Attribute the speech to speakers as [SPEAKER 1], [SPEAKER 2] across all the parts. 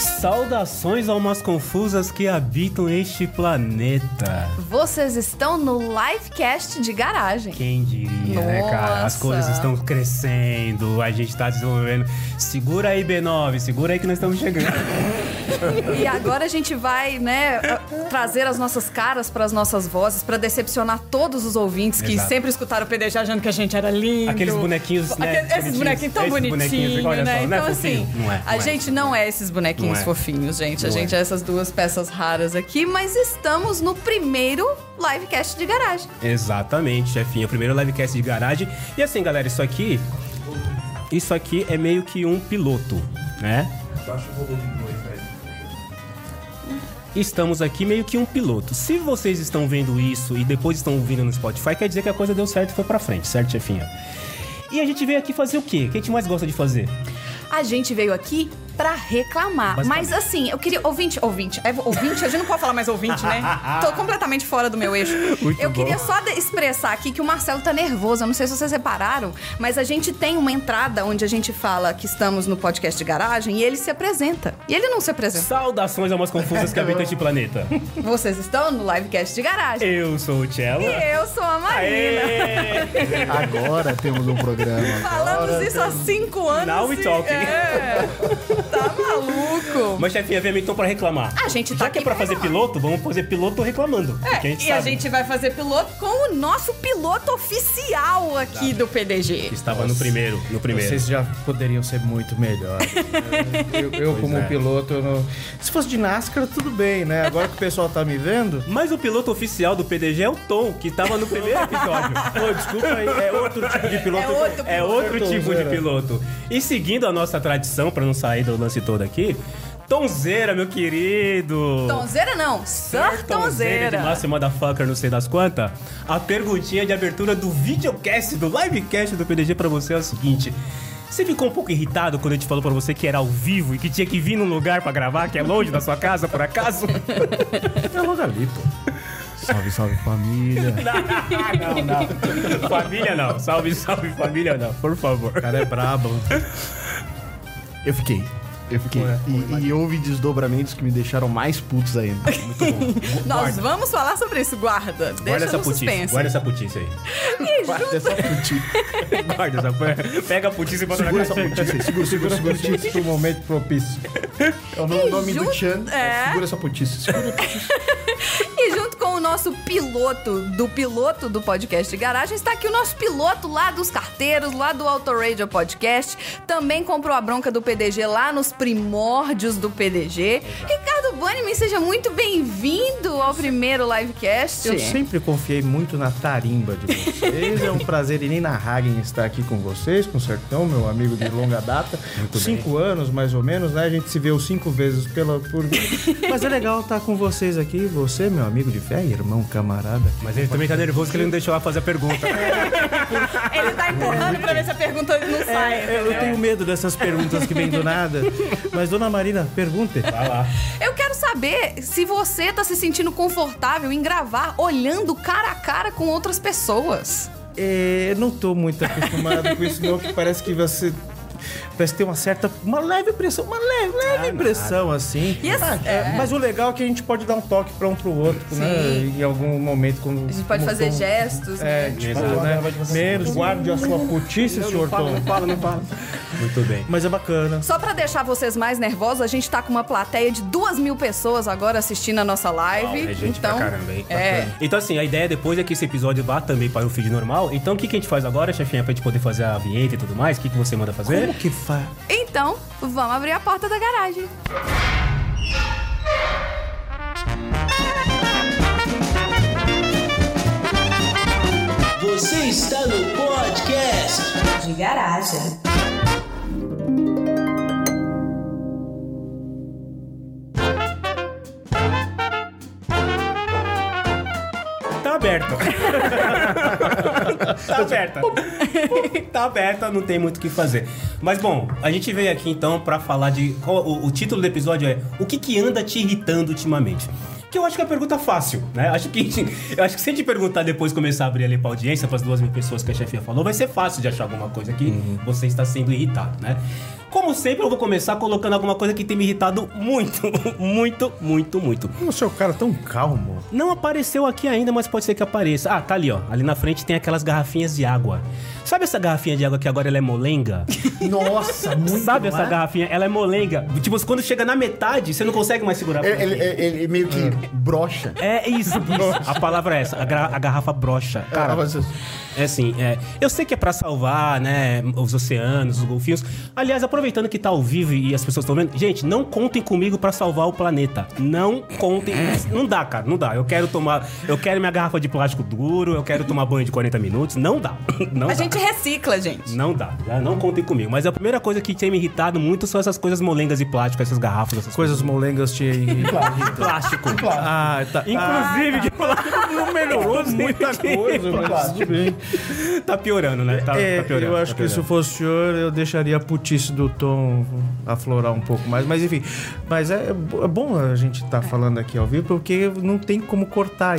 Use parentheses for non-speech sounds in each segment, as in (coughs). [SPEAKER 1] Saudações almas confusas que habitam este planeta.
[SPEAKER 2] Vocês estão no livecast de garagem.
[SPEAKER 1] Quem diria, né, cara? As
[SPEAKER 2] Nossa.
[SPEAKER 1] coisas estão crescendo, a gente tá desenvolvendo. Segura aí, B9, segura aí que nós estamos chegando.
[SPEAKER 2] E agora a gente vai, né, trazer as nossas caras para as nossas vozes, para decepcionar todos os ouvintes que
[SPEAKER 1] Exato.
[SPEAKER 2] sempre escutaram o PDG achando que a gente era lindo.
[SPEAKER 1] Aqueles bonequinhos, né,
[SPEAKER 2] Aquele- esses
[SPEAKER 1] bonitinhos.
[SPEAKER 2] bonequinhos tão
[SPEAKER 1] Esses bonequinhos,
[SPEAKER 2] bonitinhos,
[SPEAKER 1] olha
[SPEAKER 2] né?
[SPEAKER 1] só, não é
[SPEAKER 2] então, assim,
[SPEAKER 1] fofinho? Não é,
[SPEAKER 2] a
[SPEAKER 1] não é.
[SPEAKER 2] gente não é esses bonequinhos
[SPEAKER 1] Não é.
[SPEAKER 2] fofinhos, gente. A
[SPEAKER 1] Não
[SPEAKER 2] gente é.
[SPEAKER 1] é.
[SPEAKER 2] essas duas peças raras aqui, mas estamos no primeiro livecast de garagem.
[SPEAKER 1] Exatamente, chefinha. O primeiro livecast de garagem. E assim, galera, isso aqui. Isso aqui é meio que um piloto, né?
[SPEAKER 3] Baixa o volume de dois, né? velho.
[SPEAKER 1] Estamos aqui meio que um piloto. Se vocês estão vendo isso e depois estão ouvindo no Spotify, quer dizer que a coisa deu certo e foi pra frente, certo, chefinha? E a gente veio aqui fazer o quê? O que a gente mais gosta de fazer?
[SPEAKER 2] A gente veio aqui pra reclamar.
[SPEAKER 1] Basicamente.
[SPEAKER 2] Mas assim, eu queria. Ouvinte, ouvinte. É, ouvinte, a gente não pode falar mais ouvinte, né?
[SPEAKER 1] (laughs)
[SPEAKER 2] Tô completamente fora do meu eixo.
[SPEAKER 1] Muito
[SPEAKER 2] eu
[SPEAKER 1] bom.
[SPEAKER 2] queria só de- expressar aqui que o Marcelo tá nervoso. Eu não sei se vocês repararam, mas a gente tem uma entrada onde a gente fala que estamos no podcast de garagem e ele se apresenta. E ele não se apresenta.
[SPEAKER 1] Saudações a umas confusas que habitam este planeta.
[SPEAKER 2] Vocês estão no livecast de garagem.
[SPEAKER 1] Eu sou o Cello.
[SPEAKER 2] E eu sou a Marina.
[SPEAKER 1] Aê!
[SPEAKER 4] Agora temos um (laughs) programa.
[SPEAKER 2] Falamos isso há cinco anos.
[SPEAKER 1] Now we
[SPEAKER 2] e-
[SPEAKER 1] talking. (laughs)
[SPEAKER 2] É. Tá maluco.
[SPEAKER 1] Mas, chefinha, vem então pra reclamar.
[SPEAKER 2] A gente tá
[SPEAKER 1] Já que é
[SPEAKER 2] aqui
[SPEAKER 1] pra
[SPEAKER 2] pra
[SPEAKER 1] fazer
[SPEAKER 2] reclamar.
[SPEAKER 1] piloto, vamos fazer piloto reclamando.
[SPEAKER 2] É,
[SPEAKER 1] porque a
[SPEAKER 2] e
[SPEAKER 1] gente sabe.
[SPEAKER 2] a
[SPEAKER 1] né?
[SPEAKER 2] gente vai fazer piloto com o nosso piloto oficial aqui do PDG.
[SPEAKER 1] que estava no primeiro, no primeiro.
[SPEAKER 5] Vocês já poderiam ser muito melhores. Eu, eu
[SPEAKER 4] um
[SPEAKER 5] como
[SPEAKER 1] é.
[SPEAKER 5] piloto, eu não... se fosse de NASCAR, tudo bem, né? Agora que o pessoal tá me vendo.
[SPEAKER 1] Mas o piloto oficial do PDG é o Tom, que estava no primeiro (laughs) episódio.
[SPEAKER 5] Pô, desculpa aí, é outro tipo de piloto.
[SPEAKER 2] É outro
[SPEAKER 1] É outro tipo de piloto. E seguindo a nossa tradição, pra não sair do lance todo aqui, Tonzeira, meu querido!
[SPEAKER 2] Tonzeira não, Sir
[SPEAKER 1] Tonzeira de
[SPEAKER 2] Tonzeira.
[SPEAKER 1] Márcio Motherfucker, não sei das quantas. A perguntinha de abertura do videocast, do livecast do PDG pra você é o seguinte. Você ficou um pouco irritado quando a gente falou pra você que era ao vivo e que tinha que vir num lugar pra gravar, que é longe da sua casa, por acaso?
[SPEAKER 5] É logo ali, pô.
[SPEAKER 4] Salve, salve (laughs) família.
[SPEAKER 1] não, não. Família não. Salve, salve, família não. Por favor.
[SPEAKER 5] O cara é brabo.
[SPEAKER 4] Eu fiquei. Eu fiquei. E, e houve desdobramentos que me deixaram mais putos (laughs) ainda.
[SPEAKER 2] Nós vamos falar sobre isso, guarda.
[SPEAKER 1] Guarda
[SPEAKER 2] Deixa
[SPEAKER 1] essa
[SPEAKER 2] no
[SPEAKER 1] putice.
[SPEAKER 2] suspense.
[SPEAKER 1] Guarda essa putice aí.
[SPEAKER 2] E junto-
[SPEAKER 4] Guarda essa putinha.
[SPEAKER 1] Guarda essa putice. Pega a putice e bota
[SPEAKER 4] Segura
[SPEAKER 1] na
[SPEAKER 4] essa
[SPEAKER 1] caixinha.
[SPEAKER 4] putinha. aí, Segura, segura, segura. segura.
[SPEAKER 5] Esse é o momento propício.
[SPEAKER 4] É o nome, nome
[SPEAKER 2] Ju-
[SPEAKER 4] do Chan.
[SPEAKER 2] é.
[SPEAKER 4] Segura essa putice. Segura.
[SPEAKER 2] e junto com o nosso piloto do piloto do podcast de garagem, está aqui o nosso piloto lá dos carteiros, lá do Autoradio Podcast. Também comprou a bronca do PDG lá nos primórdios do PDG. Ricardo Baniman, seja muito bem-vindo ao primeiro livecast.
[SPEAKER 5] Eu sempre confiei muito na tarimba de vocês. É um prazer inenarrável estar aqui com vocês, com o Sertão, meu amigo de
[SPEAKER 1] (laughs)
[SPEAKER 5] longa data. cinco anos, mais ou menos, né? A gente se viu cinco vezes pela... Por... Mas é legal estar com vocês aqui. Você, meu amigo de fé, irmão, camarada.
[SPEAKER 1] Mas ele também tá nervoso que ele não deixou ela fazer a pergunta.
[SPEAKER 2] Ele tá empurrando pra ver se a pergunta não sai.
[SPEAKER 5] É, eu tenho medo dessas perguntas que vêm
[SPEAKER 1] (laughs)
[SPEAKER 5] do nada. Mas, dona Marina, pergunte.
[SPEAKER 1] Vai lá.
[SPEAKER 2] Eu quero saber se você tá se sentindo confortável em gravar olhando cara a cara com outras pessoas.
[SPEAKER 5] É, eu não tô muito acostumado com isso, não, que parece que você. Parece que tem uma certa. Uma leve pressão, uma leve,
[SPEAKER 4] Ah,
[SPEAKER 5] leve pressão, assim.
[SPEAKER 2] E assim,
[SPEAKER 5] Ah, é, Mas o legal é que a gente pode dar um toque pra um pro outro, né?
[SPEAKER 2] Sim.
[SPEAKER 5] Em algum momento, quando.
[SPEAKER 2] A gente pode fazer gestos,
[SPEAKER 5] É,
[SPEAKER 2] né?
[SPEAKER 5] tipo,
[SPEAKER 1] Exato.
[SPEAKER 5] né? Menos, guarde a sua putice, senhor Tom.
[SPEAKER 4] fala, não fala.
[SPEAKER 1] Muito bem.
[SPEAKER 5] Mas é bacana.
[SPEAKER 2] Só pra deixar vocês mais nervosos, a gente tá com uma plateia de duas mil pessoas agora assistindo a nossa live.
[SPEAKER 1] Uau, é gente pra
[SPEAKER 2] então,
[SPEAKER 1] caramba, hein?
[SPEAKER 2] É.
[SPEAKER 1] Então, assim, a ideia depois é que esse episódio vá também para o feed normal. Então, o que, que a gente faz agora, chefinha, pra gente poder fazer a vinheta e tudo mais? O que, que você manda fazer?
[SPEAKER 5] Como que faz?
[SPEAKER 2] Então, vamos abrir a porta da garagem.
[SPEAKER 6] Você está no podcast
[SPEAKER 7] de garagem.
[SPEAKER 1] Tá aberto. (laughs) tá aberta. tá aberta, não tem muito o que fazer. Mas bom, a gente veio aqui então pra falar de. qual- o, o título do episódio é O que, que anda te irritando ultimamente? O Que eu acho que é a pergunta fácil, né? Acho que, eu acho que se a gente perguntar depois, começar a abrir ali pra audiência, pras duas mil pessoas que a chefia falou, vai ser fácil de achar alguma coisa que você está sendo irritado, né? Como sempre, eu vou começar colocando alguma coisa que tem me irritado muito, (laughs) muito, muito, muito.
[SPEAKER 5] Como o seu cara é tão calmo.
[SPEAKER 1] Não apareceu aqui ainda, mas pode ser que apareça. Ah, tá ali, ó. Ali na frente tem aquelas garrafinhas de água. Sabe essa garrafinha de água que agora ela é molenga?
[SPEAKER 4] Nossa, muito
[SPEAKER 1] Sabe
[SPEAKER 4] (laughs) não
[SPEAKER 1] essa
[SPEAKER 4] é?
[SPEAKER 1] garrafinha? Ela é molenga. Tipo, quando chega na metade, você não consegue mais segurar. a
[SPEAKER 4] Ele,
[SPEAKER 1] ponta.
[SPEAKER 4] É, ele- ele- ele meio que brocha.
[SPEAKER 1] É isso, isso. A palavra é essa. A, gra- a garrafa brocha.
[SPEAKER 4] Cara,
[SPEAKER 1] Cara, é assim, é, eu sei que é pra salvar, né, os oceanos, os golfinhos. Aliás, aproveitando que tá ao vivo e as pessoas estão vendo, gente, não contem comigo pra salvar o planeta. Não contem. Não dá, cara, não dá. Eu quero tomar, eu quero minha garrafa de plástico duro, eu quero tomar banho de 40 minutos. Não dá. (coughs) Não
[SPEAKER 2] A
[SPEAKER 1] dá.
[SPEAKER 2] gente recicla, gente.
[SPEAKER 1] Não dá, já não contem comigo. Mas a primeira coisa que tem me irritado muito são essas coisas molengas de plástico, essas garrafas, essas
[SPEAKER 5] Coisas molengas te
[SPEAKER 1] de plástico.
[SPEAKER 5] Ah, tá. Ah,
[SPEAKER 1] Inclusive, de plástico (laughs) não melhorou muita
[SPEAKER 5] coisa, mas tudo bem.
[SPEAKER 1] Tá piorando, né? Tá,
[SPEAKER 5] É,
[SPEAKER 1] tá piorando.
[SPEAKER 5] eu
[SPEAKER 1] tá
[SPEAKER 5] acho que se
[SPEAKER 1] piorando.
[SPEAKER 5] eu fosse o senhor, eu deixaria a putice do Tom aflorar um pouco mais. Mas enfim, mas é, é bom a gente estar falando aqui ao vivo, porque não tem como cortar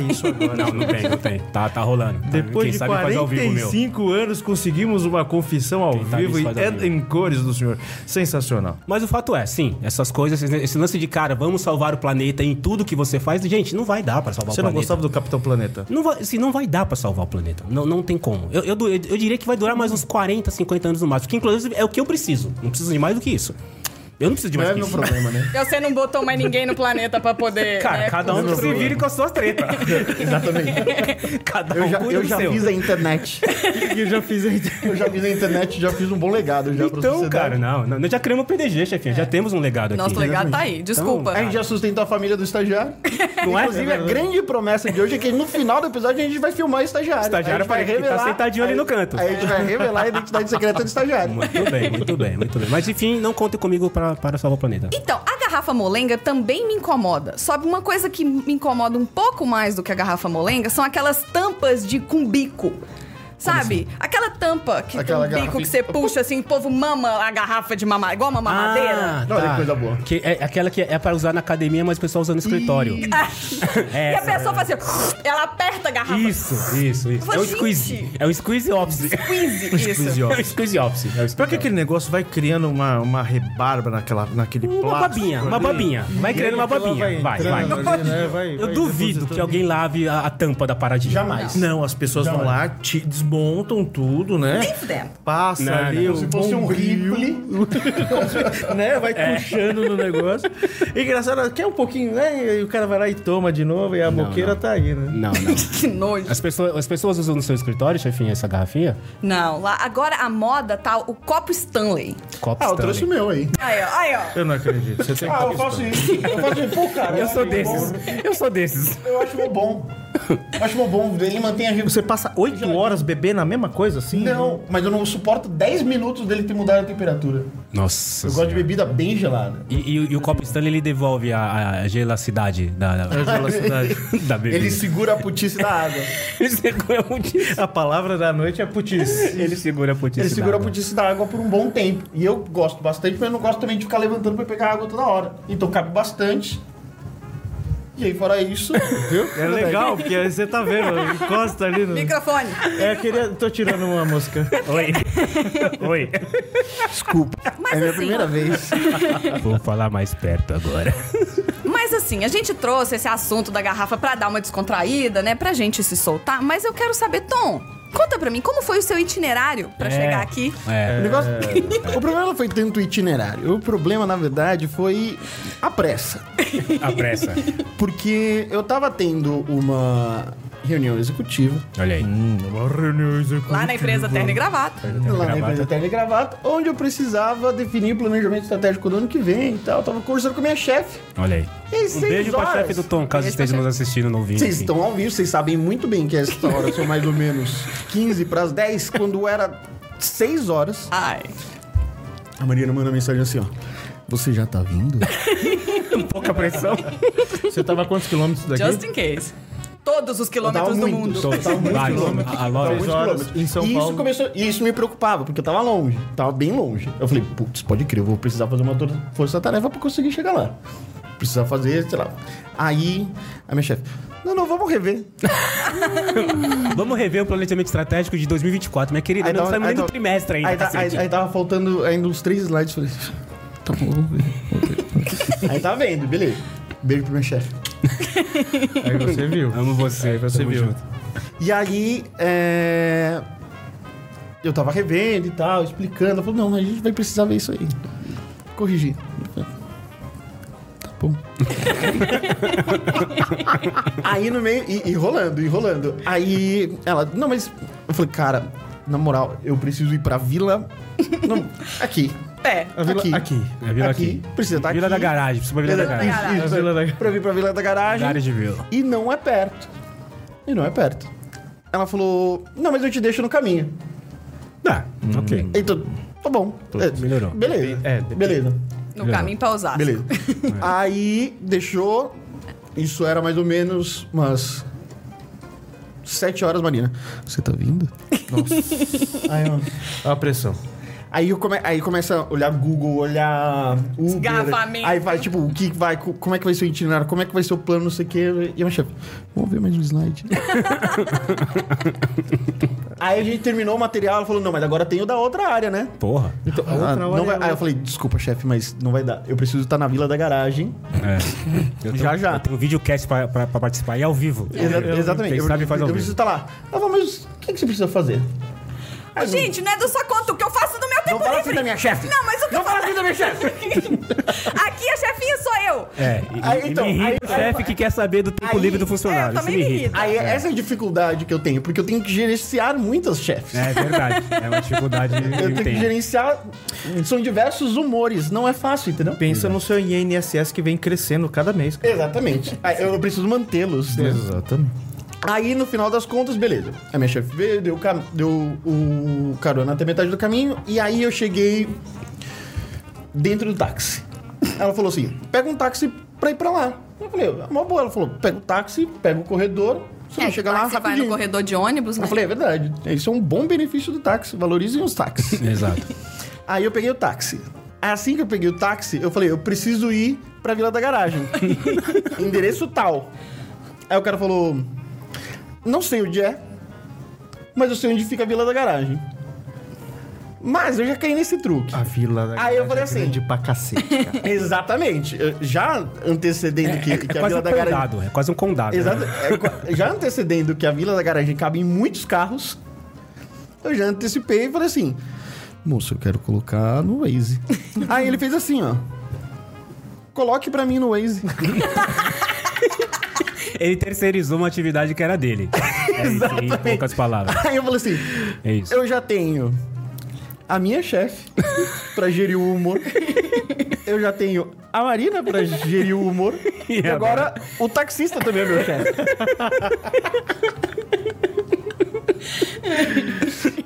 [SPEAKER 1] (laughs)
[SPEAKER 5] isso agora.
[SPEAKER 1] Não, não tem, não tem. Tá, tá rolando. Tá,
[SPEAKER 5] Depois de
[SPEAKER 1] faz ao vivo, meu.
[SPEAKER 5] 45 anos, conseguimos uma confissão ao
[SPEAKER 1] Quem sabe
[SPEAKER 5] vivo
[SPEAKER 1] isso
[SPEAKER 5] e
[SPEAKER 1] faz ao
[SPEAKER 5] é
[SPEAKER 1] vivo.
[SPEAKER 5] em cores do senhor. Sensacional.
[SPEAKER 1] Mas o fato é, sim, essas coisas, esse- esse lance de cara, vamos salvar o planeta em tudo que você faz, gente, não vai dar pra salvar
[SPEAKER 5] Você
[SPEAKER 1] o
[SPEAKER 5] não
[SPEAKER 1] planeta.
[SPEAKER 5] gostava do Capitão Planeta?
[SPEAKER 1] Não vai, assim, não vai dar pra salvar o planeta. Não, não tem como. Eu, eu, du- eu diria que vai durar mais uns 40, 50 anos no máximo. Que inclusive é o que eu preciso. Não preciso de mais do que isso. Eu não preciso de mais
[SPEAKER 4] é
[SPEAKER 1] do que
[SPEAKER 4] meu
[SPEAKER 1] isso.
[SPEAKER 4] problema, né?
[SPEAKER 7] Então você não botou mais ninguém no planeta pra poder.
[SPEAKER 1] (laughs) Cara,
[SPEAKER 2] É,
[SPEAKER 7] né,
[SPEAKER 1] cada um que se vire com as suas
[SPEAKER 4] (laughs)
[SPEAKER 1] tretas. Exatamente. (laughs) cada um
[SPEAKER 4] Eu já,
[SPEAKER 1] cuida
[SPEAKER 4] eu
[SPEAKER 1] do
[SPEAKER 4] já
[SPEAKER 1] seu.
[SPEAKER 4] fiz
[SPEAKER 3] (laughs)
[SPEAKER 4] a internet.
[SPEAKER 5] Eu já
[SPEAKER 1] (laughs)
[SPEAKER 5] fiz
[SPEAKER 4] Eu já fiz a internet, já fiz um bom legado já pra
[SPEAKER 1] Então,
[SPEAKER 4] sociedade.
[SPEAKER 1] cara, não, não. Nós já criamos o PDG, chefinha. Já temos um legado aqui.
[SPEAKER 2] É. Nosso legado tá aí, desculpa.
[SPEAKER 4] A gente já sustentou a família do estagiário.
[SPEAKER 1] Não é?
[SPEAKER 4] Inclusive, a grande promessa de hoje é que no final do episódio a gente vai filmar o estagiário.
[SPEAKER 1] Estagiário
[SPEAKER 4] A gente vai
[SPEAKER 1] que tá sentadinho ali
[SPEAKER 4] aí-
[SPEAKER 1] no canto.
[SPEAKER 4] Aí a gente vai revelar a identidade secreta do estagiário.
[SPEAKER 1] Muito bem, muito bem, muito bem. Mas enfim, não contem comigo pra, para salvar o planeta.
[SPEAKER 2] Então, a garrafa molenga também me incomoda. Só que uma coisa que me incomoda um pouco mais do que a garrafa molenga são aquelas tampas de com bico. Sabe? Aquela tampa que
[SPEAKER 4] Aquela
[SPEAKER 2] tem um bico
[SPEAKER 4] garrafinha.
[SPEAKER 2] que você puxa assim, o povo mama a garrafa de mamar, igual uma
[SPEAKER 1] Ah,
[SPEAKER 2] mamadeira.
[SPEAKER 4] Olha que coisa boa.
[SPEAKER 1] Que é aquela que é para usar na academia, mas o pessoal usa no escritório.
[SPEAKER 2] (laughs) e a
[SPEAKER 1] Essa.
[SPEAKER 2] pessoa faz assim, ela aperta a garrafa.
[SPEAKER 1] Isso, isso, isso.
[SPEAKER 2] Fala,
[SPEAKER 1] É o
[SPEAKER 2] gente.
[SPEAKER 1] squeeze. É o squeeze office.
[SPEAKER 2] Squeeze, isso.
[SPEAKER 1] É (laughs) o squeeze office. É o squeeze
[SPEAKER 5] Pior que
[SPEAKER 1] office.
[SPEAKER 5] aquele negócio vai criando uma, uma rebarba naquela, naquele
[SPEAKER 1] Uma
[SPEAKER 5] plástico
[SPEAKER 1] babinha, uma
[SPEAKER 5] ali.
[SPEAKER 1] babinha. Vai
[SPEAKER 5] E
[SPEAKER 1] criando
[SPEAKER 5] aí
[SPEAKER 1] uma
[SPEAKER 5] aquela
[SPEAKER 1] babinha. Vai,
[SPEAKER 5] entrando
[SPEAKER 1] vai.
[SPEAKER 5] ali, né? Vai-
[SPEAKER 1] Eu
[SPEAKER 5] vai
[SPEAKER 1] duvido
[SPEAKER 5] depositando.
[SPEAKER 1] que alguém lave a, a tampa da paradinha.
[SPEAKER 4] Jamais.
[SPEAKER 5] Não, as pessoas
[SPEAKER 1] é.
[SPEAKER 5] vão lá, te- desmontam tudo, né?
[SPEAKER 2] Nem fudendo.
[SPEAKER 5] Passa
[SPEAKER 1] Não,
[SPEAKER 5] ali
[SPEAKER 1] não.
[SPEAKER 5] o
[SPEAKER 4] Se fosse um
[SPEAKER 5] bombril,
[SPEAKER 4] rifle,
[SPEAKER 5] né? Vai puxando no negócio. E engraçado, quer um pouquinho, né? E o cara vai lá e toma de novo e a boqueira tá aí, né?
[SPEAKER 1] Não, não.
[SPEAKER 2] Que nojo.
[SPEAKER 1] As pessoas, as pessoas usam no seu escritório, chefinha, essa garrafinha?
[SPEAKER 4] Ah,
[SPEAKER 2] Não, lá, agora a moda tá o copo Stanley.
[SPEAKER 1] Copo
[SPEAKER 4] ah, eu
[SPEAKER 1] Stanley.
[SPEAKER 4] trouxe o meu aí.
[SPEAKER 2] Aí, ó, aí, ó.
[SPEAKER 5] Eu não acredito. Você tem
[SPEAKER 3] Ah, eu
[SPEAKER 5] que
[SPEAKER 3] faço isso. Eu faço isso. Pô, cara.
[SPEAKER 1] Eu sou
[SPEAKER 3] acho
[SPEAKER 1] desses.
[SPEAKER 3] bom.
[SPEAKER 1] Eu sou desses.
[SPEAKER 3] Eu acho bom. bom. Eu acho bom bom. Ele mantém a gente.
[SPEAKER 5] Você passa oito horas bebendo a mesma coisa assim?
[SPEAKER 4] Não, mas eu não suporto 10 minutos dele ter mudado a temperatura.
[SPEAKER 1] Nossa.
[SPEAKER 4] Eu gosto de bebida bem gelada.
[SPEAKER 1] E, e- e o copo Stanley ele devolve a, a gelacidade da, da,
[SPEAKER 5] Velocidade.
[SPEAKER 1] (laughs) da bebida.
[SPEAKER 4] Ele segura a (laughs) putice da água.
[SPEAKER 1] Ele segura a putice.
[SPEAKER 5] A palavra da noite é putice.
[SPEAKER 1] Ele segura a putice.
[SPEAKER 4] Ele segura a
[SPEAKER 1] d'água.
[SPEAKER 4] putice da água por um bom tempo. E eu gosto bastante, mas eu não gosto também de ficar levantando pra pegar água toda hora. Então cabe bastante. E aí, fora isso, (laughs) viu?
[SPEAKER 5] É legal, porque aí você tá vendo, encosta ali no.
[SPEAKER 2] Microfone.
[SPEAKER 5] É, eu queria. Tô tirando uma música.
[SPEAKER 1] (laughs) Oi. Oi.
[SPEAKER 4] Desculpa.
[SPEAKER 2] Mas
[SPEAKER 4] é minha
[SPEAKER 2] assim,
[SPEAKER 4] primeira vez.
[SPEAKER 1] Vou falar mais perto agora.
[SPEAKER 2] Mas assim, a gente trouxe esse assunto da garrafa pra dar uma descontraída, né? Pra gente se soltar. Mas eu quero saber, Tom, conta pra mim, como foi o seu itinerário pra chegar aqui?
[SPEAKER 4] (laughs) O,
[SPEAKER 1] É.
[SPEAKER 4] negócio- o problema não foi tanto o itinerário. O problema, na verdade, foi a pressa.
[SPEAKER 1] é, A pressa.
[SPEAKER 4] Porque eu tava tendo uma reunião executiva
[SPEAKER 1] Olha aí.
[SPEAKER 2] Lá na empresa Terno e Gravata.
[SPEAKER 4] lá na
[SPEAKER 1] Gravata.
[SPEAKER 4] empresa Terno e Gravata, onde eu precisava definir o planejamento estratégico do ano que vem e tal. Eu tava conversando com a minha chefe.
[SPEAKER 1] Olha aí.
[SPEAKER 4] E
[SPEAKER 1] Um
[SPEAKER 4] seis
[SPEAKER 1] beijo pra
[SPEAKER 4] horas.
[SPEAKER 1] chefe do Tom, caso
[SPEAKER 2] Beijo pra
[SPEAKER 1] esteja nos assistindo no vídeo.
[SPEAKER 4] Vocês estão ao vivo, vocês sabem muito bem que essa hora são mais ou menos 15 para as 10, quando era 6 horas.
[SPEAKER 2] Ai.
[SPEAKER 4] A Marina manda mensagem assim, ó. Você já tá vindo?
[SPEAKER 1] pouca pressão.
[SPEAKER 5] Você tava a quantos quilômetros daqui?
[SPEAKER 2] Just in case. Todos os quilômetros do mundo.
[SPEAKER 4] Tô, tava Tá muito
[SPEAKER 1] Vários.
[SPEAKER 4] quilômetro.
[SPEAKER 1] A- a loja-
[SPEAKER 4] Tava Tá muito
[SPEAKER 5] horas
[SPEAKER 4] quilômetro.
[SPEAKER 5] em São
[SPEAKER 4] e
[SPEAKER 5] Paulo.
[SPEAKER 4] Isso começou, e isso me preocupava, porque eu tava longe. Tava bem longe. Eu falei, putz, pode crer, eu vou precisar fazer uma tor- força-tarefa pra conseguir chegar lá. precisar fazer, sei lá. Aí, a minha chefe, não, não, vamos rever.
[SPEAKER 1] Vamos rever o planejamento estratégico de 2024, minha querida.
[SPEAKER 4] Aí
[SPEAKER 1] não
[SPEAKER 4] dá-
[SPEAKER 1] saímos
[SPEAKER 4] aí
[SPEAKER 1] nem do
[SPEAKER 4] dá-
[SPEAKER 1] trimestre ainda,
[SPEAKER 4] Aí, tá-
[SPEAKER 1] cacete.
[SPEAKER 4] aí- aí tava faltando ainda uns três slides, falei. Tá bom, vamos ver. vamos
[SPEAKER 1] (laughs)
[SPEAKER 4] ver." aí tá vendo, beleza. Beijo pro meu chefe.
[SPEAKER 5] Aí você viu.
[SPEAKER 1] Amo você,
[SPEAKER 5] Aí você
[SPEAKER 1] tamo
[SPEAKER 5] viu.
[SPEAKER 1] junto.
[SPEAKER 4] E aí, é, eu tava revendo e tal, explicando. Ela falou, não, a gente vai precisar ver isso aí. Corrigir. Eu falei, Tá bom. (laughs) aí no meio, e, e rolando, e rolando. Aí ela, não, mas... Eu falei, cara, na moral, eu preciso ir pra vila... Não, aqui.
[SPEAKER 7] Pé.
[SPEAKER 5] A vila-
[SPEAKER 4] Aqui.
[SPEAKER 5] aqui.
[SPEAKER 1] É a vila aqui.
[SPEAKER 4] aqui. Precisa estar
[SPEAKER 1] Vila
[SPEAKER 4] aqui.
[SPEAKER 1] da garagem, precisa pra vila da garagem.
[SPEAKER 4] Isso, isso,
[SPEAKER 5] A Vila da-
[SPEAKER 4] pra- Pra vir pra Vila da Garagem.
[SPEAKER 1] Garagem de vila.
[SPEAKER 4] E não é perto. E não é perto. Ela falou, não, mas eu te deixo no caminho. Ah,
[SPEAKER 1] Tá, ok.
[SPEAKER 4] Então, tá bom. É,
[SPEAKER 1] melhorou.
[SPEAKER 4] Beleza.
[SPEAKER 5] É, depende.
[SPEAKER 4] beleza.
[SPEAKER 2] No caminho pra Osasco.
[SPEAKER 4] Beleza.
[SPEAKER 5] (laughs)
[SPEAKER 4] Aí deixou. Isso era mais ou menos umas. Sete horas, Marina. Você tá vindo?
[SPEAKER 5] Aí, ó. Olha a pressão.
[SPEAKER 4] Aí, eu come- aí começa a olhar Google, olhar Uber.
[SPEAKER 7] Desgarrafamento.
[SPEAKER 4] Aí vai, tipo, o que vai, co- como é que vai ser o itinerário, como é que vai ser o plano, não sei o quê. E eu chefe, vamos ver mais um slide.
[SPEAKER 5] (laughs)
[SPEAKER 4] aí a gente terminou o material, ela falou, não, mas agora tem o da outra área, né?
[SPEAKER 1] Porra.
[SPEAKER 4] Então,
[SPEAKER 5] outra
[SPEAKER 4] ah, não
[SPEAKER 5] hora
[SPEAKER 4] vai-
[SPEAKER 5] é
[SPEAKER 4] Aí eu falei, desculpa, chefe, mas não vai dar. Eu preciso estar na vila da garagem.
[SPEAKER 1] É.
[SPEAKER 4] Já, já. É.
[SPEAKER 1] Tem um videocast pra, pra, pra participar e é ao vivo.
[SPEAKER 4] Exa- exatamente.
[SPEAKER 1] Quem
[SPEAKER 4] eu,
[SPEAKER 1] sabe faz ao vivo.
[SPEAKER 4] eu preciso estar lá. Ela falou, mas o que, que você precisa fazer?
[SPEAKER 2] Ô, gente, não é da sua conta o que eu faço no meu tempo
[SPEAKER 4] fala
[SPEAKER 2] livre.
[SPEAKER 4] assim da minha chefe. assim
[SPEAKER 2] Não, mas o que eu faço... da minha chefe. (laughs) Aqui a chefinha sou eu.
[SPEAKER 1] É, e,
[SPEAKER 4] Aí,
[SPEAKER 1] e- e
[SPEAKER 4] então,
[SPEAKER 1] me irrita
[SPEAKER 4] aí-
[SPEAKER 1] o chefe que quer saber do tempo
[SPEAKER 4] aí-
[SPEAKER 1] livre do
[SPEAKER 2] É, eu
[SPEAKER 1] funcionário. Isso
[SPEAKER 2] também
[SPEAKER 1] me
[SPEAKER 2] me
[SPEAKER 1] irrita.
[SPEAKER 2] irrito.
[SPEAKER 4] Aí essa é a dificuldade que eu tenho, porque eu tenho que gerenciar muitas chefes.
[SPEAKER 1] É verdade. É uma dificuldade.
[SPEAKER 4] Eu tenho que
[SPEAKER 1] entendo.
[SPEAKER 4] gerenciar. São diversos humores, não é fácil, entendeu?
[SPEAKER 5] Pensa no seu INSS que vem crescendo cada mês. cara.
[SPEAKER 4] Exatamente. Aí eu preciso mantê-los. né?
[SPEAKER 5] Exatamente.
[SPEAKER 4] Aí no final das contas, beleza. A minha chefe veio, deu, cam- deu o carona até metade do caminho. E aí eu cheguei dentro do táxi. Ela falou assim: pega um táxi pra ir pra lá. Eu falei, é uma boa. Ela falou: pega o táxi, pega o corredor, você
[SPEAKER 2] É,
[SPEAKER 4] não chega lá
[SPEAKER 2] táxi vai no
[SPEAKER 4] rapidinho.
[SPEAKER 2] corredor de ônibus, né?
[SPEAKER 4] Eu falei, é verdade. Isso é um bom benefício do táxi. Valorizem os táxis.
[SPEAKER 1] Exato.
[SPEAKER 4] Aí eu peguei o táxi. Assim que eu peguei o táxi, eu falei, eu preciso ir pra Vila
[SPEAKER 1] (laughs)
[SPEAKER 4] da Garagem. Endereço tal. Aí o cara falou, não sei onde é, mas eu sei onde fica a Vila da Garagem. Mas eu já caí nesse truque.
[SPEAKER 1] Ah.
[SPEAKER 5] A vila da
[SPEAKER 4] Aí eu
[SPEAKER 5] garagem
[SPEAKER 4] falei
[SPEAKER 5] é
[SPEAKER 4] assim-
[SPEAKER 5] grande pra cacete, cara.
[SPEAKER 4] Exatamente. Eu- Já antecedendo que,
[SPEAKER 1] É,
[SPEAKER 4] que
[SPEAKER 1] é quase um
[SPEAKER 4] Garagem...
[SPEAKER 1] condado. É quase um condado. né?
[SPEAKER 4] Exato. É, co- já antecedendo que a Vila da Garagem cabe em muitos carros, eu já antecipei e falei assim: moço, eu quero colocar no Waze. Aí ele fez assim, ó. Coloque pra mim no Waze.
[SPEAKER 1] Ele terceirizou uma atividade que era dele. É isso, em poucas palavras.
[SPEAKER 4] Aí eu falei assim:
[SPEAKER 1] É isso.
[SPEAKER 4] eu já tenho a minha chefe pra gerir o humor. Eu já tenho a Marina pra gerir o humor. E,
[SPEAKER 1] E
[SPEAKER 4] agora o taxista também é meu chefe.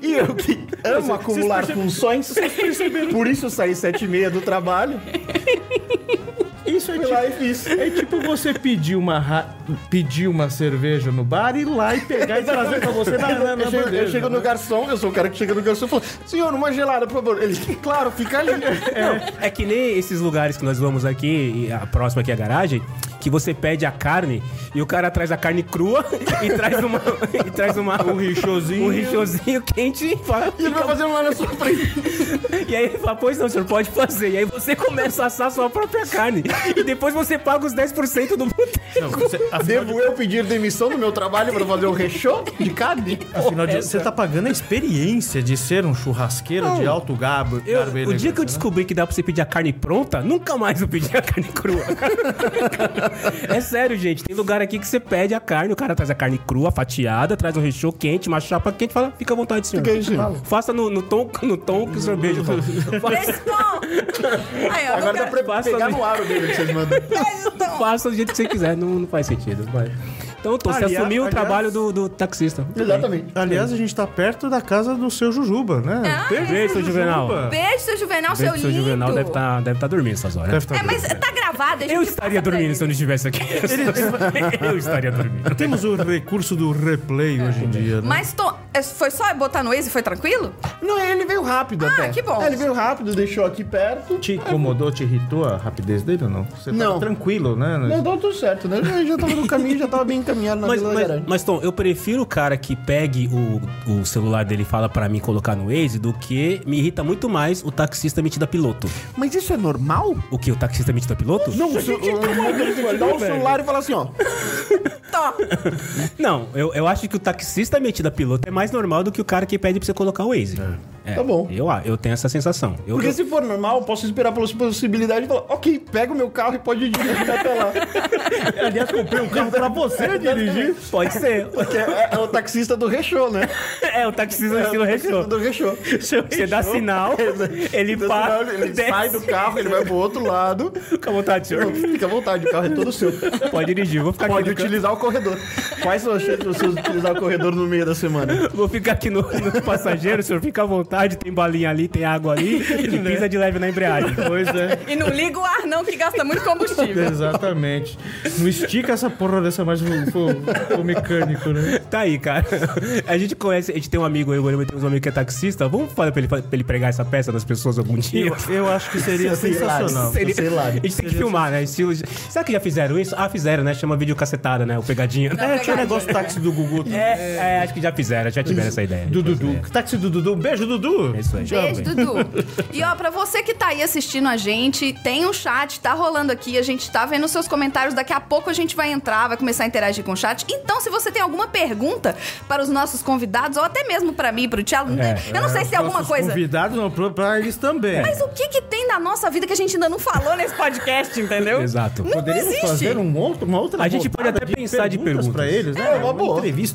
[SPEAKER 4] E eu que amo acumular funções, por isso eu saí sete e meia do trabalho.
[SPEAKER 5] Isso é
[SPEAKER 4] Fui lá e fiz.
[SPEAKER 5] (laughs) É tipo você pedir uma, ra- pedir uma cerveja no bar e ir lá e pegar e trazer pra
[SPEAKER 4] (laughs)
[SPEAKER 5] você na, na, na
[SPEAKER 4] Eu chego,
[SPEAKER 5] bandeja,
[SPEAKER 4] eu chego É no
[SPEAKER 5] né?
[SPEAKER 4] garçom, eu sou o cara que chega no garçom e fala: Senhor, uma gelada, por favor. Ele, claro, fica
[SPEAKER 5] (laughs)
[SPEAKER 4] ali.
[SPEAKER 1] É que nem esses lugares que nós vamos aqui, e a próxima aqui é a garagem, que você pede a carne e o cara traz a carne crua (laughs) e traz uma. e traz uma um richozinho. Um richozinho quente e fala.
[SPEAKER 4] E ele vai fazendo lá na sua frente.
[SPEAKER 1] E aí ele fala, pois não, senhor, pode fazer. E aí você começa a assar sua própria carne. E depois você paga os 10% do boteco.
[SPEAKER 5] Não, você- afinal
[SPEAKER 4] Devo eu pedir demissão do meu trabalho para fazer um rechô de carne?
[SPEAKER 5] Afinal de você tá pagando a experiência de ser um churrasqueiro de alto gabo.
[SPEAKER 1] Eu-
[SPEAKER 5] garbo e
[SPEAKER 1] o dia
[SPEAKER 5] elegância,
[SPEAKER 1] que eu
[SPEAKER 5] né?
[SPEAKER 1] descobri que dá pra você pedir a carne pronta, nunca mais eu pedi a carne crua. (laughs) é sério, gente. Tem lugar aqui que você pede a carne, o cara traz a carne crua, fatiada, traz um recheio quente, uma chapa quente, fala, fica à vontade, senhor.
[SPEAKER 4] Fica aí, senhor.
[SPEAKER 1] Faça no, no tom, no tom que o senhor beija. Tom.
[SPEAKER 2] Nesse tom. Aí, ó,
[SPEAKER 4] Agora
[SPEAKER 2] nunca-
[SPEAKER 4] dá
[SPEAKER 2] (laughs)
[SPEAKER 4] pra
[SPEAKER 1] Basta
[SPEAKER 4] pegar
[SPEAKER 1] me-
[SPEAKER 4] no ar o dele que vocês mandam.
[SPEAKER 2] Nesse tom.
[SPEAKER 1] Faça do jeito que você quiser, não, não faz sentido. vai. Então, tô, você
[SPEAKER 5] Aliás-
[SPEAKER 1] assumiu o
[SPEAKER 5] aliás-
[SPEAKER 1] trabalho do, do taxista.
[SPEAKER 4] Exatamente.
[SPEAKER 5] Aliás, a gente tá perto da casa do seu Jujuba, né?
[SPEAKER 2] Ah, é
[SPEAKER 1] Beijo, seu Juvenal.
[SPEAKER 5] Jujuba.
[SPEAKER 2] Beijo, seu Juvenal,
[SPEAKER 1] Beijo,
[SPEAKER 2] seu
[SPEAKER 1] seu
[SPEAKER 2] lindo.
[SPEAKER 1] Juvenal deve estar deve tá dormindo essas horas.
[SPEAKER 5] Deve tá
[SPEAKER 2] É, mas
[SPEAKER 5] doido.
[SPEAKER 2] tá vá, deixa
[SPEAKER 1] Eu
[SPEAKER 2] que
[SPEAKER 1] estaria
[SPEAKER 2] faça pra
[SPEAKER 1] dormindo
[SPEAKER 2] ele.
[SPEAKER 1] se eu não estivesse aqui. (laughs) Eu estaria dormindo.
[SPEAKER 5] Temos o recurso do replay hoje em dia, né?
[SPEAKER 2] Mas Tom, é, foi só botar no Waze e foi tranquilo?
[SPEAKER 4] Não, ele veio rápido
[SPEAKER 2] Ah,
[SPEAKER 4] até.
[SPEAKER 2] que bom.
[SPEAKER 4] É, Ele veio rápido, deixou aqui perto.
[SPEAKER 5] Te incomodou, te irritou a rapidez dele ou não? Você tava
[SPEAKER 4] Não.
[SPEAKER 5] tranquilo, né?
[SPEAKER 4] Não, deu tudo certo, né? Eu já tava no caminho, já tava bem encaminhado na
[SPEAKER 1] Mas,
[SPEAKER 4] Vila
[SPEAKER 1] mas,
[SPEAKER 4] Garagem.
[SPEAKER 1] mas, Tom, eu prefiro o cara que pegue o, o celular dele e fala pra mim colocar no Waze do que me irrita muito mais o taxista metido a piloto.
[SPEAKER 4] Mas isso é normal?
[SPEAKER 1] O que? O taxista metido a piloto?
[SPEAKER 4] Não, o celular. Dá o celular e fala assim, ó.
[SPEAKER 2] Tom,
[SPEAKER 1] Não, eu, eu acho que o taxista metido a piloto é mais normal do que o cara que pede pra você colocar o Waze. É.
[SPEAKER 4] Tá bom.
[SPEAKER 1] Eu, eu tenho essa sensação. Eu,
[SPEAKER 4] Porque
[SPEAKER 1] eu-
[SPEAKER 4] se for normal, eu posso esperar pelas possibilidades e falar, ok, pega o meu carro e pode dirigir até lá.
[SPEAKER 5] Aliás, comprei um carro pra você dirigir.
[SPEAKER 1] (laughs) Pode ser.
[SPEAKER 4] Porque é, é o taxista do Rechô, né?
[SPEAKER 1] É, o taxista
[SPEAKER 4] (laughs) É o
[SPEAKER 1] estilo
[SPEAKER 4] taxista
[SPEAKER 1] Rechô.
[SPEAKER 4] (laughs) do Rechô.
[SPEAKER 1] Você dá
[SPEAKER 4] (laughs)
[SPEAKER 1] sinal, ele
[SPEAKER 4] Então,
[SPEAKER 1] para,
[SPEAKER 4] senão ele
[SPEAKER 1] (laughs) desce,
[SPEAKER 4] sai do carro, ele vai pro outro lado.
[SPEAKER 1] fica à vontade,
[SPEAKER 4] Não,
[SPEAKER 1] senhor.
[SPEAKER 4] fica à vontade, o carro é todo seu.
[SPEAKER 1] Pode dirigir, vou ficar aqui
[SPEAKER 4] Pode
[SPEAKER 1] no canto.
[SPEAKER 4] utilizar o corredor. Quais são as chances de você utilizar o corredor no meio da semana?
[SPEAKER 1] Vou ficar aqui no, no passageiro, senhor. Fica à vontade, tem balinha ali, tem água
[SPEAKER 5] (laughs)
[SPEAKER 1] ali. E
[SPEAKER 5] Né?
[SPEAKER 1] pisa de leve na embreagem.
[SPEAKER 5] Pois é.
[SPEAKER 7] E não liga o ar, não, que gasta muito
[SPEAKER 1] (laughs)
[SPEAKER 5] (laughs)
[SPEAKER 7] combustível.
[SPEAKER 5] Exatamente. Não estica essa porra dessa mais pro, pro- pro
[SPEAKER 1] (laughs)
[SPEAKER 5] mecânico, né?
[SPEAKER 1] Tá aí,
[SPEAKER 5] (laughs)
[SPEAKER 1] cara. A gente conhece, a gente tem um amigo aí, o Gorema tem um amigo que é taxista. Vamos falar pra ele, pra ele pregar essa peça nas pessoas algum dia?
[SPEAKER 5] Eu, eu acho que seria sensacional.
[SPEAKER 1] Seria-
[SPEAKER 4] Sei lá.
[SPEAKER 1] a gente tem que filmar, né? Estilo... de- Será que já fizeram isso? Ah, fizeram, né? Chama vídeo cacetada, né? O pegadinha.
[SPEAKER 5] É, tinha o negócio do táxi do Gugu.
[SPEAKER 1] (laughs) É, é, acho que já fizeram, já tiveram essa ideia.
[SPEAKER 5] Do Dudu. Táxi do Dudu. Um beijo, Dudu.
[SPEAKER 1] É isso aí.
[SPEAKER 2] Beijo, Dudu. E ó, pra você que tá aí assistindo a gente, tem um chat, tá rolando aqui, a gente tá vendo os seus comentários, daqui a pouco a gente vai entrar, vai começar a interagir com o chat. Então, se você tem alguma pergunta para os nossos convidados, ou até mesmo pra mim, pro
[SPEAKER 1] É,
[SPEAKER 2] Thiago, né? eu não sei se tem alguma
[SPEAKER 5] Nossos
[SPEAKER 2] coisa.
[SPEAKER 5] convidados não, pra- pra eles também.
[SPEAKER 2] Mas o que que tem da nossa vida que a gente ainda não falou nesse podcast, entendeu?
[SPEAKER 1] Exato.
[SPEAKER 2] Não
[SPEAKER 5] Poderíamos
[SPEAKER 2] existe.
[SPEAKER 5] fazer um outro, uma outra
[SPEAKER 1] A gente
[SPEAKER 5] rodada
[SPEAKER 1] pode até pensar de perguntas.
[SPEAKER 5] pra eles,
[SPEAKER 4] É,
[SPEAKER 5] né?
[SPEAKER 4] uma boa.
[SPEAKER 5] entrevista.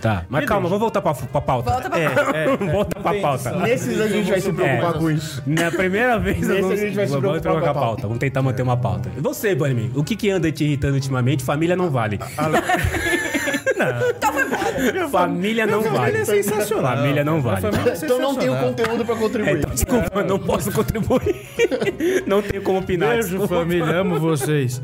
[SPEAKER 1] Tá, mas calma, vamos voltar pra, pra pauta.
[SPEAKER 2] Volta pra
[SPEAKER 1] (laughs) Volta pra pauta.
[SPEAKER 4] Nesses a gente vai se preocupar
[SPEAKER 1] É.
[SPEAKER 4] com isso.
[SPEAKER 1] Na primeira vez
[SPEAKER 4] Nesse
[SPEAKER 1] eu não...
[SPEAKER 4] a gente vai se
[SPEAKER 1] Vamos
[SPEAKER 4] preocupar
[SPEAKER 1] trocar
[SPEAKER 4] com a
[SPEAKER 1] a pauta. Vamos tentar manter uma pauta. E Você, Bunny, o que que anda te irritando ultimamente? Família não vale. não. Família não vale.
[SPEAKER 5] sensacional.
[SPEAKER 1] Família não
[SPEAKER 5] Minha
[SPEAKER 1] vale.
[SPEAKER 5] família é
[SPEAKER 4] Então não tenho
[SPEAKER 5] sensacional.
[SPEAKER 4] conteúdo pra
[SPEAKER 1] É,
[SPEAKER 4] contribuir.
[SPEAKER 1] então, desculpa, não posso contribuir. (laughs) não tenho como opinar.
[SPEAKER 5] Beijo,
[SPEAKER 1] desculpa.
[SPEAKER 5] família. Amo vocês.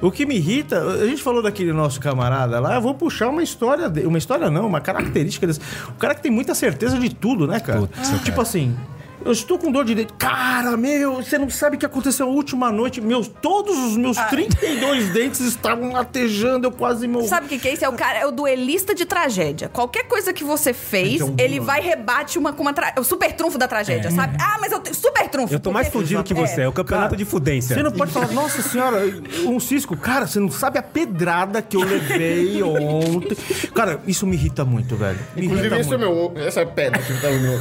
[SPEAKER 5] O que me irrita, a gente falou daquele nosso camarada lá, eu vou puxar uma história, de, uma história não, uma característica desse. O cara que tem muita certeza de tudo, né, cara? tipo assim, eu estou com dor de dente. Cara, meu, você não sabe o que aconteceu a última noite. Meus, todos os meus 32 dentes estavam latejando, eu quase morri.
[SPEAKER 2] Sabe o que, que é isso? É o cara, é o duelista de tragédia. Qualquer coisa que você fez,
[SPEAKER 1] é um
[SPEAKER 5] Então,
[SPEAKER 2] ele vai e rebate uma com uma tra... é o super trunfo da tragédia, sabe? Ah, mas eu tenho super trunfo.
[SPEAKER 1] Eu tô mais
[SPEAKER 2] porque-
[SPEAKER 1] fudido que
[SPEAKER 2] É.
[SPEAKER 1] você. É o campeonato
[SPEAKER 5] Cara,
[SPEAKER 1] de fudência.
[SPEAKER 5] Você não pode falar, nossa senhora, um cisco. Cara, você não sabe a pedrada que eu levei ontem. Cara, isso me irrita muito, velho. Me irrita
[SPEAKER 4] Inclusive, esse é
[SPEAKER 5] muito.
[SPEAKER 4] meu, essa pedra que tá no meu.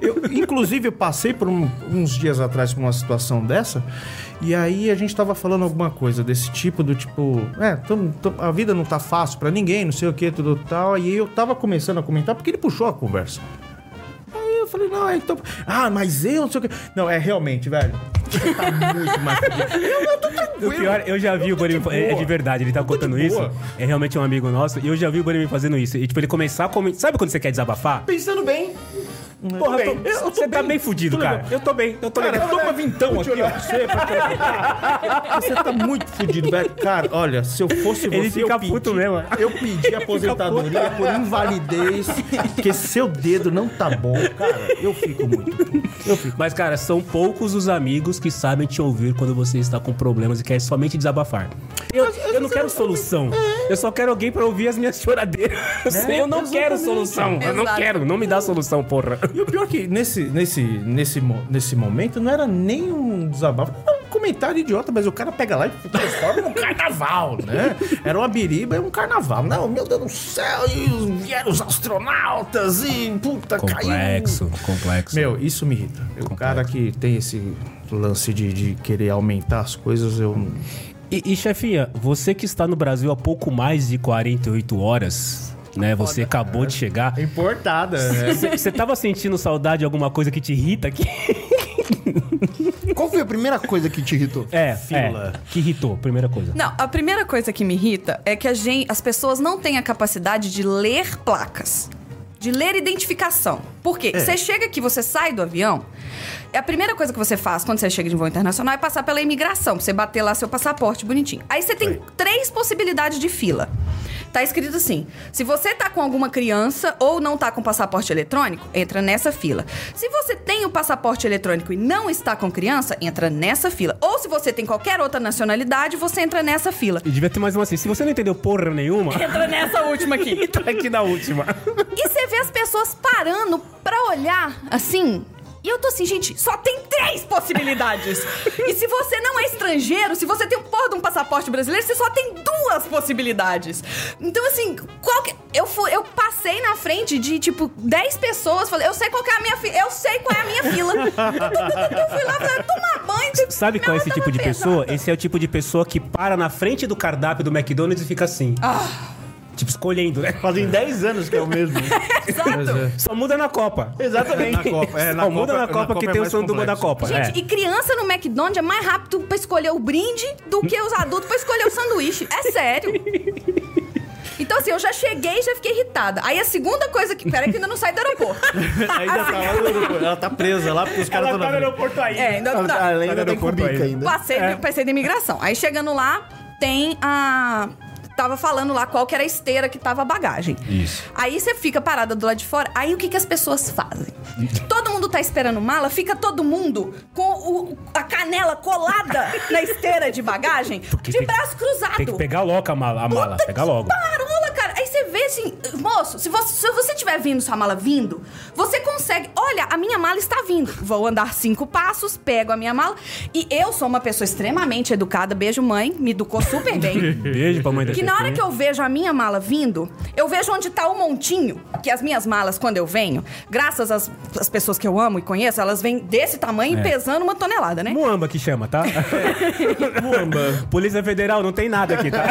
[SPEAKER 5] Eu, inclusive, eu passei por um- uns dias atrás por uma situação dessa, e aí a gente tava falando alguma coisa desse tipo, do tipo, é, tamo- tamo- a vida não tá fácil pra ninguém, não sei o que, tudo tal. E eu tava começando a comentar porque ele puxou a conversa. Aí eu falei, não, é, então. Ah, mas eu não sei o que. Não, é realmente, velho. Você Tá muito mais. Eu, eu tô
[SPEAKER 1] O
[SPEAKER 5] tranquilo.
[SPEAKER 1] pior, eu já vi o Borim.
[SPEAKER 5] de
[SPEAKER 1] É, é
[SPEAKER 5] boa.
[SPEAKER 1] de verdade, ele tá contando
[SPEAKER 5] de
[SPEAKER 1] isso.
[SPEAKER 5] boa.
[SPEAKER 1] É realmente um amigo nosso. E eu já vi o Borim fazendo isso. E tipo, ele começar a comentar. Sabe quando você quer desabafar?
[SPEAKER 4] Pensando bem,
[SPEAKER 1] Porra, eu
[SPEAKER 4] bem.
[SPEAKER 1] tô- eu- você tá bem fudido, cara. Eu tô bem, eu tô
[SPEAKER 5] Cara,
[SPEAKER 1] legal.
[SPEAKER 5] toma vintão aqui, ó. pra Você, pra você. Você tá muito fudido, velho. Cara, olha, se eu fosse você,
[SPEAKER 1] Ele fica
[SPEAKER 5] eu pedi,
[SPEAKER 1] puto mesmo.
[SPEAKER 5] Eu pedi aposentadoria por invalidez, porque seu dedo não tá bom, cara. Eu fico muito puto. Eu fico.
[SPEAKER 1] Mas, cara, são poucos os amigos que sabem te ouvir quando você está com problemas e quer somente desabafar. Eu, eu não quero solução. Eu só quero alguém pra ouvir as minhas choradeiras. Eu não quero solução. Eu não
[SPEAKER 2] Exato.
[SPEAKER 1] quero. Não me dá solução, porra.
[SPEAKER 5] E o pior é que nesse, nesse, nesse, mo- nesse momento não era nem um desabafo, era um comentário idiota, mas o cara pega lá e transforma num carnaval, né? Era uma biriba e um carnaval. Não, meu Deus do céu, e os- vieram os astronautas e puta, caiu. um
[SPEAKER 1] Complexo, complexo.
[SPEAKER 5] Meu, isso me irrita. O cara que tem esse lance de, de querer aumentar as coisas, eu.
[SPEAKER 1] E, e, chefinha, você que está no Brasil há pouco mais de 48 horas, né? Você acabou de chegar.
[SPEAKER 5] Importada, (laughs)
[SPEAKER 1] Você tava sentindo saudade de alguma coisa que te irrita (laughs) aqui?
[SPEAKER 4] qual foi a primeira coisa que te irritou?
[SPEAKER 1] É,
[SPEAKER 5] Fila.
[SPEAKER 1] é, que irritou, primeira coisa.
[SPEAKER 2] Não, a primeira coisa que me irrita é que a gen- as pessoas não têm a capacidade de ler placas. de ler identificação. Por
[SPEAKER 1] É.
[SPEAKER 2] quê? Você chega aqui, você sai do avião, a primeira coisa que você faz quando você chega de voo internacional é passar pela imigração, pra você bater lá seu passaporte bonitinho. Aí você tem três possibilidades de fila. Tá escrito assim: se você tá com alguma criança ou não tá com passaporte eletrônico, entra nessa fila. Se você tem o passaporte eletrônico e não está com criança, entra nessa fila. Ou se você tem qualquer outra nacionalidade, você entra nessa fila.
[SPEAKER 1] E devia ter mais uma assim. Se você não entendeu porra nenhuma,
[SPEAKER 2] (laughs)
[SPEAKER 7] Entra nessa última aqui.
[SPEAKER 1] (laughs) entra aqui na última.
[SPEAKER 2] E você vê as pessoas parando pra olhar assim. E eu tô assim, gente, só tem três possibilidades. e se você não é estrangeiro, se você tem um porra de um passaporte brasileiro, você só tem duas possibilidades. Então, assim, qual que... Eu, fui, eu passei na frente de, tipo, dez pessoas, falei, eu sei qual que é a minha fila, eu sei qual é a minha fila. eu fui lá, falei, tomar banho. tipo,
[SPEAKER 1] Sabe qual é esse
[SPEAKER 2] minha
[SPEAKER 1] tipo de
[SPEAKER 2] outra
[SPEAKER 1] pessoa?
[SPEAKER 2] pesada.
[SPEAKER 1] Esse é o tipo de pessoa que para na frente do cardápio do McDonald's e fica assim.
[SPEAKER 2] Ah.
[SPEAKER 1] Tipo, escolhendo, né?
[SPEAKER 4] Fazem 10 anos que é o mesmo.
[SPEAKER 2] Exato.
[SPEAKER 1] Só muda na Copa.
[SPEAKER 4] Exatamente.
[SPEAKER 5] Na Copa, é, na
[SPEAKER 1] Só muda
[SPEAKER 5] Copa-
[SPEAKER 1] na
[SPEAKER 5] na
[SPEAKER 1] Copa que
[SPEAKER 5] Copa é
[SPEAKER 1] tem o
[SPEAKER 5] mais
[SPEAKER 1] sanduba da
[SPEAKER 5] complexo.
[SPEAKER 1] Copa. é.
[SPEAKER 2] Gente, e criança no McDonald's é mais rápido pra escolher o brinde do que os adultos pra escolher o sanduíche. É sério. Então, assim, eu já cheguei e já fiquei irritada. Aí a segunda coisa que. Peraí, que ainda não sai do aeroporto.
[SPEAKER 5] (laughs) Ainda tá lá no aeroporto. Ela tá presa
[SPEAKER 1] (laughs)
[SPEAKER 5] lá porque os caras
[SPEAKER 1] Ela
[SPEAKER 5] estão
[SPEAKER 1] tá
[SPEAKER 5] na
[SPEAKER 1] no
[SPEAKER 5] frente.
[SPEAKER 1] aeroporto aí.
[SPEAKER 2] É, ainda não.
[SPEAKER 4] Ah, Além ainda
[SPEAKER 1] Tá no
[SPEAKER 4] tem
[SPEAKER 1] aeroporto
[SPEAKER 4] cubica
[SPEAKER 1] ainda.
[SPEAKER 4] ainda.
[SPEAKER 2] Passei, passei da imigração. Aí chegando lá, tem a. Tava falando lá qual que era a esteira que tava a bagagem. Isso. Aí você fica parada do lado de fora. Aí o que, que as pessoas
[SPEAKER 1] (laughs)
[SPEAKER 2] fazem? Todo mundo tá esperando mala, fica todo mundo com o- a canela colada na esteira de bagagem, de
[SPEAKER 1] tem que-
[SPEAKER 2] braço cruzado.
[SPEAKER 1] Tem que pegar logo a mala, a mala.
[SPEAKER 2] Puta
[SPEAKER 1] Pega
[SPEAKER 2] que
[SPEAKER 1] logo.
[SPEAKER 2] Parola, cara. Aí você vê assim, moço, se você, se você tiver vindo sua mala vindo, você consegue. Olha, a minha mala está vindo. Vou andar cinco passos, pego a minha mala. E eu sou uma pessoa extremamente educada. Beijo, mãe. Me educou
[SPEAKER 1] (laughs)
[SPEAKER 2] super bem.
[SPEAKER 1] Beijo pra mãe da
[SPEAKER 2] Que na hora
[SPEAKER 1] Chefinha.
[SPEAKER 2] que eu vejo a minha mala vindo, eu vejo onde tá o montinho. Que as minhas malas, quando eu venho, graças às, às pessoas que eu amo e conheço, elas vêm desse tamanho e
[SPEAKER 1] É.
[SPEAKER 2] pesando uma tonelada, né?
[SPEAKER 1] Muamba que chama,
[SPEAKER 2] (laughs)
[SPEAKER 1] tá? Muamba. Polícia Federal, não tem nada aqui, tá?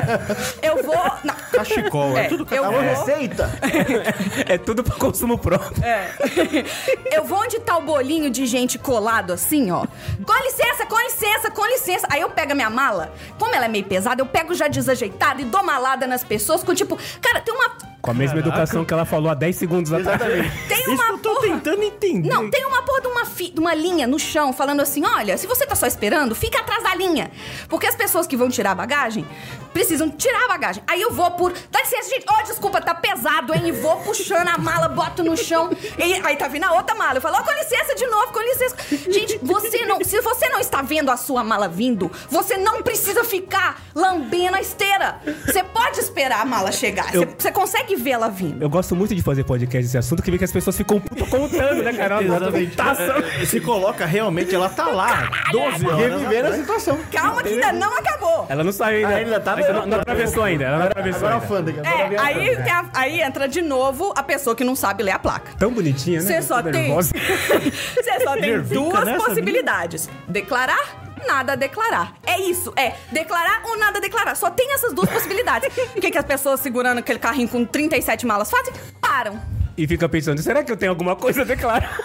[SPEAKER 2] Eu vou. Não.
[SPEAKER 5] Cachecol, é.
[SPEAKER 2] É,
[SPEAKER 5] tudo
[SPEAKER 2] eu
[SPEAKER 4] É uma
[SPEAKER 2] vou-
[SPEAKER 4] receita.
[SPEAKER 1] (laughs) É tudo pra consumo próprio.
[SPEAKER 2] É. (laughs) Eu vou onde tá o bolinho de gente colado assim, ó. Com licença, com licença, com licença. Aí eu pego a minha mala. Como ela é meio pesada, eu pego já desajeitada e dou malada nas pessoas com tipo, cara, tem uma
[SPEAKER 1] Com a mesma educação que ela falou há 10 segundos atrás.
[SPEAKER 4] Exatamente.
[SPEAKER 2] tem uma porra-
[SPEAKER 5] entender.
[SPEAKER 2] Não, tem uma porra de uma, fi- de uma linha no chão falando assim: olha, se você tá só esperando, fica atrás da linha. Porque as pessoas que vão tirar a bagagem precisam tirar a bagagem. Aí eu vou por. Dá licença, gente. Ó, desculpa, tá pesado, hein? E vou puxando a mala, boto no chão. E aí tá vindo a outra mala. Eu falo, ó, com licença de novo, com licença. Gente, você não. Se você não está vendo a sua mala vindo, você não precisa ficar lambendo a esteira. Você pode esperar a mala chegar. Você você consegue ver ela vindo.
[SPEAKER 1] Eu gosto muito de fazer podcast desse assunto, que vê que as pessoas ficam putas contando, né, cara? Ela bota um taça.
[SPEAKER 5] Se coloca realmente, ela tá lá. 12 horas.
[SPEAKER 4] Reviver a situação.
[SPEAKER 2] Calma que ainda não acabou.
[SPEAKER 1] Ela não saiu ainda.
[SPEAKER 4] Ah, ainda tá
[SPEAKER 1] Ainda
[SPEAKER 4] vendo?
[SPEAKER 1] não, não atravessou ainda. Ela não atravessou
[SPEAKER 4] Agora a
[SPEAKER 1] ainda.
[SPEAKER 4] alfândega. agora
[SPEAKER 2] É,
[SPEAKER 4] vem a
[SPEAKER 2] aí,
[SPEAKER 4] alfândega.
[SPEAKER 2] tem a- aí entra de novo a pessoa que não sabe ler a placa.
[SPEAKER 1] Tão bonitinha,
[SPEAKER 4] é
[SPEAKER 1] né?
[SPEAKER 2] Você só
[SPEAKER 1] Toda
[SPEAKER 2] tem. (laughs)
[SPEAKER 1] nervosa.
[SPEAKER 2] Você só tem
[SPEAKER 5] Nervica
[SPEAKER 2] duas
[SPEAKER 5] nessa,
[SPEAKER 2] possibilidades: declarar. Nada a declarar. É isso, é declarar ou nada a declarar. Só tem essas duas possibilidades. O que, que as pessoas segurando aquele carrinho com 37 malas fazem? Param.
[SPEAKER 1] E fica pensando, será que eu tenho alguma coisa a declarar?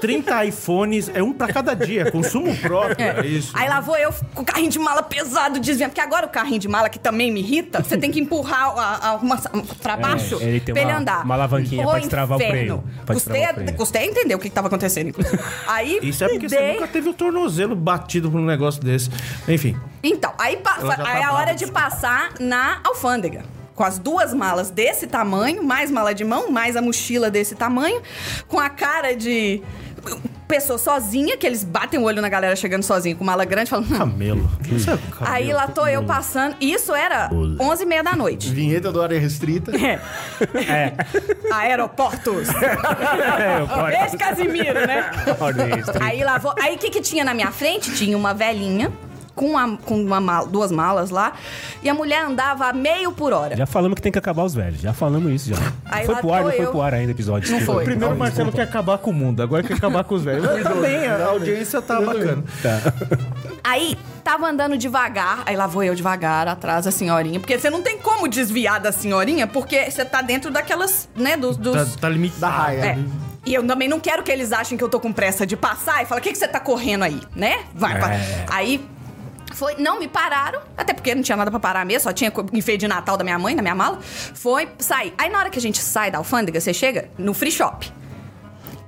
[SPEAKER 5] 30 iPhones, é um pra cada dia. Consumo próprio. É, isso.
[SPEAKER 2] Aí lá vou eu com o carrinho de mala pesado desviando. Porque agora o carrinho de mala, que também me irrita, você tem que empurrar a, a, uma, pra baixo
[SPEAKER 1] É, ele tem
[SPEAKER 2] pra
[SPEAKER 1] uma-
[SPEAKER 2] ele andar.
[SPEAKER 1] uma alavanquinha pra destravar o
[SPEAKER 2] inferno.
[SPEAKER 1] freio, pra
[SPEAKER 2] Custei,
[SPEAKER 1] destravar
[SPEAKER 2] a-
[SPEAKER 1] o freio.
[SPEAKER 2] custei a entender o que, que tava acontecendo,
[SPEAKER 1] (laughs)
[SPEAKER 2] inclusive. Aí
[SPEAKER 5] Isso é porque você
[SPEAKER 2] dei-
[SPEAKER 5] nunca teve o tornozelo batido por um negócio desse. Enfim.
[SPEAKER 2] Então, aí, passa-
[SPEAKER 5] Ela já tá
[SPEAKER 2] aí é a
[SPEAKER 5] brava,
[SPEAKER 2] hora de passar na alfândega. Com as duas malas desse tamanho, mais mala de mão, mais a mochila desse tamanho, com a cara de pessoa sozinha, que eles batem o olho na galera chegando sozinha com mala grande, falando. "Hum,
[SPEAKER 5] Camelo. Isso é camelo.
[SPEAKER 2] Aí lá tô eu passando. E isso era 11h30 da noite. É.
[SPEAKER 4] Vinheta do área restrita.
[SPEAKER 5] (laughs) É.
[SPEAKER 7] Aeroportos.
[SPEAKER 1] É, eu
[SPEAKER 7] Esse Casimiro, né?
[SPEAKER 2] Aí lá vou. Aí o que, que tinha na minha frente? Tinha uma velhinha com, uma, com uma mala- duas malas lá. E a mulher andava a meio por hora.
[SPEAKER 1] Já falamos que tem que acabar os velhos. Já falamos isso já.
[SPEAKER 2] Aí
[SPEAKER 1] foi
[SPEAKER 2] lá
[SPEAKER 1] pro ar,
[SPEAKER 2] tô
[SPEAKER 1] não foi
[SPEAKER 2] eu.
[SPEAKER 1] pro ar ainda o episódio.
[SPEAKER 2] Não
[SPEAKER 1] Desculpa.
[SPEAKER 2] foi.
[SPEAKER 5] Primeiro o Marcelo quer acabar com o mundo, agora quer acabar com os velhos. Mas também, a audiência tá bacana.
[SPEAKER 2] Aí tava andando devagar, aí lá vou eu devagar atrás da senhorinha, porque você não tem como desviar da senhorinha, porque você tá dentro daquelas, né, dos.
[SPEAKER 5] Tá,
[SPEAKER 2] dos-
[SPEAKER 5] tá limitado.
[SPEAKER 4] Da raia.
[SPEAKER 2] é. E eu também não quero que
[SPEAKER 5] É.
[SPEAKER 2] eles achem que eu tô com pressa de passar e falar, o que, que você tá correndo aí, né? Vai, vai. Aí Foi, não me pararam, até porque não tinha nada pra parar mesmo, só tinha co- enfeite de Natal da minha mãe, na minha mala. Foi, sai. Aí na hora que a gente sai da alfândega, você chega no free shop.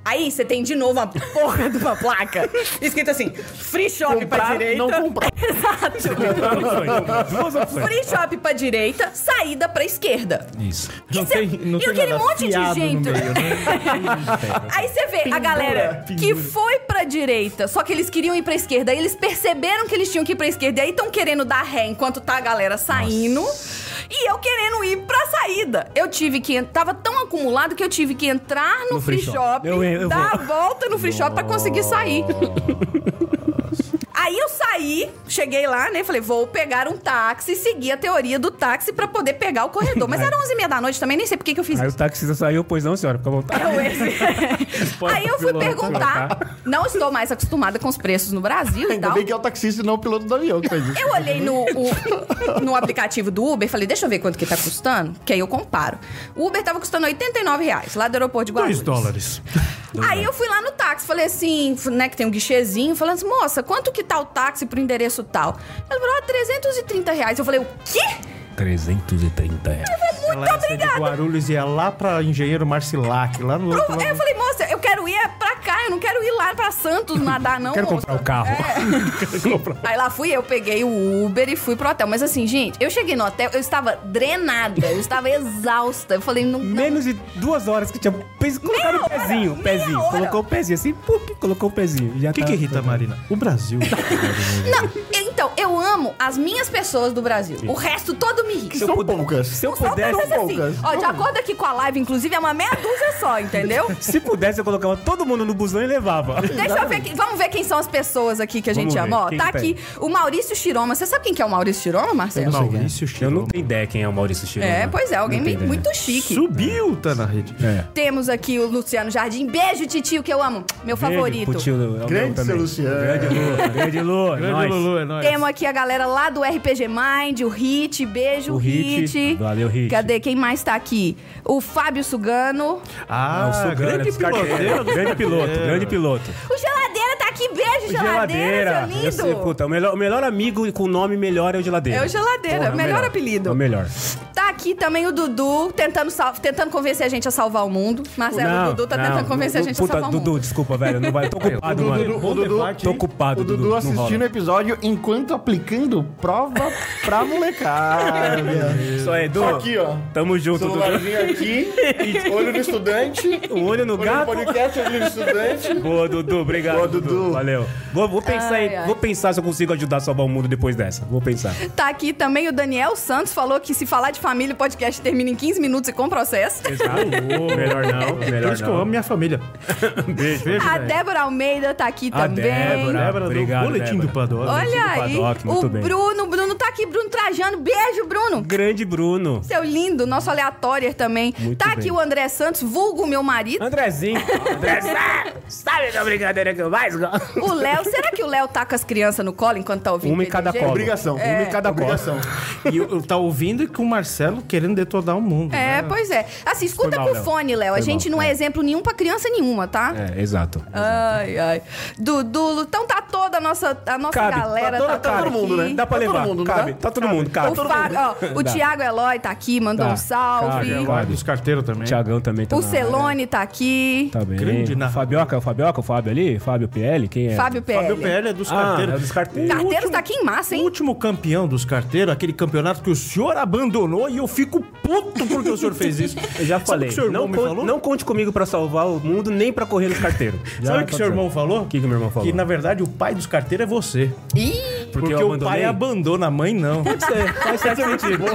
[SPEAKER 2] Aí você tem de novo uma porra de uma
[SPEAKER 5] (laughs)
[SPEAKER 2] placa.
[SPEAKER 7] Escrito assim, free shop pra
[SPEAKER 4] Comprar,
[SPEAKER 7] direita.
[SPEAKER 4] não comprar.
[SPEAKER 2] Exato.
[SPEAKER 1] Duas opções.
[SPEAKER 2] Free shop pra direita, saída pra esquerda.
[SPEAKER 1] Isso.
[SPEAKER 5] Não
[SPEAKER 2] E cê-
[SPEAKER 5] tem, não
[SPEAKER 2] e
[SPEAKER 5] tem
[SPEAKER 2] aquele
[SPEAKER 5] nada
[SPEAKER 2] monte de
[SPEAKER 5] fiado no
[SPEAKER 2] gente?
[SPEAKER 5] meio, né?
[SPEAKER 2] Aí você vê a galera que foi pra direita, só que eles queriam ir pra esquerda. Aí eles perceberam que eles tinham que ir pra esquerda. E aí estão querendo dar ré enquanto tá a galera saindo. E eu querendo ir pra saída. Eu tive que. en- Tava tão acumulado que eu tive que entrar no,
[SPEAKER 1] No free
[SPEAKER 2] free
[SPEAKER 1] shop.
[SPEAKER 2] shop,
[SPEAKER 1] Eu- eu- eu
[SPEAKER 2] dar a
[SPEAKER 1] vou.
[SPEAKER 2] volta no free shop pra conseguir sair. Aí eu saí, cheguei lá, né? Falei, vou pegar um táxi, seguir a teoria do táxi pra poder pegar o corredor. Mas era 11h30 da noite também, nem sei por que que eu fiz
[SPEAKER 1] Aí
[SPEAKER 2] isso.
[SPEAKER 1] o taxista saiu, pois não, senhora, fica à vontade.
[SPEAKER 2] Então, esse-
[SPEAKER 1] Pode
[SPEAKER 2] (laughs) Aí eu fui
[SPEAKER 1] pilotar.
[SPEAKER 2] perguntar. Não estou mais acostumada com os preços no Brasil e
[SPEAKER 4] Ainda
[SPEAKER 2] tal.
[SPEAKER 4] bem que é o taxista e não o piloto do avião que fez isso.
[SPEAKER 2] então. Eu olhei no, o- no aplicativo do Uber e falei, deixa eu ver quanto que tá custando, que aí eu comparo. O Uber tava custando 89 reais lá do aeroporto de Guarulhos.
[SPEAKER 1] 2 dólares.
[SPEAKER 2] Aí eu fui lá no táxi, falei assim, né, que tem um guichezinho, falando assim, moça, quanto que tá o táxi pro endereço tal? Ela falou, ah, 330 reais. Eu falei, o quê?
[SPEAKER 1] 330 reais.
[SPEAKER 5] Ela ia sair de Guarulhos né? ia lá pra Engenheiro Marcilac, lá no outro
[SPEAKER 2] Aí eu
[SPEAKER 5] lado.
[SPEAKER 2] falei, moça, eu quero ir é pra cá, eu não quero ir lá pra Santos nadar, não,
[SPEAKER 1] Quero
[SPEAKER 2] moça.
[SPEAKER 1] comprar É o carro.
[SPEAKER 2] É. Aí lá fui eu, peguei o Uber e fui pro hotel. Mas assim, gente, eu cheguei no hotel, eu estava drenada, eu estava
[SPEAKER 1] (laughs)
[SPEAKER 2] exausta. Eu falei, não. não.
[SPEAKER 1] Menos de duas horas que tinha. Pes... Colocaram o
[SPEAKER 2] hora,
[SPEAKER 1] pezinho,
[SPEAKER 2] meia
[SPEAKER 1] pezinho.
[SPEAKER 2] hora.
[SPEAKER 1] Colocou o pezinho assim, pup, colocou o pezinho. Já tá.
[SPEAKER 5] O que, que irrita, Marina? O Brasil.
[SPEAKER 2] Não, então, eu amo as minhas pessoas do Brasil. O resto todo me irrita.
[SPEAKER 4] São poucas.
[SPEAKER 1] Se eu
[SPEAKER 2] Só
[SPEAKER 1] pudesse,
[SPEAKER 2] pessoas assim.
[SPEAKER 4] poucas.
[SPEAKER 2] Ó, de acordo aqui com a live, inclusive, é uma meia dúzia
[SPEAKER 1] (laughs)
[SPEAKER 2] só, entendeu?
[SPEAKER 1] se pudesse, eu colocava todo mundo no busão e levava.
[SPEAKER 2] (laughs) Deixa eu ver aqui. Vamos ver quem são as pessoas aqui que a
[SPEAKER 1] Vamos
[SPEAKER 2] gente ama.
[SPEAKER 1] ver,
[SPEAKER 2] Ó,
[SPEAKER 1] quem
[SPEAKER 2] tá
[SPEAKER 1] tem?
[SPEAKER 2] aqui o Maurício Chiroma. Você sabe quem que é o Maurício Chiroma, Marcelo?
[SPEAKER 5] Maurício Chiroma.
[SPEAKER 1] Eu não tenho ideia quem é o Maurício Chirino.
[SPEAKER 2] É, pois é, alguém
[SPEAKER 1] Não tenho ideia.
[SPEAKER 2] muito chique.
[SPEAKER 5] Subiu, tá na rede.
[SPEAKER 1] É.
[SPEAKER 2] Temos aqui o Luciano Jardim. Beijo, titio, que eu amo. Meu
[SPEAKER 1] Beijo
[SPEAKER 2] favorito.
[SPEAKER 1] pro tio do-
[SPEAKER 4] Grande
[SPEAKER 1] meu também.
[SPEAKER 4] seu Luciano.
[SPEAKER 1] Grande Lu, grande Lu.
[SPEAKER 5] (laughs) Grande
[SPEAKER 1] nós.
[SPEAKER 5] Lulu, é nóis.
[SPEAKER 2] Temos aqui a galera lá do RPG Mind, o Hit, beijo,
[SPEAKER 1] O Hit. Valeu, Hit.
[SPEAKER 2] Cadê? Quem mais tá aqui? O Fábio Sugano.
[SPEAKER 5] Ah,
[SPEAKER 1] Ah, o Sugano,
[SPEAKER 5] grande É.
[SPEAKER 1] esse carteiro.
[SPEAKER 5] piloteiro.
[SPEAKER 1] Grande piloto, grande piloto.
[SPEAKER 2] O Geladeira tá aqui, beijo, Geladeira, seu lindo.
[SPEAKER 1] Esse, puta, o, melhor, o melhor amigo com nome melhor é o Geladeira.
[SPEAKER 2] É o Geladeira,
[SPEAKER 1] Porra,
[SPEAKER 2] melhor apelido.
[SPEAKER 1] É o melhor.
[SPEAKER 2] Tá aqui também o Dudu, tentando, sal- tentando convencer a gente a salvar o mundo. Marcelo, o Dudu tá tentando convencer a gente
[SPEAKER 1] puta,
[SPEAKER 2] a salvar
[SPEAKER 1] Dudu,
[SPEAKER 2] o mundo.
[SPEAKER 1] desculpa, velho. Não vai, tô
[SPEAKER 4] O
[SPEAKER 1] ocupado,
[SPEAKER 4] Dudu,
[SPEAKER 1] mano.
[SPEAKER 4] o Dudu-
[SPEAKER 1] Tô ocupado,
[SPEAKER 4] o Dudu,
[SPEAKER 1] não
[SPEAKER 4] assistindo o
[SPEAKER 1] rola.
[SPEAKER 4] episódio enquanto aplicando prova pra molecada.
[SPEAKER 1] Só é, Edu.
[SPEAKER 4] Só aqui, ó.
[SPEAKER 1] Tamo junto, Dudu.
[SPEAKER 4] Celularzinho aqui, olho no (laughs) estudante, olho
[SPEAKER 1] Um olho no
[SPEAKER 4] no
[SPEAKER 1] gato.
[SPEAKER 4] podcast, olho no estudante.
[SPEAKER 1] Boa, Dudu, obrigado.
[SPEAKER 4] Boa, Dudu.
[SPEAKER 1] Valeu. Vou, vou pensar
[SPEAKER 2] Ai,
[SPEAKER 1] em-
[SPEAKER 2] ai.
[SPEAKER 1] vou pensar se eu consigo ajudar a salvar o mundo depois dessa. Vou pensar.
[SPEAKER 2] Tá aqui também o Daniel Santos, falou que se falar de família, o podcast termina em 15 minutos e com processo.
[SPEAKER 1] (laughs) Exato. melhor não,
[SPEAKER 5] Por
[SPEAKER 1] melhor
[SPEAKER 5] isso que eu
[SPEAKER 1] não.
[SPEAKER 5] amo minha família. (laughs) beijo, beijo.
[SPEAKER 2] A
[SPEAKER 5] velho.
[SPEAKER 2] Débora Almeida tá aqui
[SPEAKER 1] A
[SPEAKER 2] também.
[SPEAKER 1] Débora.
[SPEAKER 5] Débora,
[SPEAKER 1] Obrigado,
[SPEAKER 5] do Boletim
[SPEAKER 1] Débora.
[SPEAKER 5] do Pandora.
[SPEAKER 2] Olha
[SPEAKER 1] do
[SPEAKER 2] aí,
[SPEAKER 1] Paddock, muito
[SPEAKER 2] o
[SPEAKER 1] bem.
[SPEAKER 2] Bruno, Bruno tá aqui, Bruno Trajano. Beijo, Bruno.
[SPEAKER 1] Grande Bruno.
[SPEAKER 2] Seu lindo, nosso aleatório também.
[SPEAKER 1] Muito
[SPEAKER 2] tá
[SPEAKER 1] bem.
[SPEAKER 2] aqui o André Santos, vulgo meu marido.
[SPEAKER 1] Andrezinho. Andrezinho. Sabe da brincadeira que eu mais gosto?
[SPEAKER 2] O Léo, será que o Léo tá com as crianças no colo enquanto tá ouvindo?
[SPEAKER 1] Uma em cada
[SPEAKER 2] PDG?
[SPEAKER 1] colo.
[SPEAKER 4] Obrigação,
[SPEAKER 1] Uma em cada
[SPEAKER 4] obrigação.
[SPEAKER 5] E eu, eu tá ouvindo que o Marcelo querendo detonar o mundo.
[SPEAKER 2] É,
[SPEAKER 5] né?
[SPEAKER 2] pois é. Assim, escuta
[SPEAKER 1] Foi mal,
[SPEAKER 2] com
[SPEAKER 1] Léo.
[SPEAKER 2] fone, Léo. A
[SPEAKER 1] Foi
[SPEAKER 2] gente
[SPEAKER 1] mal,
[SPEAKER 2] não é.
[SPEAKER 1] é.
[SPEAKER 2] exemplo nenhum pra criança nenhuma, tá?
[SPEAKER 1] É, exato.
[SPEAKER 2] Ai, ai. Dudu, então tá toda a nossa, a nossa
[SPEAKER 1] Cabe.
[SPEAKER 2] galera.
[SPEAKER 1] toda-
[SPEAKER 2] Tá,
[SPEAKER 1] cabe.
[SPEAKER 2] todo mundo, né?
[SPEAKER 1] Dá pra
[SPEAKER 4] Tá todo
[SPEAKER 1] levar.
[SPEAKER 4] mundo, não
[SPEAKER 1] cabe.
[SPEAKER 4] dá?
[SPEAKER 1] Tá todo mundo, cabe.
[SPEAKER 2] O, Fábio, ó, o
[SPEAKER 1] Dá.
[SPEAKER 2] Tiago Eloy tá aqui, mandou
[SPEAKER 1] Tá.
[SPEAKER 2] um salve.
[SPEAKER 1] Thiago Eloy.
[SPEAKER 5] Vai, dos carteiros também.
[SPEAKER 1] Tiagão também tá
[SPEAKER 2] o
[SPEAKER 1] na área.
[SPEAKER 2] Celone tá aqui.
[SPEAKER 1] Tá bem.
[SPEAKER 5] Grande
[SPEAKER 1] o
[SPEAKER 5] narrador.
[SPEAKER 1] Fabioca, o Fabioca, o Fábio ali? Fábio PL, quem é?
[SPEAKER 2] Fábio PL.
[SPEAKER 5] Fábio PL é dos
[SPEAKER 1] Ah,
[SPEAKER 5] carteiros.
[SPEAKER 1] é dos carteiros.
[SPEAKER 5] O
[SPEAKER 2] Carteiros
[SPEAKER 5] último-
[SPEAKER 2] tá aqui em massa,
[SPEAKER 1] Assim?
[SPEAKER 2] hein?
[SPEAKER 5] O último campeão dos carteiros, aquele campeonato que o senhor abandonou e eu fico puto porque o senhor fez
[SPEAKER 1] (laughs)
[SPEAKER 5] isso.
[SPEAKER 1] Eu já
[SPEAKER 5] Sabe o
[SPEAKER 1] falei.
[SPEAKER 5] que o seu irmão
[SPEAKER 1] não,
[SPEAKER 5] me
[SPEAKER 1] con-
[SPEAKER 5] falou?
[SPEAKER 1] não conte comigo pra salvar o mundo, nem pra correr nos carteiros. (laughs) Já
[SPEAKER 5] Sabe o que o seu
[SPEAKER 1] aconteceu.
[SPEAKER 5] irmão falou?
[SPEAKER 1] O que, que meu irmão falou?
[SPEAKER 5] Que na verdade o pai dos carteiros é você.
[SPEAKER 2] Ih,
[SPEAKER 5] Porque,
[SPEAKER 1] eu
[SPEAKER 5] o pai
[SPEAKER 1] abandonei?
[SPEAKER 5] abandona, a mãe não. Pode ser, faz certo sentido.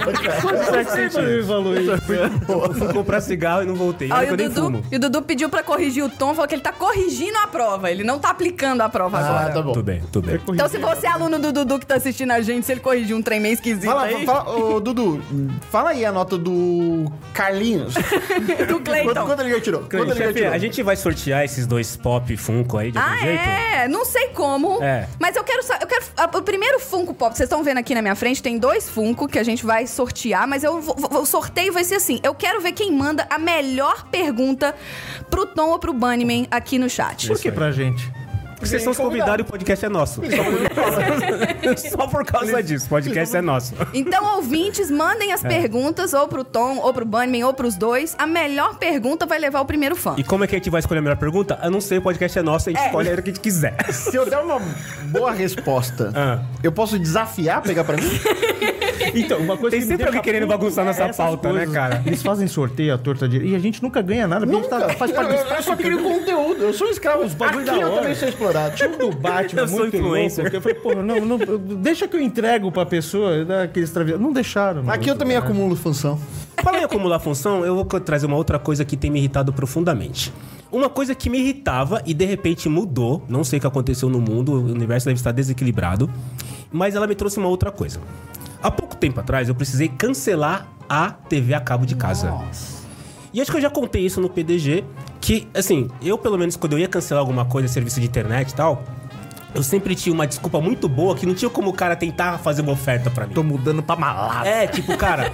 [SPEAKER 5] Faz certo sentido. falou isso.
[SPEAKER 1] Eu fui comprar cigarro e não voltei.
[SPEAKER 2] ó,
[SPEAKER 1] Olha
[SPEAKER 2] e
[SPEAKER 1] que
[SPEAKER 2] o
[SPEAKER 1] eu nem fumo.
[SPEAKER 2] Dudu, e o Dudu pediu pra corrigir o tom, falou que ele tá corrigindo a prova. Ele não tá aplicando a prova
[SPEAKER 4] Ah,
[SPEAKER 2] agora.
[SPEAKER 4] tá bom.
[SPEAKER 1] Tudo bem, tudo bem.
[SPEAKER 2] Então, se você é aluno do Dudu que tá assistindo a gente, se ele corrigiu um trem meio esquisito
[SPEAKER 4] Fala,
[SPEAKER 2] aí,
[SPEAKER 4] fala, ô, Dudu, fala aí a nota do Carlinhos.
[SPEAKER 2] do
[SPEAKER 4] Quanto,
[SPEAKER 2] Cleiton.
[SPEAKER 4] quanto ele já tirou? Quanto
[SPEAKER 5] é
[SPEAKER 4] ele já
[SPEAKER 1] Chefe,
[SPEAKER 4] tirou?
[SPEAKER 1] a gente vai sortear esses dois pop Funko aí de algum
[SPEAKER 2] Ah,
[SPEAKER 1] jeito?
[SPEAKER 2] é? Não sei como.
[SPEAKER 1] É.
[SPEAKER 2] Mas eu quero sa- eu quero a- O primeiro Funko Pop, vocês estão vendo aqui na minha frente, tem dois Funko que a gente vai sortear, mas eu vou- vou- o sorteio vai ser assim. Eu quero ver quem manda a melhor pergunta pro Tom ou pro Bunnyman aqui no chat.
[SPEAKER 5] Por que pra gente?
[SPEAKER 1] porque vocês são os convidados e o podcast é nosso.
[SPEAKER 2] (laughs)
[SPEAKER 1] Só por, Só por causa disso, o podcast é nosso.
[SPEAKER 2] Então, ouvintes, mandem
[SPEAKER 1] É.
[SPEAKER 2] as perguntas ou pro Tom, ou pro Bunnyman, ou pros dois. A melhor pergunta vai levar o primeiro fã.
[SPEAKER 1] E como é que a gente vai escolher a melhor pergunta? Eu não sei, o podcast é nosso, a gente escolhe a hora que a gente quiser.
[SPEAKER 4] Se eu der uma boa resposta,
[SPEAKER 1] Ah.
[SPEAKER 4] eu posso desafiar pegar (laughs) pra mim?
[SPEAKER 1] Então, uma coisa Tem
[SPEAKER 5] que me
[SPEAKER 1] sempre alguém
[SPEAKER 5] deixa
[SPEAKER 1] querendo
[SPEAKER 5] puto
[SPEAKER 1] bagunçar nossa
[SPEAKER 5] essas
[SPEAKER 1] pauta, né,
[SPEAKER 5] coisas.
[SPEAKER 1] cara?
[SPEAKER 5] Eles fazem sorteio à torta de... E a gente nunca ganha nada, porque a gente
[SPEAKER 4] Nunca.
[SPEAKER 5] tá, faz
[SPEAKER 4] eu,
[SPEAKER 5] parte
[SPEAKER 1] É,
[SPEAKER 5] do
[SPEAKER 4] Então. eu- eu
[SPEAKER 5] espaço.
[SPEAKER 4] só queria conteúdo, eu sou um escravo. Os
[SPEAKER 5] bagulho
[SPEAKER 4] Aqui
[SPEAKER 5] da
[SPEAKER 4] eu
[SPEAKER 5] hora.
[SPEAKER 4] também sou explorado.
[SPEAKER 5] Tinha um do Batman
[SPEAKER 1] Eu sou
[SPEAKER 5] muito
[SPEAKER 1] influencer.
[SPEAKER 5] louco, que eu falei, porra, não, não, eu- deixa que eu entrego pra pessoa né, aqueles travessos. Não deixaram. mano.
[SPEAKER 4] Aqui eu também acumulo função.
[SPEAKER 1] Para em acumular função, eu vou co- trazer uma outra coisa que tem me irritado profundamente. Uma coisa que me irritava e de repente mudou, não sei o que aconteceu no mundo, o universo deve estar desequilibrado, mas ela me trouxe uma outra coisa. Há pouco tempo atrás, eu precisei cancelar a TV a cabo de casa. E acho que eu já contei isso no PDG, que, assim, eu pelo menos quando eu ia cancelar alguma coisa, serviço de internet e tal, eu sempre tinha uma desculpa muito boa que não tinha como o cara tentar fazer uma oferta pra mim.
[SPEAKER 5] Tô mudando pra malada.
[SPEAKER 1] É, tipo, cara.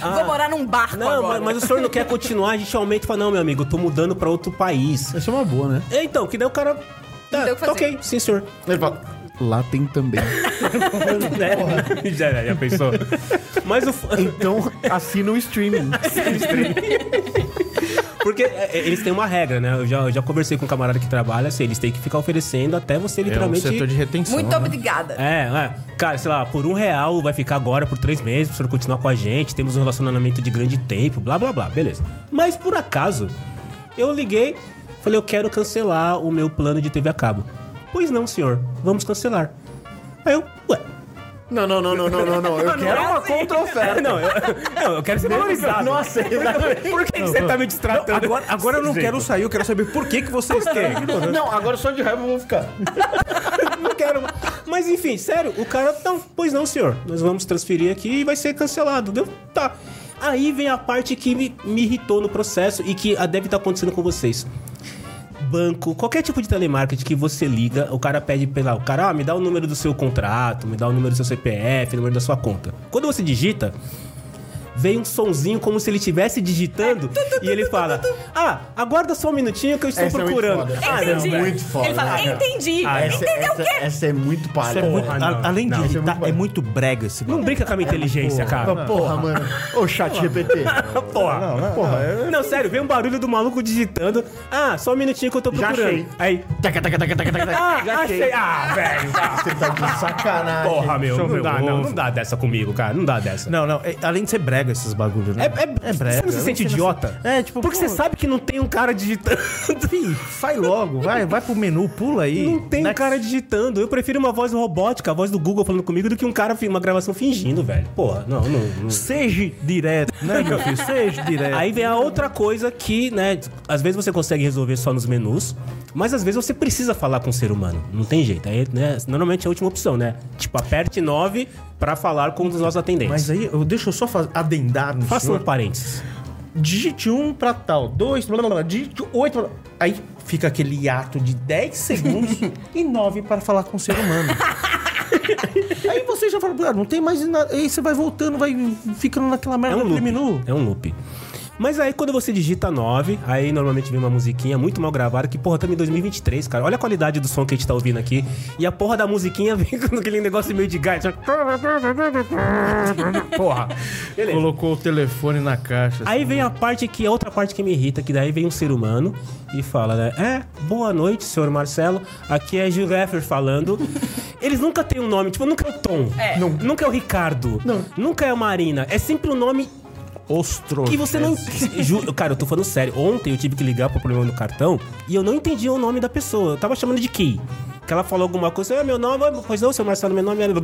[SPEAKER 1] ah,
[SPEAKER 2] Vou morar num barco
[SPEAKER 1] não,
[SPEAKER 2] agora.
[SPEAKER 1] mas, mas o senhor não quer continuar, a gente aumenta e fala, não, meu amigo, eu tô mudando pra outro país.
[SPEAKER 4] Essa é uma boa, né?
[SPEAKER 1] É, então, que daí o cara. Tá,
[SPEAKER 2] tem o que
[SPEAKER 1] tá
[SPEAKER 2] fazer.
[SPEAKER 1] ok, sim, senhor.
[SPEAKER 4] Ele fala, lá tem também.
[SPEAKER 1] Né? já, já pensou? Mas o. f-
[SPEAKER 4] (laughs) Então assina o streaming.
[SPEAKER 1] Porque é, é, eles têm uma regra, né? Eu já, eu já conversei com um camarada que trabalha, assim, eles têm que ficar oferecendo até você
[SPEAKER 5] É um
[SPEAKER 1] literalmente.
[SPEAKER 5] setor de retenção.
[SPEAKER 2] Muito
[SPEAKER 5] né?
[SPEAKER 2] obrigada.
[SPEAKER 1] É, é. Cara, sei lá, por um real vai ficar agora por três meses, pro senhor continuar com a gente, temos um relacionamento de grande tempo, blá blá blá, beleza. Mas por acaso, eu liguei, falei, eu quero cancelar o meu plano de TV a cabo. Pois não, senhor, vamos cancelar. Aí eu, ué.
[SPEAKER 4] Não, não, não, não, não, não, Ah, não. Eu quero uma
[SPEAKER 1] (laughs)
[SPEAKER 4] contra-oferta.
[SPEAKER 1] Não, eu, não, eu quero ser valorizado. (laughs)
[SPEAKER 4] então, Nossa,
[SPEAKER 1] por que, que você tá me destratando?
[SPEAKER 8] Agora, agora eu não quero sair, eu quero saber por que, que vocês querem.
[SPEAKER 4] (laughs) Não, agora só de raiva eu vou ficar.
[SPEAKER 1] não quero. Mas enfim, sério, o cara, não, pois não, senhor. Nós vamos transferir aqui e vai ser cancelado. Deu? Tá. Aí vem a parte que me, me irritou no processo e que ah, deve estar acontecendo com vocês. Banco, qualquer tipo de telemarketing que você liga, o cara pede pela. O cara, ah, me dá o número do seu contrato, me dá o número do seu CPF, o número da sua conta. Quando você digita, vem um sonzinho como se ele estivesse digitando e ele fala: Ah, aguarda só um minutinho que eu estou
[SPEAKER 4] Essa é muito
[SPEAKER 1] procurando.
[SPEAKER 4] foda.
[SPEAKER 1] ah, não,
[SPEAKER 7] Entendi.
[SPEAKER 4] é muito foda,
[SPEAKER 7] Ele fala,
[SPEAKER 4] cara.
[SPEAKER 7] entendi.
[SPEAKER 1] Ah,
[SPEAKER 7] entendi
[SPEAKER 1] essa-
[SPEAKER 7] entendeu o
[SPEAKER 4] essa,
[SPEAKER 7] quê?
[SPEAKER 4] essa é muito palha.
[SPEAKER 8] É muito-
[SPEAKER 4] Porra,
[SPEAKER 8] a-
[SPEAKER 1] não,
[SPEAKER 8] além de
[SPEAKER 1] não, isso
[SPEAKER 4] é
[SPEAKER 8] irritar,
[SPEAKER 4] muito
[SPEAKER 8] é muito brega esse
[SPEAKER 1] Não brinca com a minha inteligência, cara.
[SPEAKER 4] É, porra, mano. Ô, chat GPT.
[SPEAKER 1] Porra. É, Não, sério, vem um barulho do maluco digitando. Ah, só um minutinho que eu tô
[SPEAKER 4] Já
[SPEAKER 1] procurando.
[SPEAKER 4] achei.
[SPEAKER 1] Aí.
[SPEAKER 4] Taca, taca, taca, taca, taca, taca.
[SPEAKER 1] Ah, achei. Ah, velho. ah,
[SPEAKER 4] Você tá de sacanagem.
[SPEAKER 1] Porra, meu.
[SPEAKER 5] Deixa eu
[SPEAKER 1] Não
[SPEAKER 5] ver
[SPEAKER 1] dá,
[SPEAKER 5] o
[SPEAKER 1] não.
[SPEAKER 5] ovo.
[SPEAKER 1] Não dá dessa comigo, cara. Não dá dessa.
[SPEAKER 8] Não, não. é- além de ser brega esses bagulhos, né?
[SPEAKER 1] É, é, Você não se sente idiota?
[SPEAKER 5] É, tipo,
[SPEAKER 1] Porque
[SPEAKER 5] pô,
[SPEAKER 1] você sabe que não tem um cara digitando.
[SPEAKER 5] Fih, sai logo, vai, vai pro menu, pula aí.
[SPEAKER 1] (laughs) Não tem um
[SPEAKER 5] Next.
[SPEAKER 1] cara digitando. Eu prefiro uma voz robótica, a voz do Google falando comigo, do que um cara, fi- uma gravação fingindo, velho. Porra, não, não. não.
[SPEAKER 5] Seja direto, né, meu filho? Seja direto.
[SPEAKER 1] Aí vem a outra coisa que, né, às vezes você consegue resolver só nos menus, mas às vezes você precisa falar com o ser humano. Não tem jeito. Aí, né, normalmente é a última opção, né? Tipo, aperte 9 pra falar com um dos nossos atendentes.
[SPEAKER 5] Mas aí, eu, deixa eu só faz, adendar no
[SPEAKER 1] Faça um
[SPEAKER 5] senhor.
[SPEAKER 1] parênteses.
[SPEAKER 5] Digite um pra tal, dois, blá, blá, blá, digite oito, blá, blá. Aí fica aquele hiato de 10 (laughs) segundos e nove para falar com o ser (laughs) humano. aí você já fala, ah, não tem mais nada. Aí você vai voltando, vai ficando naquela
[SPEAKER 1] É
[SPEAKER 5] merda
[SPEAKER 1] um
[SPEAKER 5] daquele
[SPEAKER 1] loop.
[SPEAKER 5] menu.
[SPEAKER 1] É um loop. Mas aí quando você digita 9, aí normalmente vem uma musiquinha muito mal gravada, que porra, estamos em 2023, cara. Olha a qualidade do som que a gente tá ouvindo aqui. E a porra da musiquinha (laughs) vem com aquele negócio meio de gás. Porra. Beleza.
[SPEAKER 5] Colocou o telefone na caixa.
[SPEAKER 1] Aí vem a parte que a outra parte que me irrita, que daí vem um ser humano e fala, né? É, boa noite, senhor Marcelo. Aqui é Gil Heffer falando. Eles nunca têm um nome, tipo, nunca é o Tom. Nun- Nunca é o Ricardo. Nunca é a Marina. É sempre um nome
[SPEAKER 5] Ostro.
[SPEAKER 1] que você não. Ju- Cara, eu tô falando sério. Ontem eu tive que ligar pro problema do cartão e eu não entendi o nome da pessoa. Eu tava chamando de Key. Que ela falou alguma coisa, ah, meu nome, é- pois não, seu Marcelo, meu nome é. (laughs)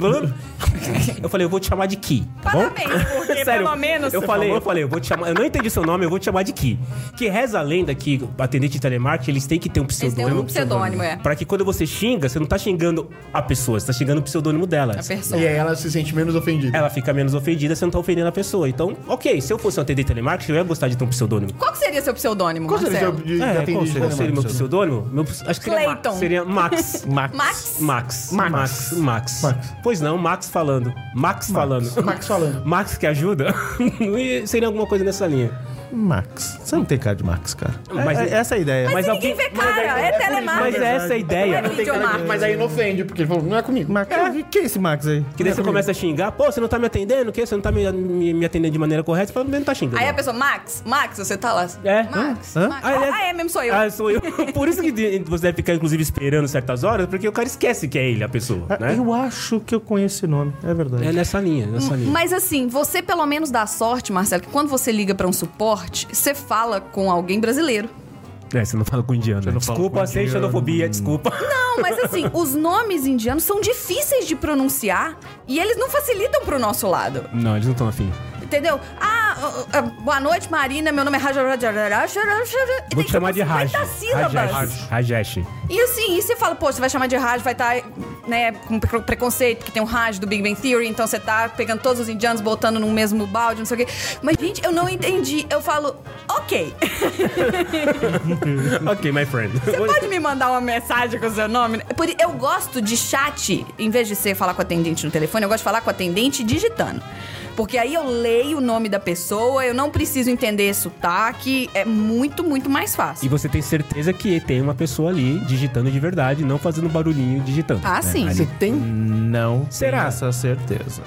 [SPEAKER 1] Eu falei, eu vou te chamar de Ki. Tá bom?
[SPEAKER 2] Parabéns,
[SPEAKER 1] (laughs)
[SPEAKER 7] porque pelo menos-
[SPEAKER 1] Eu
[SPEAKER 7] Você
[SPEAKER 1] falei, eu falei, eu vou te chamar. Eu não entendi seu nome, eu vou te chamar de Ki. Que reza a lenda que o atendente de telemarketing, eles têm que ter um
[SPEAKER 2] Eles
[SPEAKER 1] pseudônimo.
[SPEAKER 2] têm um pseudônimo, é.
[SPEAKER 1] Pra que quando você xinga, você não tá xingando a pessoa, você tá xingando o pseudônimo dela.
[SPEAKER 2] A pessoa.
[SPEAKER 1] é-
[SPEAKER 4] E aí ela se sente menos ofendida.
[SPEAKER 1] Ela fica menos ofendida, você não tá ofendendo a pessoa. Então, ok, se eu fosse um atendente de telemarketing, eu ia gostar de ter um pseudônimo.
[SPEAKER 2] Qual que seria seu pseudônimo,
[SPEAKER 4] Qual seria o
[SPEAKER 2] Marcelo?
[SPEAKER 4] seu de, de
[SPEAKER 1] É, qual
[SPEAKER 4] atendente
[SPEAKER 1] seria, qual
[SPEAKER 4] de
[SPEAKER 1] seria meu
[SPEAKER 4] telemarketing?
[SPEAKER 1] pseudônimo? Meu, ps- acho que seria Ma-
[SPEAKER 2] Clayton.
[SPEAKER 1] seria Max. (laughs) Max.
[SPEAKER 2] Max?
[SPEAKER 1] Max.
[SPEAKER 5] Max.
[SPEAKER 1] Max. Max. Pois não, Max falando. Max, falando.
[SPEAKER 4] Max
[SPEAKER 1] (laughs)
[SPEAKER 4] falando.
[SPEAKER 1] Max que ajuda? E seria alguma coisa nessa linha.
[SPEAKER 5] Max. Você não tem cara de Max, cara.
[SPEAKER 1] Mas-
[SPEAKER 5] Mas essa é a ideia.
[SPEAKER 1] Mas
[SPEAKER 2] Mas ninguém
[SPEAKER 1] alguém-
[SPEAKER 2] vê cara, é telemarketing.
[SPEAKER 1] Mas é essa a ideia.
[SPEAKER 2] Não é videomarketing.
[SPEAKER 4] Mas aí ele ofende, porque ele falou, não é comigo.
[SPEAKER 5] Max, é. que é esse Max aí?
[SPEAKER 1] Que daí você começa a xingar, pô, você não tá me atendendo, o quê? Você não tá me, me, me atendendo de maneira correta, você fala, não tá xingando.
[SPEAKER 2] Aí a pessoa, Max, Max, você tá lá.
[SPEAKER 1] É?
[SPEAKER 2] Max,
[SPEAKER 1] Hã?
[SPEAKER 2] Max.
[SPEAKER 1] Ah, ele
[SPEAKER 2] Ah, é mesmo, sou eu.
[SPEAKER 1] Ah,
[SPEAKER 2] (laughs)
[SPEAKER 1] sou eu. Por isso que de- você deve ficar, inclusive, esperando certas horas, porque o cara esquece que é ele a pessoa,
[SPEAKER 5] Ah,
[SPEAKER 1] né?
[SPEAKER 5] Eu acho que eu conheço esse nome, é verdade.
[SPEAKER 1] É nessa linha, nessa linha.
[SPEAKER 2] Mas assim, você pelo menos dá sorte, Marcelo, que quando você liga pra um suporte, você fala com alguém brasileiro.
[SPEAKER 1] É, você não fala com indiano. né?
[SPEAKER 8] não fala
[SPEAKER 1] Desculpa,
[SPEAKER 8] com
[SPEAKER 1] sem
[SPEAKER 8] indiano.
[SPEAKER 1] xenofobia, desculpa.
[SPEAKER 2] Não, mas assim, os nomes indianos são difíceis de pronunciar e eles não facilitam pro nosso lado,
[SPEAKER 1] Não, eles não estão afim.
[SPEAKER 2] entendeu? Ah, ah, ah, boa noite, Marina, meu nome é Raja. Raja- Raja- Raja- Raja-
[SPEAKER 1] Vou te chamar de é
[SPEAKER 2] Tem
[SPEAKER 1] Raj.
[SPEAKER 2] 50 sílabas.
[SPEAKER 1] Rajesh. tá Rajesh.
[SPEAKER 2] E assim, e você fala, pô, você vai chamar de Raj, vai estar, né, com pre- preconceito, que tem um Raj do Big Bang Theory, então você tá pegando todos os indianos, botando num mesmo balde, não sei o quê. Mas, gente, eu não entendi. Eu falo, ok,
[SPEAKER 1] (laughs) ok, my friend.
[SPEAKER 2] você pode me mandar uma mensagem com o seu nome? Por- Eu gosto de chat, em vez de você falar com o atendente no telefone, eu gosto de falar com o atendente digitando. Porque aí eu leio o nome da pessoa, eu não preciso entender sotaque, é muito, muito mais
[SPEAKER 1] E
[SPEAKER 2] fácil.
[SPEAKER 1] você tem certeza que tem uma pessoa ali digitando de verdade, não fazendo barulhinho digitando.
[SPEAKER 2] Ah,
[SPEAKER 1] né?
[SPEAKER 2] sim.
[SPEAKER 1] Ali.
[SPEAKER 4] Você tem?
[SPEAKER 8] Não
[SPEAKER 1] Será?
[SPEAKER 8] tenho essa certeza.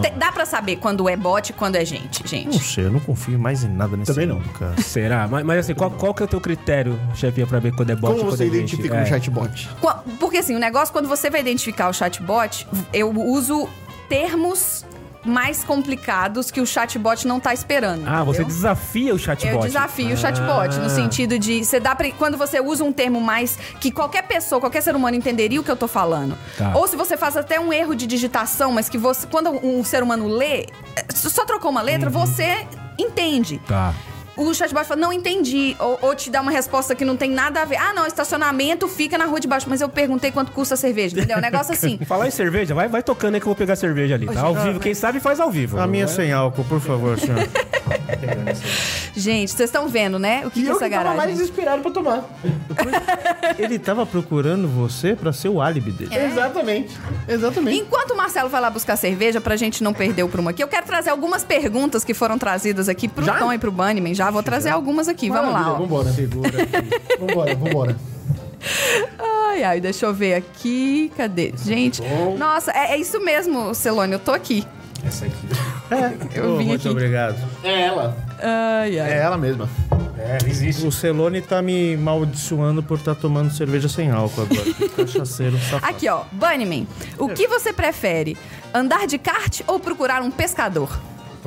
[SPEAKER 2] Te- Dá pra saber quando é bot e quando é gente, gente.
[SPEAKER 8] Não sei, eu não confio mais em nada nesse
[SPEAKER 4] Também não.
[SPEAKER 8] mundo, cara.
[SPEAKER 1] Será? Mas, mas assim, qual, qual que é o teu critério, chefia, pra ver quando é bot e
[SPEAKER 4] Como
[SPEAKER 1] quando
[SPEAKER 4] você
[SPEAKER 1] é gente?
[SPEAKER 4] identifica
[SPEAKER 1] É.
[SPEAKER 4] um chatbot?
[SPEAKER 2] Qua- Porque assim, o negócio, quando você vai identificar o chatbot, eu uso termos mais complicados que o chatbot não tá esperando.
[SPEAKER 1] Ah, você
[SPEAKER 2] entendeu?
[SPEAKER 1] desafia o chatbot.
[SPEAKER 2] Eu
[SPEAKER 4] Ah.
[SPEAKER 2] desafio É o chatbot, no sentido de você dá pra, quando você usa um termo mais que qualquer pessoa, qualquer ser humano entenderia o que eu tô falando.
[SPEAKER 1] Tá.
[SPEAKER 2] Ou se você faz até um erro de digitação, mas que você quando um ser humano lê, é, só trocou uma letra,
[SPEAKER 4] Uhum.
[SPEAKER 2] você entende.
[SPEAKER 1] Tá.
[SPEAKER 2] O chatbot fala, não entendi. Ou, ou te dá uma resposta que não tem nada a ver. Ah, não, estacionamento fica na rua de baixo. Mas eu perguntei quanto custa a cerveja, entendeu? Um
[SPEAKER 4] (laughs)
[SPEAKER 2] negócio assim.
[SPEAKER 1] Falar em cerveja, vai, vai tocando aí que eu vou pegar cerveja ali, tá? Ao vivo, quem sabe faz ao vivo.
[SPEAKER 5] ah, A minha
[SPEAKER 1] Vai-
[SPEAKER 5] sem álcool, por favor, senhor.
[SPEAKER 2] Gente, vocês estão vendo, né? O que,
[SPEAKER 4] E
[SPEAKER 2] que é
[SPEAKER 4] eu
[SPEAKER 2] essa
[SPEAKER 4] que tava mais
[SPEAKER 2] garagem?
[SPEAKER 4] desesperado pra tomar.
[SPEAKER 5] (laughs) Ele tava procurando você pra ser o álibi dele.
[SPEAKER 4] Exatamente. Exatamente.
[SPEAKER 2] Enquanto o Marcelo vai lá buscar cerveja, pra gente não perder o prumo aqui, eu quero trazer algumas perguntas que foram trazidas aqui pro Tom e pro Bunnyman. Já vou trazer algumas aqui. Vamos lá, ó.
[SPEAKER 4] Vambora. Segura vambora, vambora.
[SPEAKER 2] Ai, ai, deixa eu ver aqui. Cadê? Gente, nossa, é, é isso mesmo, Celone, eu tô É. aqui.
[SPEAKER 5] Essa aqui.
[SPEAKER 2] Eu vim
[SPEAKER 5] muito
[SPEAKER 2] aqui.
[SPEAKER 5] obrigado.
[SPEAKER 4] É ela.
[SPEAKER 2] Ai, ai.
[SPEAKER 4] É ela mesma.
[SPEAKER 2] É,
[SPEAKER 5] O Celone tá me maldiçoando por estar tomando cerveja sem
[SPEAKER 2] (laughs)
[SPEAKER 5] álcool agora. Cachaceiro, safado.
[SPEAKER 2] Aqui, ó. Bunnyman, o que você prefere? Andar de kart ou procurar um pescador?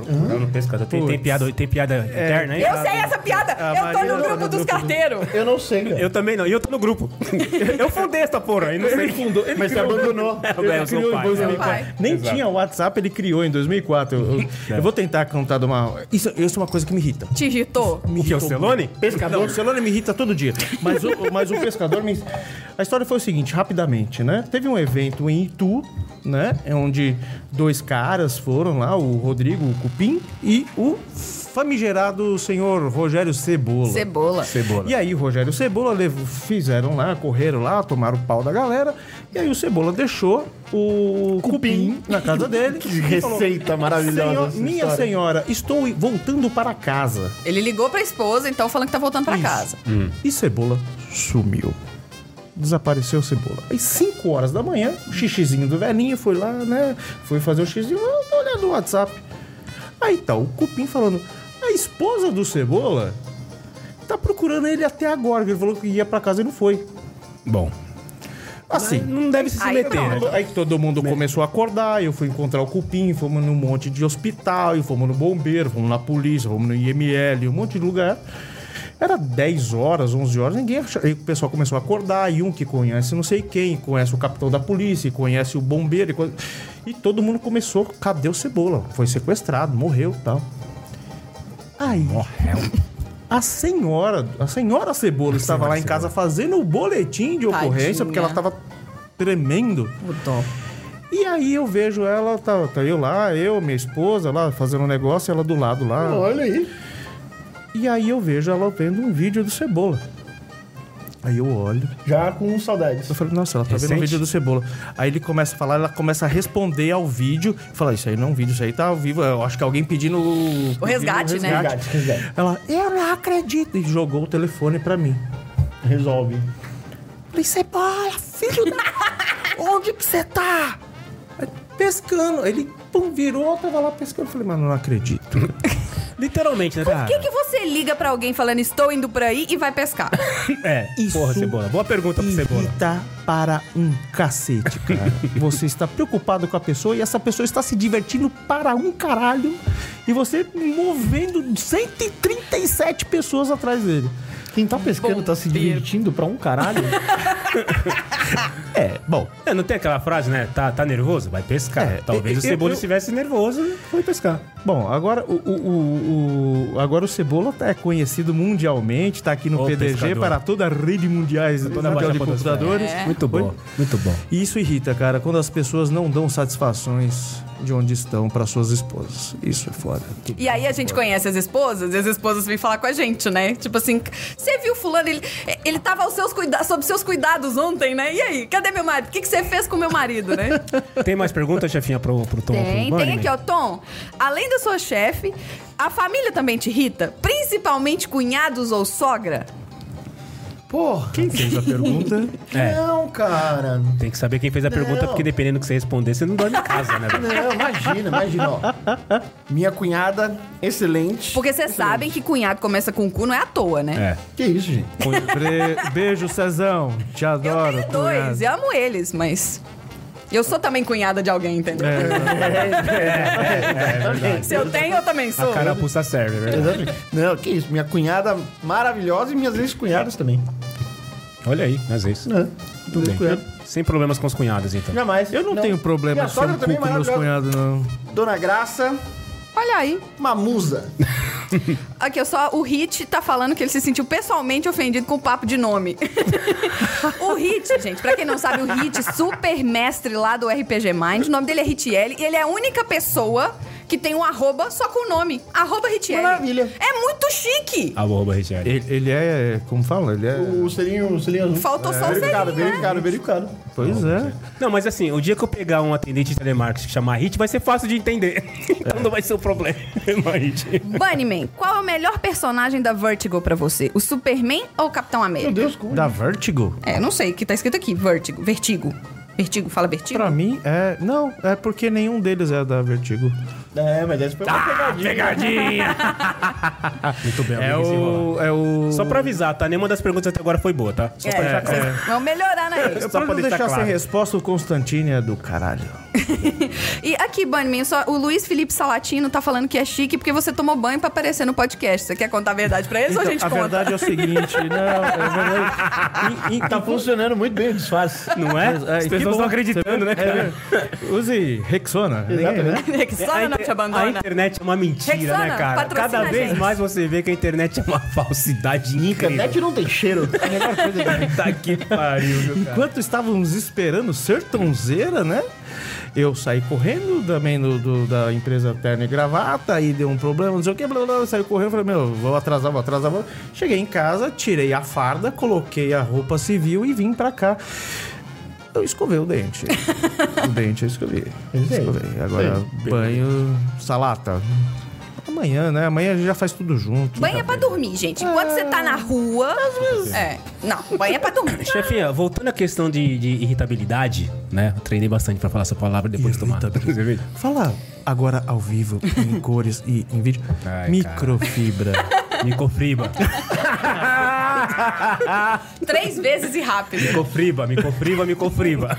[SPEAKER 1] Não, no pescado. Tem, tem
[SPEAKER 5] Putz. É.
[SPEAKER 1] piada, tem piada interna aí?
[SPEAKER 2] Eu sei essa piada!
[SPEAKER 5] a
[SPEAKER 2] eu tô
[SPEAKER 5] Maria
[SPEAKER 2] no
[SPEAKER 5] não,
[SPEAKER 2] grupo
[SPEAKER 5] no
[SPEAKER 2] dos
[SPEAKER 5] grupo do-
[SPEAKER 2] carteiros!
[SPEAKER 4] Eu não sei, cara.
[SPEAKER 1] Eu também não, e eu tô no
[SPEAKER 5] (laughs)
[SPEAKER 1] grupo. eu fundei essa porra aí, não sei. Ele fundou, ele
[SPEAKER 4] Mas você
[SPEAKER 5] (laughs)
[SPEAKER 4] abandonou.
[SPEAKER 1] É, eu sou o pai.
[SPEAKER 2] Seu
[SPEAKER 1] né?
[SPEAKER 2] pai.
[SPEAKER 5] Nem tinha o WhatsApp, ele criou em 2004. Eu, eu- eu vou tentar contar de uma... Isso, isso é uma coisa que me irrita.
[SPEAKER 2] Te irritou?
[SPEAKER 1] O que, o Celone?
[SPEAKER 5] Pescador. Não, o Celone me irrita todo dia. Mas o, mas o pescador me. A história foi o seguinte, rapidamente, né? Teve um evento em Itu, né? É Onde dois caras foram lá, o Rodrigo Cupim e o famigerado senhor Rogério Cebola.
[SPEAKER 2] Cebola.
[SPEAKER 5] E aí o Rogério e o Cebola lev- fizeram lá, correram lá, tomaram o pau da galera. E aí o Cebola deixou o cupim, na
[SPEAKER 4] (laughs)
[SPEAKER 5] casa dele. e falou,
[SPEAKER 4] Receita maravilhosa.
[SPEAKER 5] "Senhor-
[SPEAKER 4] essa
[SPEAKER 5] minha
[SPEAKER 4] história.
[SPEAKER 5] senhora, estou voltando para casa.
[SPEAKER 2] Ele ligou pra esposa, então, falando que tá voltando pra
[SPEAKER 5] Isso.
[SPEAKER 2] casa.
[SPEAKER 5] E Cebola sumiu. Desapareceu Cebola. Aí, 5 horas da manhã, o xixizinho do velhinho foi lá, né? Foi fazer o xixizinho, ah, tá olhando o WhatsApp. Aí tá o Cupim falando, a esposa do Cebola tá procurando ele até agora, que ele falou que ia pra casa e não foi.
[SPEAKER 1] Bom.
[SPEAKER 5] Assim,
[SPEAKER 1] Não deve se
[SPEAKER 2] Aí
[SPEAKER 1] meter, né?
[SPEAKER 2] pronto.
[SPEAKER 5] Aí que todo mundo começou a acordar, eu fui encontrar o cupim, fomos num monte de hospital, e fomos no bombeiro, fomos na polícia, fomos no IML, um monte de lugar. Era 10 horas, 11 horas, ninguém achava. Aí o pessoal começou a acordar, e um que conhece não sei quem, conhece o capitão da polícia, e conhece o bombeiro, e, co- e todo mundo começou, cadê o Cebola? Foi sequestrado, morreu e tal. Aí. A senhora, a senhora Cebola estava lá em casa fazendo o boletim de
[SPEAKER 2] Tadinha.
[SPEAKER 5] ocorrência, porque ela estava tremendo.
[SPEAKER 2] O dó.
[SPEAKER 5] E aí eu vejo ela, tá, tá eu lá, eu, minha esposa lá, fazendo um negócio, ela do lado lá.
[SPEAKER 4] Olha aí.
[SPEAKER 5] E aí eu vejo ela vendo um vídeo do Cebola. Aí eu olho,
[SPEAKER 4] Já com saudades.
[SPEAKER 5] eu falei, nossa, ela tá vendo
[SPEAKER 1] Recente?
[SPEAKER 5] o vídeo do Cebola. Aí ele começa a falar, ela começa a responder ao vídeo. Fala, isso aí não é um vídeo, isso aí tá ao vivo. Eu acho que alguém pedindo o...
[SPEAKER 2] O resgate, né?
[SPEAKER 4] Resgate, resgate.
[SPEAKER 5] Ela, eu não acredito. E jogou o telefone pra mim.
[SPEAKER 4] Resolve.
[SPEAKER 5] Falei, Cebola, filho da... (laughs) Onde que você tá? Aí, Pescando. Aí Ele, pum, virou, tava lá pescando. Eu falei, mano, não acredito.
[SPEAKER 1] Literalmente, né, cara?
[SPEAKER 2] Por que, que você liga pra alguém falando estou indo por aí e vai pescar?
[SPEAKER 1] É,
[SPEAKER 5] Isso
[SPEAKER 1] porra, Cebola. Boa pergunta pro Cebola.
[SPEAKER 5] Irrita para um cacete,
[SPEAKER 4] (laughs)
[SPEAKER 5] cara. você está preocupado com a pessoa e essa pessoa está se divertindo para um caralho e você movendo 137 pessoas atrás dele.
[SPEAKER 4] Quem tá pescando tá se divertindo pra um
[SPEAKER 5] (laughs)
[SPEAKER 4] caralho?
[SPEAKER 5] É, bom,
[SPEAKER 1] É, não tem aquela frase, né? Tá, tá nervoso? Vai pescar.
[SPEAKER 5] É,
[SPEAKER 1] Talvez
[SPEAKER 5] eu-
[SPEAKER 1] o Cebola
[SPEAKER 5] eu-
[SPEAKER 1] estivesse nervoso né? e foi pescar.
[SPEAKER 5] bom, agora o, o- o- o- agora o Cebola é conhecido mundialmente, tá aqui no
[SPEAKER 1] O
[SPEAKER 5] PDG
[SPEAKER 1] pescador.
[SPEAKER 5] para toda a rede mundiais
[SPEAKER 1] Toda a
[SPEAKER 5] mundial de
[SPEAKER 1] baixa podosfera.
[SPEAKER 5] computadores.
[SPEAKER 2] É.
[SPEAKER 1] Muito bom, muito bom.
[SPEAKER 5] E isso irrita, cara, quando as pessoas não dão satisfações de onde estão para suas esposas. Isso é foda.
[SPEAKER 2] E aí a gente conhece as esposas e as esposas vêm falar com a gente, né? Tipo assim, você viu fulano, ele, ele tava aos seus cuida sob seus cuidados ontem, né? E aí, cadê meu marido? O que, que você fez com meu marido, né?
[SPEAKER 1] Tem mais perguntas, chefinha, pro, pro Tom?
[SPEAKER 2] Tem,
[SPEAKER 1] pro
[SPEAKER 2] tem
[SPEAKER 1] Bunnyman?
[SPEAKER 2] aqui, ó, Tom. Além da sua chefe, a família também te irrita? Principalmente cunhados ou sogra?
[SPEAKER 4] Porra.
[SPEAKER 5] Quem fez a pergunta?
[SPEAKER 1] É,
[SPEAKER 4] Não, cara.
[SPEAKER 1] tem que saber quem fez a pergunta,
[SPEAKER 4] Não.
[SPEAKER 1] porque dependendo do que você responder, você não dorme em casa, né? velho?
[SPEAKER 4] Não, imagina, imagina, ó. Minha cunhada, excelente.
[SPEAKER 2] Porque vocês sabem que cunhado começa com cu, não é à toa, né?
[SPEAKER 1] É.
[SPEAKER 4] Que isso, gente?
[SPEAKER 5] Bre- Beijo, Cezão. Te
[SPEAKER 2] Eu
[SPEAKER 5] adoro.
[SPEAKER 2] tenho dois,
[SPEAKER 5] cunhado.
[SPEAKER 2] eu amo eles, mas. Eu sou também cunhada de alguém, entendeu?
[SPEAKER 5] É,
[SPEAKER 2] Se eu tenho, eu também sou.
[SPEAKER 1] A carapuça serve, né?
[SPEAKER 4] Exatamente. Não, que isso. Minha cunhada maravilhosa e minhas ex-cunhadas também.
[SPEAKER 1] Olha aí, às vezes.
[SPEAKER 4] Né?
[SPEAKER 1] Tudo bem.
[SPEAKER 4] Ex-cunhada.
[SPEAKER 1] Sem problemas com os cunhados, então.
[SPEAKER 4] Jamais.
[SPEAKER 5] Eu não, tenho problema
[SPEAKER 4] Minha
[SPEAKER 5] de ser um
[SPEAKER 4] sogra
[SPEAKER 5] cu
[SPEAKER 4] também é
[SPEAKER 5] com meus
[SPEAKER 4] maravilhosa.
[SPEAKER 5] cunhados, não.
[SPEAKER 4] Dona Graça,
[SPEAKER 2] Olha aí.
[SPEAKER 4] Mamusa.
[SPEAKER 2] Aqui, ó, só o Hit tá falando que ele se sentiu pessoalmente ofendido com o papo de nome. (laughs) o Hit, gente, pra quem não sabe, o Hit, super mestre lá do RPG Mind, o nome dele é Hitiel, e ele é a única pessoa que tem um arroba só com o nome. Arroba Hitiel.
[SPEAKER 4] Maravilha.
[SPEAKER 2] É muito chique.
[SPEAKER 1] Arroba, Richard.
[SPEAKER 5] Ele, ele é. Como fala? Ele é.
[SPEAKER 4] O selinho, o selinho azul. É,
[SPEAKER 2] Faltou só o
[SPEAKER 4] Verificado,
[SPEAKER 2] selinho, né?
[SPEAKER 4] verificado, verificado.
[SPEAKER 5] Pois é.
[SPEAKER 1] Não, mas assim, o dia que eu pegar um atendente de telemarketing que chamar Hit, vai ser fácil de entender. (laughs) Então não vai ser o problema, Hit.
[SPEAKER 2] Bunnyman, qual é o melhor personagem da Vertigo pra você? O Superman ou o Capitão
[SPEAKER 4] Meu
[SPEAKER 2] América?
[SPEAKER 4] Deus, como?
[SPEAKER 5] Da Vertigo?
[SPEAKER 2] É, não sei, que tá escrito aqui, Vertigo. Vertigo. Vertigo, fala Vertigo.
[SPEAKER 5] Pra mim, é. Não, é porque nenhum deles é da Vertigo.
[SPEAKER 4] É, mas essa foi uma pegadinha.
[SPEAKER 1] Pegadinha! (laughs) Muito bem,
[SPEAKER 5] É
[SPEAKER 1] alguém desenrolar.
[SPEAKER 5] o. É o.
[SPEAKER 1] Só pra avisar, tá? Nenhuma das perguntas até agora foi boa, tá? Só pra
[SPEAKER 2] É,
[SPEAKER 1] deixar claro.
[SPEAKER 2] vocês vão melhorar na rede.
[SPEAKER 5] Eu
[SPEAKER 1] só
[SPEAKER 5] pra
[SPEAKER 1] pra
[SPEAKER 5] não
[SPEAKER 1] deixar
[SPEAKER 5] deixar
[SPEAKER 1] claro.
[SPEAKER 5] sem resposta, o Constantine é do caralho.
[SPEAKER 2] (laughs) E aqui, Bunnyman, só o Luiz Felipe Salatino tá falando que é chique porque você tomou banho pra aparecer no podcast. Você quer contar a verdade pra eles ou a gente
[SPEAKER 5] a
[SPEAKER 2] conta? (laughs)
[SPEAKER 5] verdade é o seguinte, não, é verdade. Em- em-
[SPEAKER 4] Tá funcionando muito bem o disfarce.
[SPEAKER 1] Não é?
[SPEAKER 5] É,
[SPEAKER 1] As
[SPEAKER 5] que
[SPEAKER 1] pessoas
[SPEAKER 5] bom.
[SPEAKER 1] estão acreditando, né, cara?
[SPEAKER 5] Use Rexona.
[SPEAKER 4] Exatamente.
[SPEAKER 2] É que só
[SPEAKER 1] A,
[SPEAKER 2] não
[SPEAKER 1] inter-
[SPEAKER 2] te
[SPEAKER 1] a
[SPEAKER 2] abandona.
[SPEAKER 1] internet é uma mentira,
[SPEAKER 2] Rexona,
[SPEAKER 1] né, cara?
[SPEAKER 2] patrocina
[SPEAKER 1] Cada
[SPEAKER 2] a
[SPEAKER 1] vez
[SPEAKER 2] gente.
[SPEAKER 1] mais você vê que a internet é uma (laughs) falsidade incrível.
[SPEAKER 4] Internet não tem cheiro. É a melhor coisa que
[SPEAKER 1] Tá que pariu, viu, cara?
[SPEAKER 5] Enquanto estávamos esperando sertãozeira, né? Eu saí correndo também do, do- da empresa Terno e Gravata, aí deu um problema, não sei o que, blá, blá, blá, saí correndo, falei, meu, vou atrasar, vou atrasar, vou. Cheguei em casa, tirei a farda, coloquei a roupa civil e vim pra cá. Eu escovei o dente. o dente eu escovei. Escovei. Agora, banho, salata. Amanhã, né? Amanhã a gente já faz tudo junto.
[SPEAKER 2] Banho é pra dormir, gente. Enquanto você tá na rua. É. Não, banho é pra dormir.
[SPEAKER 1] Chefinha, voltando à questão de, de irritabilidade, né? Eu treinei bastante pra falar essa palavra depois de tomar. Você vê?
[SPEAKER 5] Fala agora ao vivo, (laughs) em cores e em vídeo.
[SPEAKER 1] Ai,
[SPEAKER 5] microfibra.
[SPEAKER 1] Micofriba,
[SPEAKER 2] Três vezes e rápido.
[SPEAKER 1] micofriba, micofriba, micofriba.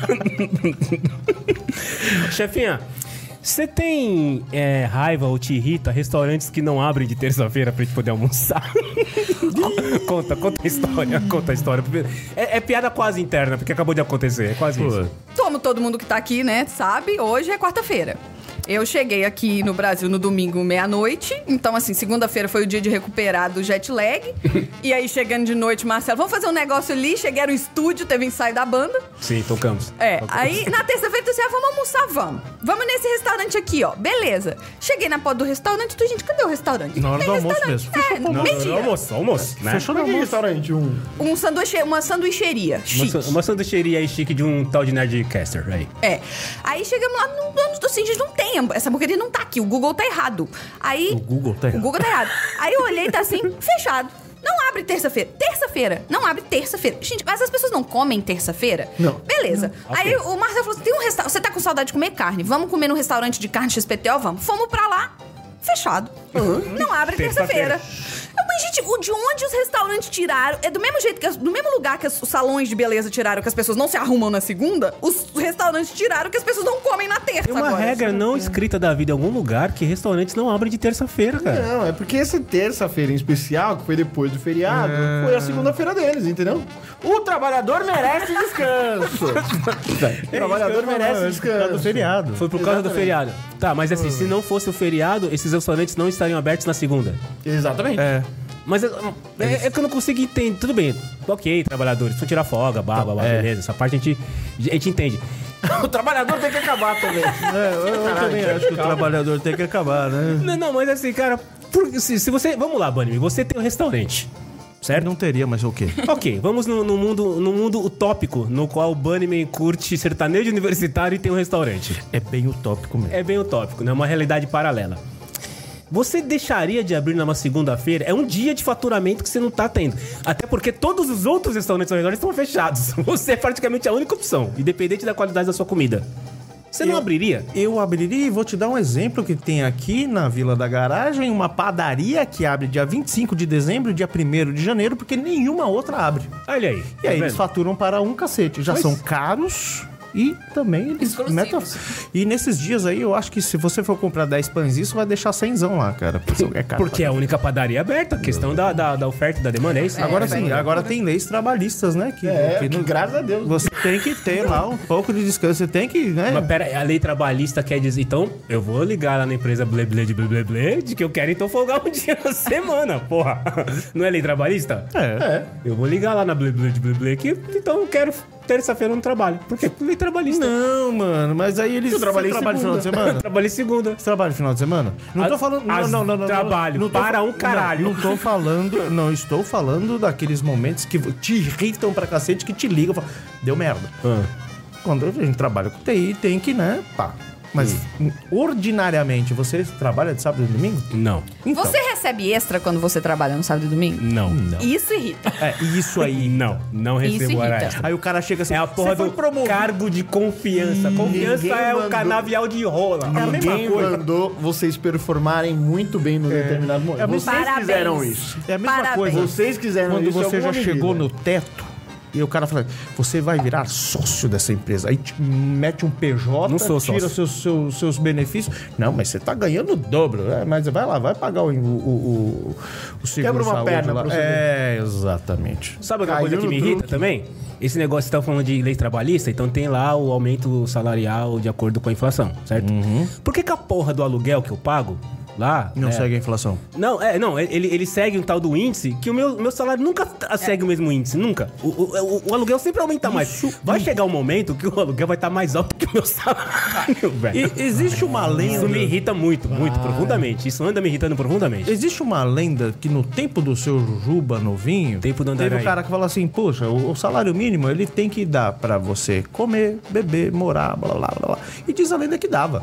[SPEAKER 1] Chefinha, você tem é, raiva ou te irrita restaurantes que não abrem de terça-feira pra gente poder almoçar? (laughs) conta, conta a história, conta a história. É, é piada quase interna, porque acabou de acontecer, é quase isso.
[SPEAKER 2] Como todo mundo que tá aqui, né, sabe, hoje é quarta-feira. Eu cheguei aqui no Brasil no domingo meia-noite, então assim, segunda-feira foi o dia de recuperar do jet lag. e aí chegando de noite, Marcelo, vamos fazer um negócio ali, cheguei no estúdio, teve ensaio da banda.
[SPEAKER 1] Sim, tocamos.
[SPEAKER 2] É, aí na terça-feira tu disse, ah, vamos almoçar, vamos. Vamos nesse restaurante aqui, ó. Beleza. Cheguei na porta do restaurante, tu, gente, cadê o restaurante?
[SPEAKER 5] Na hora
[SPEAKER 2] Tem
[SPEAKER 5] do almoço
[SPEAKER 2] restaurante.
[SPEAKER 5] mesmo.
[SPEAKER 2] É, não, mentira.
[SPEAKER 1] Almoço, almoço, né?
[SPEAKER 4] Fechou no almoço. é restaurante, um.
[SPEAKER 2] Um sanduíche, uma sanduicheria
[SPEAKER 1] Uma,
[SPEAKER 2] chique.
[SPEAKER 1] san- uma sanduicheria aí chique de um tal de Nerdcaster, aí.
[SPEAKER 2] É. Aí chegamos lá, não, não, assim, gente, não tem. Essa porcaria não tá aqui, o Google tá errado. Aí. O
[SPEAKER 5] Google tá errado.
[SPEAKER 2] O Google tá errado. Aí eu olhei, tá assim, (laughs) fechado. Não abre terça-feira. Terça-feira. Não abre terça-feira. Gente, mas as pessoas não comem terça-feira?
[SPEAKER 4] Não.
[SPEAKER 2] Beleza. Aí o Marcelo falou assim: tem um restaurante. Você tá com saudade de comer carne? Vamos comer num restaurante de carne XPTO? Vamos. Fomos pra lá. Fechado. Não abre
[SPEAKER 1] Terça-feira.
[SPEAKER 2] terça-feira. Eu, Mas, gente, o- de onde os restaurantes tiraram? É do mesmo jeito que as- do mesmo lugar que as- os salões de beleza tiraram que as pessoas não se arrumam na segunda, os restaurantes tiraram que as pessoas não comem na terça.
[SPEAKER 1] Tem uma
[SPEAKER 2] agora.
[SPEAKER 1] regra não escrita da vida em algum lugar que restaurantes não abrem de terça-feira, cara.
[SPEAKER 4] Não, é porque essa terça-feira em especial, que foi depois do feriado,
[SPEAKER 5] É.
[SPEAKER 4] foi a segunda-feira deles, entendeu? O trabalhador merece (laughs) descanso. o trabalhador merece
[SPEAKER 5] é do
[SPEAKER 4] é descanso.
[SPEAKER 5] feriado.
[SPEAKER 1] Foi por causa do feriado. Tá, mas assim, se não fosse o feriado, esses restaurantes não estariam abertos na segunda.
[SPEAKER 4] Exatamente.
[SPEAKER 5] É.
[SPEAKER 1] Mas é, é- é que eu não consigo entender. Tudo bem, ok, trabalhadores, vão tirar folga, blá, blá, blá, beleza. Essa parte a gente, a gente entende.
[SPEAKER 4] O trabalhador tem que acabar também.
[SPEAKER 5] É, eu, eu também acho que o trabalhador tem que acabar, né?
[SPEAKER 1] Não, não, mas assim, cara, por- se, se você. Vamos lá, Bunny, você tem um restaurante. Certo?
[SPEAKER 5] Não teria, mas é o quê?
[SPEAKER 1] Ok, vamos no, no mundo, no mundo utópico, no qual o Bunnyman curte sertanejo universitário e tem um restaurante.
[SPEAKER 5] É bem utópico mesmo.
[SPEAKER 1] É bem utópico, né? Uma realidade paralela. Você deixaria de abrir numa segunda-feira? É um dia de faturamento que você não tá tendo. Até porque todos os outros restaurantes ao redor estão fechados. (laughs) Você é praticamente a única opção, independente da qualidade da sua comida. Você não abriria?
[SPEAKER 5] Eu abriria e vou te dar um exemplo que tem aqui na Vila da Garagem, uma padaria que abre dia 25 de dezembro e dia 1 de janeiro, porque nenhuma outra abre.
[SPEAKER 1] Olha aí.
[SPEAKER 5] E aí
[SPEAKER 1] tá
[SPEAKER 5] eles
[SPEAKER 1] vendo?
[SPEAKER 5] faturam para um cacete. Já são caros e também eles
[SPEAKER 2] Exclusivos.
[SPEAKER 5] E nesses dias aí, eu acho que se você for comprar 10 pães, isso vai deixar 100 lá, cara. Porque é caro.
[SPEAKER 1] Porque é a única padaria aberta. Questão da, da, da oferta e da demanda, é isso?
[SPEAKER 5] Agora sim, agora tem leis trabalhistas, né? Que,
[SPEAKER 4] É,
[SPEAKER 5] que
[SPEAKER 4] que
[SPEAKER 5] não-
[SPEAKER 4] graças a Deus.
[SPEAKER 5] Você tem que ter lá um pouco de descanso. Você tem que, né?
[SPEAKER 1] Mas pera, aí, a lei trabalhista quer dizer. Então, eu vou ligar lá na empresa blé blé de blé blé blé de que eu quero então folgar um (laughs) dia na semana, porra. Não é lei trabalhista?
[SPEAKER 5] É.
[SPEAKER 1] Eu vou ligar lá na blé blé de blé blé que então eu quero terça-feira eu não trabalho. Por quê? Porque é lei trabalhista.
[SPEAKER 5] Não, mano, mas aí eles.
[SPEAKER 4] Eu trabalhei
[SPEAKER 5] você trabalha no final
[SPEAKER 1] (laughs)
[SPEAKER 5] de semana?
[SPEAKER 1] Trabalhei segunda.
[SPEAKER 5] Você trabalha no final de semana? Não tô
[SPEAKER 1] As-
[SPEAKER 5] falando. Não,
[SPEAKER 1] as-
[SPEAKER 5] não, não, não.
[SPEAKER 1] trabalho
[SPEAKER 5] não,
[SPEAKER 1] para
[SPEAKER 5] fa-
[SPEAKER 1] um caralho.
[SPEAKER 5] Não, não tô falando. Não estou falando daqueles momentos que te irritam pra cacete, que te ligam. e falam, Deu merda. Quando a gente trabalha com TI, tem que, né? Pá. Mas ordinariamente, você trabalha de sábado e domingo?
[SPEAKER 1] Não.
[SPEAKER 2] Então. Você recebe extra quando você trabalha no sábado e domingo?
[SPEAKER 1] Não, não.
[SPEAKER 2] Isso irrita.
[SPEAKER 1] É, isso aí. Não, não recebo hora
[SPEAKER 2] irrita.
[SPEAKER 1] extra.
[SPEAKER 5] Aí o cara chega assim.
[SPEAKER 1] É a porra
[SPEAKER 5] "Você foi
[SPEAKER 1] do cargo de confiança. Confiança
[SPEAKER 4] Ninguém
[SPEAKER 1] é o
[SPEAKER 4] mandou.
[SPEAKER 1] canavial de rola. É a mesma
[SPEAKER 4] Ninguém
[SPEAKER 1] coisa.
[SPEAKER 4] mandou vocês performarem muito bem no determinado momento.
[SPEAKER 5] É,
[SPEAKER 4] vocês
[SPEAKER 2] Parabéns.
[SPEAKER 4] fizeram isso.
[SPEAKER 5] É a mesma
[SPEAKER 2] Parabéns.
[SPEAKER 5] coisa.
[SPEAKER 4] Vocês quiseram
[SPEAKER 5] Quando
[SPEAKER 4] isso em
[SPEAKER 5] você já
[SPEAKER 4] alguma
[SPEAKER 5] chegou no
[SPEAKER 4] medida.
[SPEAKER 5] teto e o cara fala, você vai virar sócio dessa empresa. Aí te mete um PJ,
[SPEAKER 1] Não sou
[SPEAKER 5] tira
[SPEAKER 1] sócio.
[SPEAKER 5] seus, seus, seus benefícios. Não, mas você tá ganhando o dobro. É, mas vai lá, vai pagar o, o, o, o seguro
[SPEAKER 4] Quebra uma
[SPEAKER 5] saúde
[SPEAKER 4] perna
[SPEAKER 5] lá.
[SPEAKER 4] pro seguro.
[SPEAKER 5] É, exatamente.
[SPEAKER 1] Sabe outra
[SPEAKER 4] Caiu
[SPEAKER 1] coisa que
[SPEAKER 4] no
[SPEAKER 1] me irrita
[SPEAKER 4] truque.
[SPEAKER 1] também? Esse negócio que você tá falando de lei trabalhista, então tem lá o aumento salarial de acordo com a inflação, certo? Por que, que a porra do aluguel que eu pago lá.
[SPEAKER 5] Uhum. Não
[SPEAKER 1] né,
[SPEAKER 5] segue a inflação.
[SPEAKER 1] Não, é, não, ele, ele segue um tal do índice que o meu, meu salário nunca tra- segue o mesmo índice, nunca. O, o- é, o- o aluguel sempre aumenta mais. Vai chegar um momento que o aluguel vai estar mais alto que o meu (laughs)
[SPEAKER 5] (laughs)
[SPEAKER 1] salário, velho.
[SPEAKER 5] E existe uma
[SPEAKER 1] Isso me
[SPEAKER 5] lenda.
[SPEAKER 1] irrita muito, muito, profundamente. Isso anda me irritando profundamente.
[SPEAKER 5] Existe uma lenda que no tempo do seu Jujuba novinho,
[SPEAKER 1] Tempo do
[SPEAKER 5] teve um
[SPEAKER 1] Andaraí.
[SPEAKER 5] cara que falou assim, poxa, o, o salário mínimo ele tem que dar pra você comer, beber, morar, blá blá blá. blá." E diz a lenda que dava.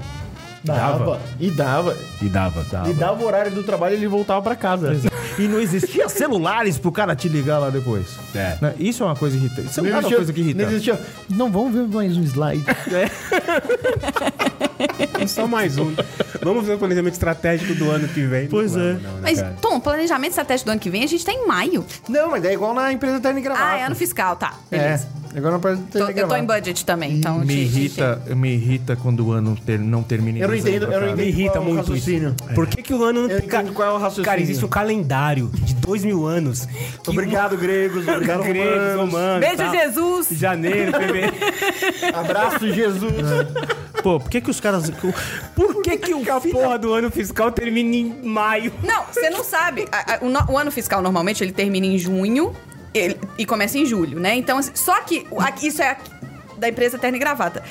[SPEAKER 4] Dava.
[SPEAKER 1] Dava.
[SPEAKER 4] E dava.
[SPEAKER 1] E dava, dava.
[SPEAKER 4] E dava o horário do trabalho e ele voltava pra casa.
[SPEAKER 5] E não existia celulares pro cara te ligar lá depois.
[SPEAKER 1] É.
[SPEAKER 5] Né? Isso é uma coisa irritante. Isso é
[SPEAKER 4] Não
[SPEAKER 5] uma
[SPEAKER 4] existia-
[SPEAKER 5] coisa que irrita.
[SPEAKER 4] Então, Não existia. Não, vamos ver mais um slide.
[SPEAKER 1] Só mais um. (laughs) Vamos ver o planejamento estratégico do ano que vem. né?
[SPEAKER 5] Pois
[SPEAKER 1] Não,
[SPEAKER 5] é.
[SPEAKER 1] não, não,
[SPEAKER 2] Mas,
[SPEAKER 1] cara.
[SPEAKER 2] Tom, planejamento estratégico do ano que vem, a gente tá em maio.
[SPEAKER 4] (laughs) Não, mas é igual na empresa Terno e Gravata.
[SPEAKER 2] Ah, é ano fiscal, tá.
[SPEAKER 4] É,
[SPEAKER 2] Beleza.
[SPEAKER 4] agora na empresa
[SPEAKER 2] Tô-
[SPEAKER 4] Terno e
[SPEAKER 2] eu tô
[SPEAKER 4] Gravata.
[SPEAKER 2] em budget também, então.
[SPEAKER 5] Me
[SPEAKER 2] te- te-
[SPEAKER 5] irrita, me irrita quando o ano ter- não termina em
[SPEAKER 4] Eu não entendo,
[SPEAKER 5] dezembro,
[SPEAKER 4] eu não
[SPEAKER 5] cara.
[SPEAKER 4] entendo.
[SPEAKER 1] Me irrita
[SPEAKER 4] qual é o
[SPEAKER 1] muito
[SPEAKER 4] raciocínio?
[SPEAKER 1] isso. Por que, que o ano não
[SPEAKER 4] Eu
[SPEAKER 1] tem. ca-
[SPEAKER 4] entendo qual é o raciocínio.
[SPEAKER 1] Cara, existe um calendário de dois mil anos. que
[SPEAKER 4] Obrigado, gregos. Obrigado, tá?
[SPEAKER 1] Gregos,
[SPEAKER 4] romanos.
[SPEAKER 1] Tá. romanos.
[SPEAKER 7] Beijo,
[SPEAKER 1] tá? (laughs)
[SPEAKER 7] Jesus!
[SPEAKER 1] Janeiro, fevereiro.
[SPEAKER 4] Abraço, Jesus.
[SPEAKER 8] Pô, por que que os caras... Por que que o
[SPEAKER 1] Que a porra do ano fiscal termina em maio.
[SPEAKER 2] Não, você não sabe. A- a- o, no- o ano fiscal normalmente ele termina em junho ele- e começa em julho, né? Então, assim, só que o- aqui- isso é aqui- da empresa terno e gravata.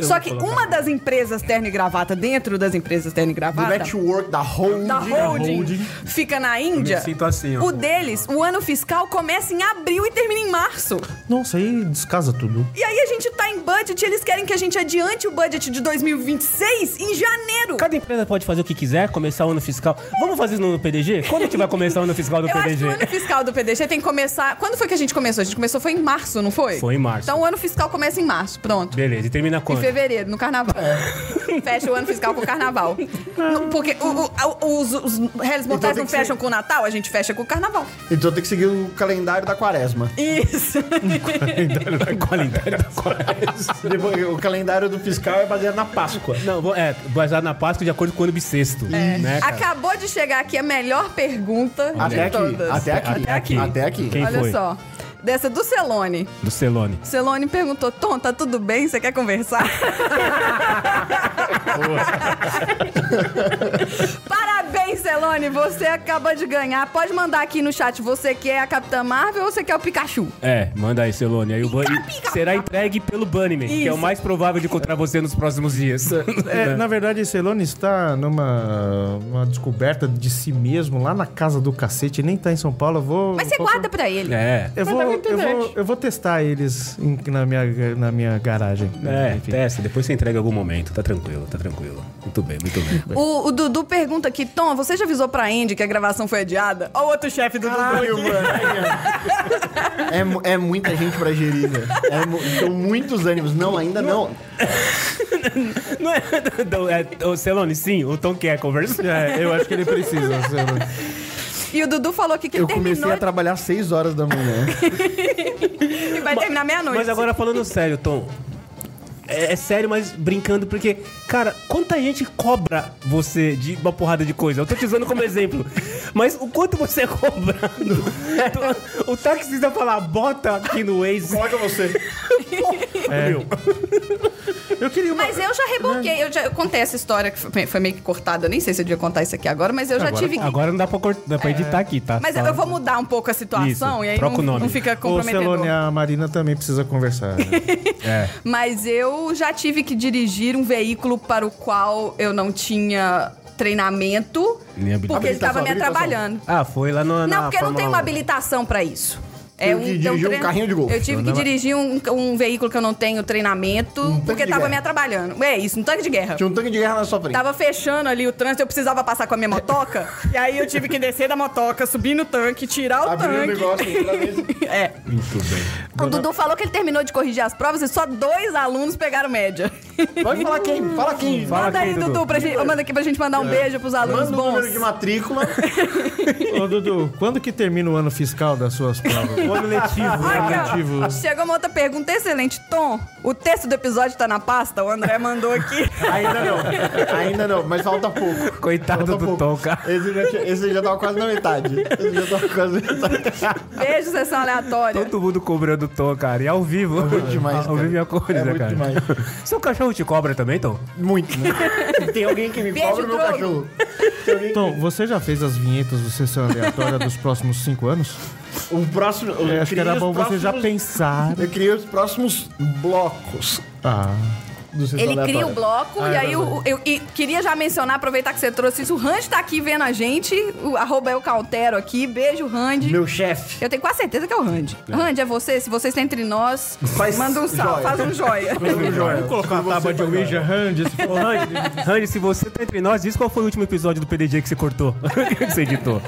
[SPEAKER 2] só que uma das empresas terno e gravata dentro das empresas terno e
[SPEAKER 4] Do
[SPEAKER 1] um
[SPEAKER 2] gravata
[SPEAKER 4] network, da holding.
[SPEAKER 2] da holding, fica na Índia.
[SPEAKER 1] me sinto assim, ó.
[SPEAKER 2] o deles, o ano fiscal começa em abril e termina em março.
[SPEAKER 8] Nossa, aí descasa tudo.
[SPEAKER 2] E aí a gente tá em budget, eles querem que a gente adiante o budget de 2026 em janeiro.
[SPEAKER 1] Cada empresa pode fazer o que quiser, começar o ano fiscal. Vamos fazer isso no PDG? Quando que vai começar o ano fiscal do
[SPEAKER 2] Eu acho que
[SPEAKER 1] PDG?
[SPEAKER 2] o ano fiscal do PDG tem que começar. Quando foi que a gente começou? A gente começou foi em março, não foi?
[SPEAKER 1] Foi em março.
[SPEAKER 2] Então o ano fiscal começa em março, pronto.
[SPEAKER 1] Beleza, e termina
[SPEAKER 2] Em
[SPEAKER 1] quando?
[SPEAKER 2] fevereiro, no carnaval.
[SPEAKER 1] É.
[SPEAKER 2] Fecha o ano fiscal com o carnaval. Não, Porque o- o- a- os, os réis mortais
[SPEAKER 4] Então tem
[SPEAKER 2] não
[SPEAKER 4] que ser-
[SPEAKER 2] fecham com o Natal, a gente fecha com o carnaval.
[SPEAKER 4] Então tem que seguir o calendário da quaresma.
[SPEAKER 2] Isso.
[SPEAKER 1] Calendário da
[SPEAKER 4] (laughs)
[SPEAKER 1] Quaresma.
[SPEAKER 4] Depois, o calendário do fiscal é baseado na Páscoa.
[SPEAKER 1] Não, vou- é, baseado na Páscoa de acordo com o ano bissexto.
[SPEAKER 2] É.
[SPEAKER 1] Né, cara?
[SPEAKER 2] Acabou de chegar aqui a melhor pergunta de
[SPEAKER 4] Até aqui,
[SPEAKER 2] todas.
[SPEAKER 4] até aqui.
[SPEAKER 1] Até aqui.
[SPEAKER 4] Até aqui.
[SPEAKER 1] Quem
[SPEAKER 2] Olha
[SPEAKER 1] foi?
[SPEAKER 2] só. Dessa do Celone.
[SPEAKER 1] Do Celone.
[SPEAKER 2] Celone perguntou: Tom, tá tudo bem? Você quer conversar? Parabéns, Celone! Você acaba de ganhar. Pode mandar aqui no chat: você quer a Capitã Marvel ou você quer o Pikachu?
[SPEAKER 1] É, manda aí, Celone. Aí o Bunny será entregue pelo Bunnyman, que é o
[SPEAKER 2] Isso.
[SPEAKER 1] mais provável de encontrar você nos próximos dias.
[SPEAKER 8] É, na verdade, Celone está numa uma descoberta de si mesmo lá na casa do cacete, nem tá em São Paulo. Eu vou.
[SPEAKER 5] Um
[SPEAKER 2] Mas você
[SPEAKER 8] vou-
[SPEAKER 2] guarda pra ele.
[SPEAKER 1] (laughs) É.
[SPEAKER 8] Eu vou, eu, vou, eu vou testar eles em- na, minha, na minha garagem.
[SPEAKER 1] É,
[SPEAKER 8] Enfim.
[SPEAKER 1] testa, depois você entrega em algum momento. Tá tranquilo, tá tranquilo. Muito bem, muito bem.
[SPEAKER 2] O, o Dudu pergunta aqui: Tom, você já avisou pra Andy que a gravação foi adiada? Ó, o outro chefe do Dudu.
[SPEAKER 4] Caralho,
[SPEAKER 2] aqui.
[SPEAKER 4] mano. É, mu- é muita gente pra gerir, velho. É mu- São muitos ânimos. Não, ainda não.
[SPEAKER 1] Não é, (laughs) não, é- ô, Celone, sim, o Tom quer conversar.
[SPEAKER 8] É, eu acho que ele precisa. Celone.
[SPEAKER 2] E o Dudu falou aqui que ele
[SPEAKER 4] Eu comecei
[SPEAKER 2] terminou
[SPEAKER 4] a trabalhar às 6 horas da manhã.
[SPEAKER 2] e vai terminar meia-noite.
[SPEAKER 1] Mas
[SPEAKER 2] assim.
[SPEAKER 1] agora falando sério, Tom. É, é sério, mas brincando, porque, cara, quanta gente cobra você de uma porrada de coisa? Eu tô te usando como
[SPEAKER 2] (laughs)
[SPEAKER 1] exemplo. Mas o quanto você é cobrado?
[SPEAKER 2] (laughs)
[SPEAKER 1] o taxista falar, bota aqui no Waze.
[SPEAKER 4] Coloca você.
[SPEAKER 1] Meu.
[SPEAKER 8] É. Eu queria uma.
[SPEAKER 2] Mas eu já reboquei, eu já eu contei essa história que foi, foi meio que cortada, eu nem sei se eu devia contar isso aqui agora, mas eu já tive. É.
[SPEAKER 1] Agora não dá pra, cortar, dá pra editar aqui, tá?
[SPEAKER 2] Mas
[SPEAKER 1] Só-
[SPEAKER 2] eu vou mudar um pouco a situação
[SPEAKER 1] Isso,
[SPEAKER 2] e aí
[SPEAKER 1] troca
[SPEAKER 2] não,
[SPEAKER 1] o nome.
[SPEAKER 2] não fica
[SPEAKER 8] Ô,
[SPEAKER 2] comprometedor.
[SPEAKER 8] Celone, a Marina também precisa conversar. né? É.
[SPEAKER 2] Mas eu já tive que dirigir um veículo para o qual eu não tinha treinamento,
[SPEAKER 1] Nem habilitação.
[SPEAKER 2] porque ele estava me
[SPEAKER 4] Habilitação,
[SPEAKER 2] atrapalhando.
[SPEAKER 1] Ah, foi lá no.
[SPEAKER 2] Não, porque eu não
[SPEAKER 1] um.
[SPEAKER 2] tenho uma habilitação para isso. É
[SPEAKER 4] Teve que dirigir um
[SPEAKER 2] treino-
[SPEAKER 4] carrinho de golfe.
[SPEAKER 2] Eu tive
[SPEAKER 1] é?
[SPEAKER 2] que dirigir um, um veículo que eu não tenho treinamento,
[SPEAKER 4] Hum, tanque
[SPEAKER 2] porque
[SPEAKER 4] de
[SPEAKER 2] tava
[SPEAKER 4] guerra.
[SPEAKER 2] me atrapalhando. É isso, um tanque de guerra.
[SPEAKER 4] Tinha um tanque de guerra na sua frente.
[SPEAKER 2] Tava fechando ali o trânsito, eu precisava passar com a minha motoca. (laughs)
[SPEAKER 7] E aí eu tive que descer da motoca, subir no tanque, tirar o
[SPEAKER 4] Abriu o
[SPEAKER 7] tanque.
[SPEAKER 4] negócio. outra vez.
[SPEAKER 2] é. O Dudu falou que ele terminou de corrigir as provas e só dois alunos pegaram média.
[SPEAKER 4] Pode falar quem? Fala quem.
[SPEAKER 2] manda aí, Dudu, pra gente, manda aqui pra gente mandar um beijo pros alunos
[SPEAKER 4] Manda o número de
[SPEAKER 2] bons.
[SPEAKER 4] matrícula. (laughs)
[SPEAKER 8] Ô, Dudu, quando que termina o ano fiscal das suas provas? O ano letivo. né?
[SPEAKER 2] Olha
[SPEAKER 8] Ano
[SPEAKER 2] aqui,
[SPEAKER 8] letivo.
[SPEAKER 2] ó. Chegou uma outra pergunta excelente. Tom, o texto do episódio tá na pasta? O André mandou
[SPEAKER 4] (laughs)
[SPEAKER 2] aqui.
[SPEAKER 4] Ainda não. Ainda não, mas falta pouco.
[SPEAKER 1] Coitado
[SPEAKER 4] Falta
[SPEAKER 1] do
[SPEAKER 4] pouco.
[SPEAKER 1] Tom, cara.
[SPEAKER 4] Esse já, tinha- esse já tava quase na metade. Esse já tava quase na metade.
[SPEAKER 2] Beijo, sessão aleatória.
[SPEAKER 1] Todo mundo cobrando o Tom, cara. E ao vivo.
[SPEAKER 4] muito
[SPEAKER 1] (laughs)
[SPEAKER 4] demais,
[SPEAKER 1] Ao
[SPEAKER 4] cara.
[SPEAKER 1] vivo é a coisa,
[SPEAKER 4] É muito
[SPEAKER 1] cara.
[SPEAKER 4] demais.
[SPEAKER 1] (laughs) Seu cachorro te cobra também, Tom?
[SPEAKER 4] Muito, né? Se tem alguém que me
[SPEAKER 2] Beijo,
[SPEAKER 4] cobra, o meu
[SPEAKER 2] Drogo.
[SPEAKER 4] cachorro.
[SPEAKER 8] Tom, você já fez as vinhetas do Sessão Aleatória dos próximos cinco anos?
[SPEAKER 4] O próximo. Eu
[SPEAKER 5] É,
[SPEAKER 8] Eu acho que
[SPEAKER 4] criei
[SPEAKER 8] era
[SPEAKER 4] os
[SPEAKER 8] bom você já
[SPEAKER 4] próximos-
[SPEAKER 8] pensar.
[SPEAKER 4] Eu criei os próximos blocos
[SPEAKER 8] Ah.
[SPEAKER 4] do Sessão
[SPEAKER 2] Ele cria o
[SPEAKER 4] Aleatória.
[SPEAKER 2] bloco e aí eu, eu- e queria já mencionar, aproveitar que você trouxe isso. O Randy tá aqui vendo a gente. O arroba é o Cautero aqui. Beijo, Randy.
[SPEAKER 4] Meu chefe.
[SPEAKER 2] Eu tenho quase certeza que é o Randy. Randy, é você? Se você está entre nós,
[SPEAKER 4] Faz
[SPEAKER 2] manda um salve,
[SPEAKER 4] joia.
[SPEAKER 2] faz um
[SPEAKER 4] (laughs)
[SPEAKER 2] joia.
[SPEAKER 4] Vamos colocar a tábua de Ouija.
[SPEAKER 8] Hand, esse
[SPEAKER 1] Ô, Randy, Randy, se você tá entre nós, diz qual foi o último episódio do PDG que você cortou, (laughs) que você editou.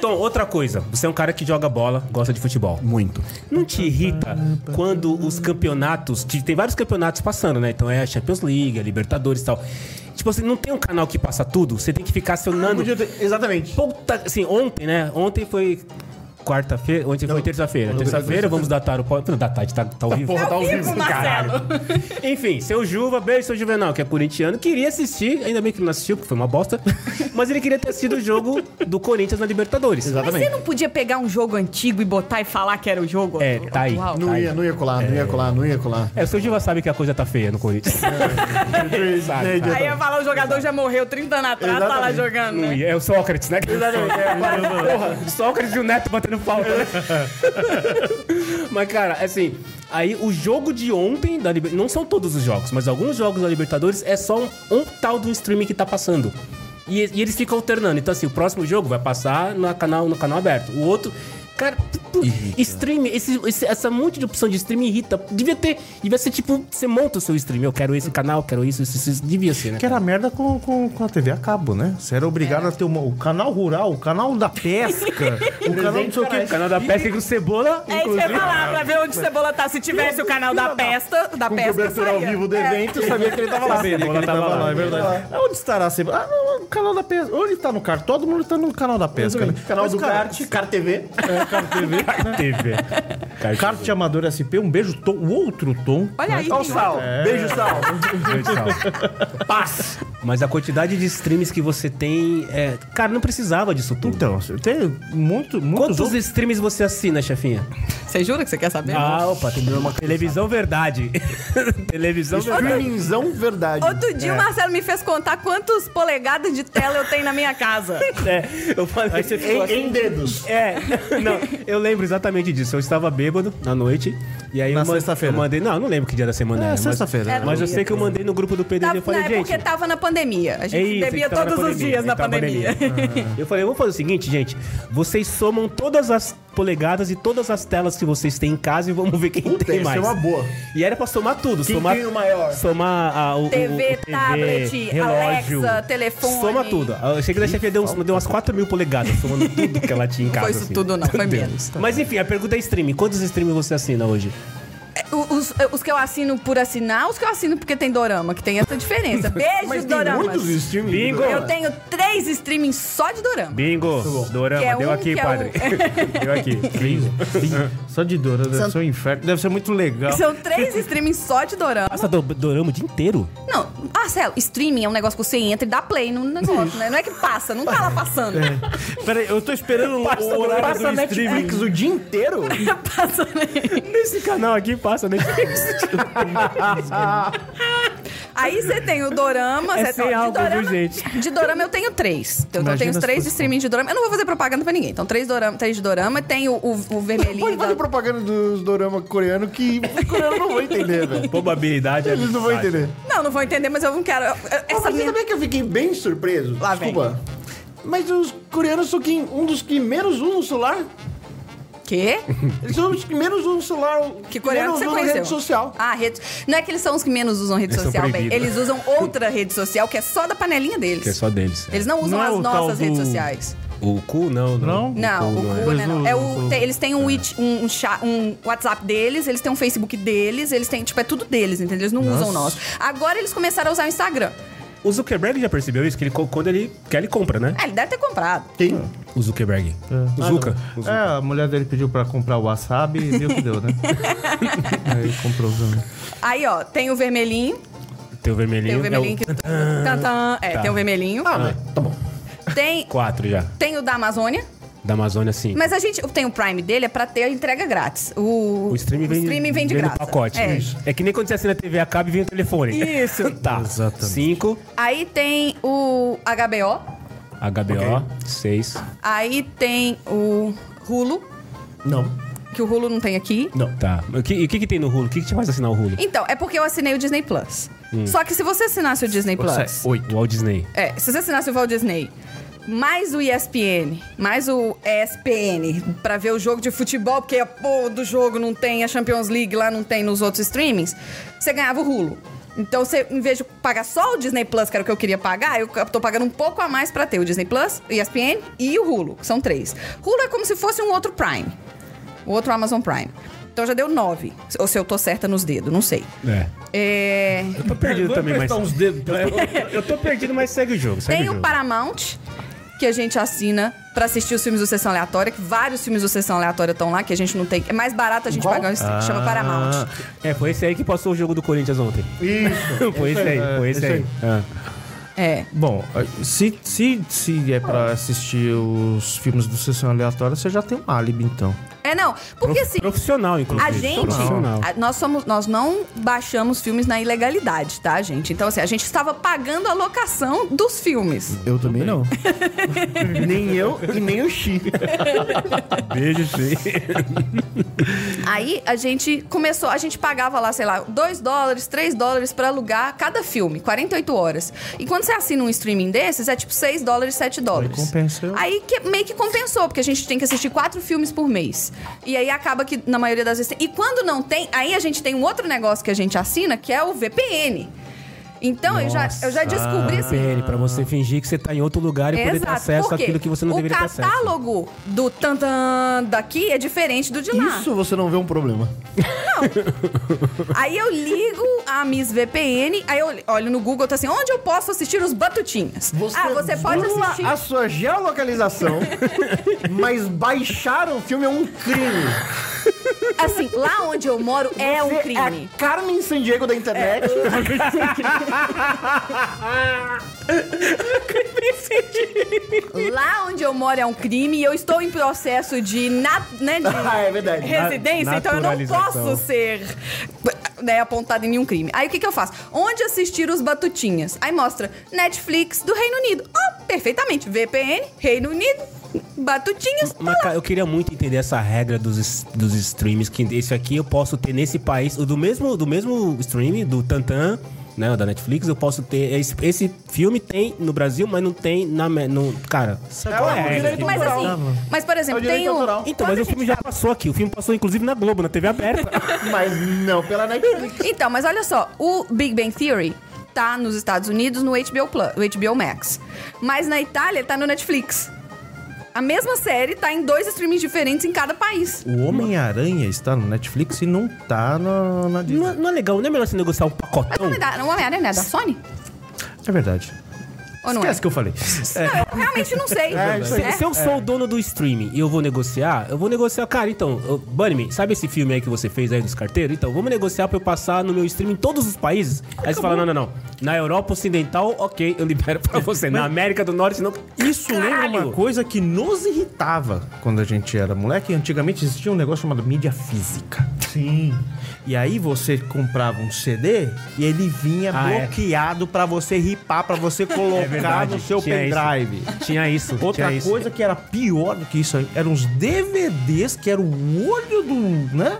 [SPEAKER 1] Tom, outra coisa. Você é um cara que joga bola, gosta de futebol.
[SPEAKER 4] Muito.
[SPEAKER 1] Não te irrita quando os campeonatos. te- Tem vários campeonatos passando, né? Então é a Champions League, a Libertadores e tal. Tipo assim, não tem um canal que Ah, passa tudo, você tem que ficar acionando.
[SPEAKER 4] Podia ter- Exatamente.
[SPEAKER 1] Puta, assim, ontem, né? Ontem foi quarta-feira. Ontem foi terça-feira. Terça-feira, vamos datar o podcast. Não, datar, tá, tá ao vivo.
[SPEAKER 7] Tá ao vivo, Marcelo.
[SPEAKER 1] (laughs) Enfim, seu Juva, beijo, seu Juvenal, que é corintiano, queria assistir, ainda bem que ele não assistiu, porque foi uma bosta,
[SPEAKER 4] (laughs)
[SPEAKER 1] mas ele queria ter assistido o jogo do Corinthians na Libertadores.
[SPEAKER 7] Mas você não podia pegar um jogo antigo e botar e falar que era o jogo?
[SPEAKER 1] É, tá aí.
[SPEAKER 7] atual?
[SPEAKER 1] tá
[SPEAKER 4] Não
[SPEAKER 1] aí.
[SPEAKER 4] ia, não ia colar, não ia colar, não ia colar.
[SPEAKER 1] É, o seu Juva sabe que a coisa tá feia no Corinthians.
[SPEAKER 4] Não ia adiantar.
[SPEAKER 7] Aí ia falar, o jogador já morreu 30 anos atrás, tá lá jogando.
[SPEAKER 1] Não
[SPEAKER 7] né?
[SPEAKER 1] ia. É o Sócrates, né? Porra, Sócrates e o Neto batendo falta. né? (laughs) mas, cara, assim, aí o jogo de ontem da Liber- Não são todos os jogos, mas alguns jogos da Libertadores é só um, um tal do streaming que tá passando. E, e eles ficam alternando. Então, assim, o próximo jogo vai passar na canal, no canal aberto. O outro. Cara, tu- tu- stream, esse, esse- essa monte de opção de stream irrita. Devia ter. Devia ser tipo, você monta o seu stream. Eu quero esse canal, quero isso, isso, isso. Devia ser, né?
[SPEAKER 5] Que era merda com, com, com a TV a cabo, né? Você era obrigado a ter uma- o canal rural, o canal da pesca, o canal não sei o
[SPEAKER 1] O
[SPEAKER 5] que.
[SPEAKER 1] canal da pesca com cebola.
[SPEAKER 7] É isso que eu ia falar, pra ver onde Cebola tá. Se tivesse o canal da pesta, da
[SPEAKER 4] Com
[SPEAKER 7] pesca,
[SPEAKER 4] cobertura ao
[SPEAKER 7] saía.
[SPEAKER 4] vivo do
[SPEAKER 7] É.
[SPEAKER 4] evento, eu sabia que ele tava lá.
[SPEAKER 5] Ele tava lá, é verdade. Onde estará sempre? Ah, no no canal da pesca. Ou ele tá no car, todo mundo tá no canal da pesca, né?
[SPEAKER 4] Canal
[SPEAKER 5] Mas,
[SPEAKER 4] do
[SPEAKER 5] cara,
[SPEAKER 4] Kart, Kart TV.
[SPEAKER 5] É, (laughs) Car TV. né?
[SPEAKER 1] TV.
[SPEAKER 5] Kart Amador SP, um beijo, Tom. O outro Tom.
[SPEAKER 7] Olha aí,
[SPEAKER 1] Então
[SPEAKER 2] Então,
[SPEAKER 4] Ó o
[SPEAKER 7] tem-
[SPEAKER 4] Sal. Beijo, Sal.
[SPEAKER 1] Paz! Mas a quantidade de streams que você tem. é, Cara, não precisava disso tudo.
[SPEAKER 5] Então, assim, tem muito, muitos
[SPEAKER 1] Quantos
[SPEAKER 5] outros.
[SPEAKER 1] streams você assina, chefinha?
[SPEAKER 7] Você jura que você quer saber?
[SPEAKER 1] Ah, opa, tem uma televisão verdade. televisão verdade.
[SPEAKER 4] Streamingzão verdade.
[SPEAKER 2] Outro
[SPEAKER 1] É.
[SPEAKER 2] dia o Marcelo me fez contar quantos polegadas de tela eu tenho na minha casa.
[SPEAKER 1] É, eu falei. Aí você
[SPEAKER 4] Em, em dedos.
[SPEAKER 1] É, (laughs) não, eu lembro exatamente disso. Eu estava bêbado na noite e aí
[SPEAKER 5] Na
[SPEAKER 1] eu man-
[SPEAKER 5] sexta-feira.
[SPEAKER 1] eu mandei, não, eu não lembro que dia da semana
[SPEAKER 5] É,
[SPEAKER 1] era, mas-
[SPEAKER 5] sexta-feira,
[SPEAKER 1] Mas,
[SPEAKER 5] era
[SPEAKER 1] eu sei que eu mandei no grupo do PDG
[SPEAKER 2] Tava-
[SPEAKER 1] e falei,
[SPEAKER 2] é
[SPEAKER 1] gente,
[SPEAKER 2] porque tava na pandemia. A gente
[SPEAKER 1] É isso,
[SPEAKER 2] bebia
[SPEAKER 1] ele tava na
[SPEAKER 2] todos os
[SPEAKER 1] pandemia,
[SPEAKER 7] dias
[SPEAKER 1] ele
[SPEAKER 7] na
[SPEAKER 1] tava
[SPEAKER 7] pandemia.
[SPEAKER 2] (laughs)
[SPEAKER 1] Eu falei, vamos fazer o seguinte, gente. Vocês somam todas as polegadas e todas as telas que vocês têm em casa e vamos ver quem tem
[SPEAKER 4] isso
[SPEAKER 1] mais.
[SPEAKER 4] é uma boa.
[SPEAKER 1] E era pra somar tudo.
[SPEAKER 4] Quem
[SPEAKER 1] somar,
[SPEAKER 4] tem o maior?
[SPEAKER 1] Somar a, o, o- o
[SPEAKER 2] TV,
[SPEAKER 1] TV,
[SPEAKER 2] tablet,
[SPEAKER 1] relógio.
[SPEAKER 2] Alexa, telefone.
[SPEAKER 1] Soma tudo. Eu achei que da chefia deu, uns- deu umas 4 mil polegadas, somando tudo que ela tinha em casa.
[SPEAKER 2] foi isso
[SPEAKER 1] assim.
[SPEAKER 2] tudo, não. Foi menos.
[SPEAKER 1] Mas enfim, a pergunta é streaming. Quantos streaming você assina hoje?
[SPEAKER 2] É, O- Os, os que eu assino por assinar, os que eu assino porque tem dorama, que tem
[SPEAKER 1] (laughs)
[SPEAKER 2] essa diferença. Beijos,
[SPEAKER 4] Mas tem muitos
[SPEAKER 2] doramas.
[SPEAKER 4] streaming.
[SPEAKER 1] Bingo!
[SPEAKER 2] Eu tenho três streamings só de dorama.
[SPEAKER 1] Bingo! Dorama,
[SPEAKER 2] Que é
[SPEAKER 1] deu
[SPEAKER 2] um,
[SPEAKER 1] aqui,
[SPEAKER 2] que é
[SPEAKER 1] padre.
[SPEAKER 2] (laughs)
[SPEAKER 1] deu aqui.
[SPEAKER 5] Só de Dora, deve ser um inferno. é Deve ser muito legal.
[SPEAKER 2] São três streamings só de dorama.
[SPEAKER 1] Passa do, dorama o dia inteiro?
[SPEAKER 2] Não, Marcelo, streaming é um negócio que você entra e dá play no negócio, né? Não é que passa, não tá lá passando.
[SPEAKER 1] É.
[SPEAKER 5] Peraí, eu tô esperando o o horário
[SPEAKER 4] Passa
[SPEAKER 5] do streaming.
[SPEAKER 4] Netflix o dia inteiro?
[SPEAKER 2] (laughs) Passa, né?
[SPEAKER 1] Nesse canal aqui passa, né?
[SPEAKER 2] Aí você tem o dorama,
[SPEAKER 1] É
[SPEAKER 2] você
[SPEAKER 1] sem
[SPEAKER 2] tem
[SPEAKER 1] álcool, viu,
[SPEAKER 2] dorama,
[SPEAKER 1] gente?
[SPEAKER 2] de dorama eu tenho três. Então, eu tenho os três de streaming de dorama. Eu não vou fazer propaganda pra ninguém. Então, três, dorama, três de dorama, tem o, o, o vermelhinho.
[SPEAKER 4] Pode fazer
[SPEAKER 2] da-
[SPEAKER 4] propaganda dos dorama coreano que o coreano não vai entender,
[SPEAKER 1] (laughs)
[SPEAKER 4] velho.
[SPEAKER 1] Probabilidade é
[SPEAKER 4] Eles não vão entender.
[SPEAKER 2] Não, não vou entender, mas eu não quero. eu-
[SPEAKER 4] Mas
[SPEAKER 2] Essa
[SPEAKER 4] você
[SPEAKER 2] minha...
[SPEAKER 4] sabia que eu fiquei bem surpreso?
[SPEAKER 7] Lá vem.
[SPEAKER 4] Desculpa. Mas os coreanos são quem- um dos que menos usam o celular.
[SPEAKER 2] Quê?
[SPEAKER 4] Eles são os que menos usam o celular. os
[SPEAKER 2] Que coreano
[SPEAKER 4] menos
[SPEAKER 2] que você
[SPEAKER 4] usam
[SPEAKER 2] conheceu?
[SPEAKER 4] rede social.
[SPEAKER 2] Ah, rede... Não é que eles são os que menos usam rede
[SPEAKER 1] Eles são
[SPEAKER 2] social, bem.
[SPEAKER 1] proibidos.
[SPEAKER 2] Eles usam outra rede social que é só da panelinha deles.
[SPEAKER 1] Que é só deles.
[SPEAKER 2] Eles não usam
[SPEAKER 5] Não é
[SPEAKER 2] as
[SPEAKER 5] o tal
[SPEAKER 2] nossas redes
[SPEAKER 5] do-
[SPEAKER 2] sociais.
[SPEAKER 1] O cu, não,
[SPEAKER 5] Não?
[SPEAKER 2] Não, o cu, né,
[SPEAKER 5] Pois
[SPEAKER 2] não.
[SPEAKER 5] não,
[SPEAKER 2] É
[SPEAKER 5] não,
[SPEAKER 2] o,
[SPEAKER 5] não.
[SPEAKER 2] tem- eles têm um, it- um, um cha- um WhatsApp deles, eles têm um Facebook deles, eles têm. Tipo, é tudo deles, entendeu? Eles não usam o nosso. Agora eles começaram a usar o Instagram.
[SPEAKER 1] O Zuckerberg já percebeu isso? Que ele, co- quando ele quer, ele compra, né?
[SPEAKER 2] Ah, ele deve ter comprado.
[SPEAKER 4] Quem?
[SPEAKER 1] O Zuckerberg. O
[SPEAKER 5] Ah,
[SPEAKER 1] Zuka.
[SPEAKER 5] não. É, a mulher dele pediu pra comprar o wasabi e deu que deu, (laughs) né? Aí comprou usando.
[SPEAKER 2] Aí, ó, tem o vermelhinho.
[SPEAKER 1] Tem o vermelhinho.
[SPEAKER 2] Tem o vermelhinho
[SPEAKER 1] é
[SPEAKER 2] que. Tantã. É, tem o vermelhinho.
[SPEAKER 4] Ah, mas tá bom.
[SPEAKER 2] Tem,
[SPEAKER 1] Quatro já.
[SPEAKER 2] tem o da Amazônia.
[SPEAKER 1] Da Amazônia, assim. sim.
[SPEAKER 2] Mas a gente tem o Prime dele é pra ter a entrega grátis. O,
[SPEAKER 1] O streaming vem,
[SPEAKER 2] vem de
[SPEAKER 1] no
[SPEAKER 2] graça.
[SPEAKER 1] pacote.
[SPEAKER 2] É.
[SPEAKER 1] é que nem quando você assina a TV a cabo e vem o telefone. Isso. (laughs) tá. Exatamente. Cinco.
[SPEAKER 2] Aí tem o HBO,
[SPEAKER 1] HBO. Seis.
[SPEAKER 2] aí tem o Hulu,
[SPEAKER 4] Não.
[SPEAKER 2] que o Hulu não tem aqui.
[SPEAKER 1] Não. Tá. O que, e o que, que tem no Hulu? O que, que te faz assinar o Hulu?
[SPEAKER 2] Então, é porque eu assinei o Disney Plus. Só que se você assinasse o Disney Plus,
[SPEAKER 1] Oito. Walt Disney.
[SPEAKER 2] é, se você assinasse o Walt Disney, mais o ESPN, mais o ESPN pra ver o jogo de futebol, porque a porra do jogo não tem, a Champions League lá não tem nos outros streamings, você ganhava o Hulu. Então, você, em vez de pagar só o Disney Plus, que era o que eu queria pagar, eu tô pagando um pouco a mais pra ter o Disney Plus, o ESPN e o Hulu. que São três. Hulu é como se fosse um outro Prime. O outro Amazon Prime. Então já deu nove. Ou se eu tô certa nos dedos, não sei.
[SPEAKER 1] É.
[SPEAKER 2] É,
[SPEAKER 1] Eu (laughs) tô perdido também, mas.
[SPEAKER 5] uns dedos.
[SPEAKER 1] Eu tô perdido, mas segue o jogo. Segue
[SPEAKER 2] tem
[SPEAKER 1] o
[SPEAKER 2] o
[SPEAKER 1] jogo.
[SPEAKER 2] Paramount, que a gente assina pra assistir os filmes do Sessão Aleatória, que vários filmes do Sessão Aleatória estão lá, que a gente não tem. É mais barato a gente pagar um stream,
[SPEAKER 1] Ah.
[SPEAKER 2] chama Paramount.
[SPEAKER 1] É, foi esse aí que passou o jogo do Corinthians ontem. Isso. (laughs) foi esse aí, foi esse aí. Ah.
[SPEAKER 2] É.
[SPEAKER 5] Bom, se, se, se é
[SPEAKER 2] Ah.
[SPEAKER 5] pra assistir os filmes do Sessão Aleatória, você já tem um álibi, então.
[SPEAKER 2] É, não. Porque assim.
[SPEAKER 1] Profissional, inclusive.
[SPEAKER 2] A gente,
[SPEAKER 1] Profissional.
[SPEAKER 2] a- nós somos, nós não baixamos filmes na ilegalidade, tá, gente? Então assim, a gente estava pagando a locação dos filmes.
[SPEAKER 4] Eu também não. (laughs)
[SPEAKER 5] Nem eu e nem o Xi.
[SPEAKER 1] Beijo, sim.
[SPEAKER 2] Aí a gente começou, a gente pagava lá, sei lá, 2 dólares, 3 dólares pra alugar cada filme, 48 horas. E quando você assina um streaming desses, é tipo 6 dólares, 7 dólares.
[SPEAKER 5] compensa.
[SPEAKER 2] Aí que- meio que compensou, porque a gente tem que assistir quatro filmes por mês. E aí acaba que, na maioria das vezes. tem- E quando não tem, aí a gente tem um outro negócio que a gente assina, que é o VPN. Então, eu já, eu já descobri assim.
[SPEAKER 1] VPN, Ah, pra você fingir que você tá em outro lugar e poder ter
[SPEAKER 2] Exato.
[SPEAKER 1] acesso
[SPEAKER 2] Por quê?
[SPEAKER 1] àquilo que você não
[SPEAKER 2] o
[SPEAKER 1] deveria ter acesso.
[SPEAKER 2] catálogo do tantan daqui é diferente do de lá.
[SPEAKER 4] (laughs) Isso você não vê um problema.
[SPEAKER 2] Aí eu ligo a Miss VPN, aí eu olho no Google, tá assim, onde eu posso assistir os Batutinhas? ah, você pode
[SPEAKER 4] burla
[SPEAKER 2] assistir.
[SPEAKER 4] a sua
[SPEAKER 2] (laughs)
[SPEAKER 4] geolocalização, mas baixar o filme é um crime.
[SPEAKER 2] Assim, lá onde eu moro é um
[SPEAKER 4] Você
[SPEAKER 2] crime.
[SPEAKER 4] É a Carmen San Diego da internet.
[SPEAKER 2] Lá onde eu moro é um crime e eu estou em processo de, na- né, de
[SPEAKER 4] ah, é verdade.
[SPEAKER 7] Residência, então eu não
[SPEAKER 1] naturalização.
[SPEAKER 7] posso ser.
[SPEAKER 2] né, apontada em nenhum crime. Aí o que, que eu faço? Onde assistir os Batutinhas? Aí mostra Netflix do Reino Unido. Ah, perfeitamente. VPN, Reino Unido, Batutinhas.
[SPEAKER 1] Mas, cara, eu queria muito entender essa regra dos, es- dos streams, que esse aqui eu posso ter nesse país, o do mesmo, do mesmo stream, do Tantan, né, o da Netflix, eu posso ter, esse, esse filme tem no Brasil, mas não tem na... me- No, cara,
[SPEAKER 4] é o direito
[SPEAKER 1] aqui?
[SPEAKER 2] Mas assim, mas por exemplo,
[SPEAKER 4] É o direito
[SPEAKER 2] tem o.
[SPEAKER 4] autoral.
[SPEAKER 1] Então, mas
[SPEAKER 2] Quando a
[SPEAKER 1] o
[SPEAKER 2] gente
[SPEAKER 1] filme já passou aqui, o filme passou inclusive na Globo, na TV aberta.
[SPEAKER 4] (laughs) Mas não pela Netflix.
[SPEAKER 2] Então, mas olha só, o Big Bang Theory tá nos Estados Unidos no HBO Plus, o HBO Max. Mas na Itália tá no Netflix. A mesma série tá em dois streamings diferentes em cada país.
[SPEAKER 5] O Homem-Aranha está no Netflix e não tá na, na Disney.
[SPEAKER 1] não, não é legal, não é melhor você negociar um
[SPEAKER 2] Mas
[SPEAKER 1] pacotão?
[SPEAKER 2] não é da, não é, né? da Sony?
[SPEAKER 5] É verdade.
[SPEAKER 2] Ou não é?
[SPEAKER 5] Esquece que eu falei.
[SPEAKER 2] Não, eu realmente não sei.
[SPEAKER 1] Se,
[SPEAKER 2] né?
[SPEAKER 1] se eu é um sou o dono do streaming e eu vou negociar, eu vou negociar, cara, então, eu- Bunny, me, sabe esse filme aí que você fez aí dos carteiros? Então, vamos negociar pra eu passar no meu streaming em todos os países? Aí você fala, não, não, não. Na Europa Ocidental, ok, eu libero pra você. Na América do Norte, não.
[SPEAKER 5] Isso lembra
[SPEAKER 1] Caralho!
[SPEAKER 5] uma coisa que nos irritava quando a gente era moleque. Antigamente existia um negócio chamado mídia física. Sim. E aí você comprava um CD e ele vinha
[SPEAKER 1] Ah, é.
[SPEAKER 5] bloqueado pra você ripar,
[SPEAKER 1] (laughs)
[SPEAKER 5] pra você colocar
[SPEAKER 1] verdade,
[SPEAKER 5] no seu
[SPEAKER 1] tinha isso.
[SPEAKER 5] pendrive.
[SPEAKER 1] Tinha isso,
[SPEAKER 5] Outra
[SPEAKER 1] tinha isso.
[SPEAKER 5] coisa que era pior do que isso aí, eram os DVDs, que era o olho do. né?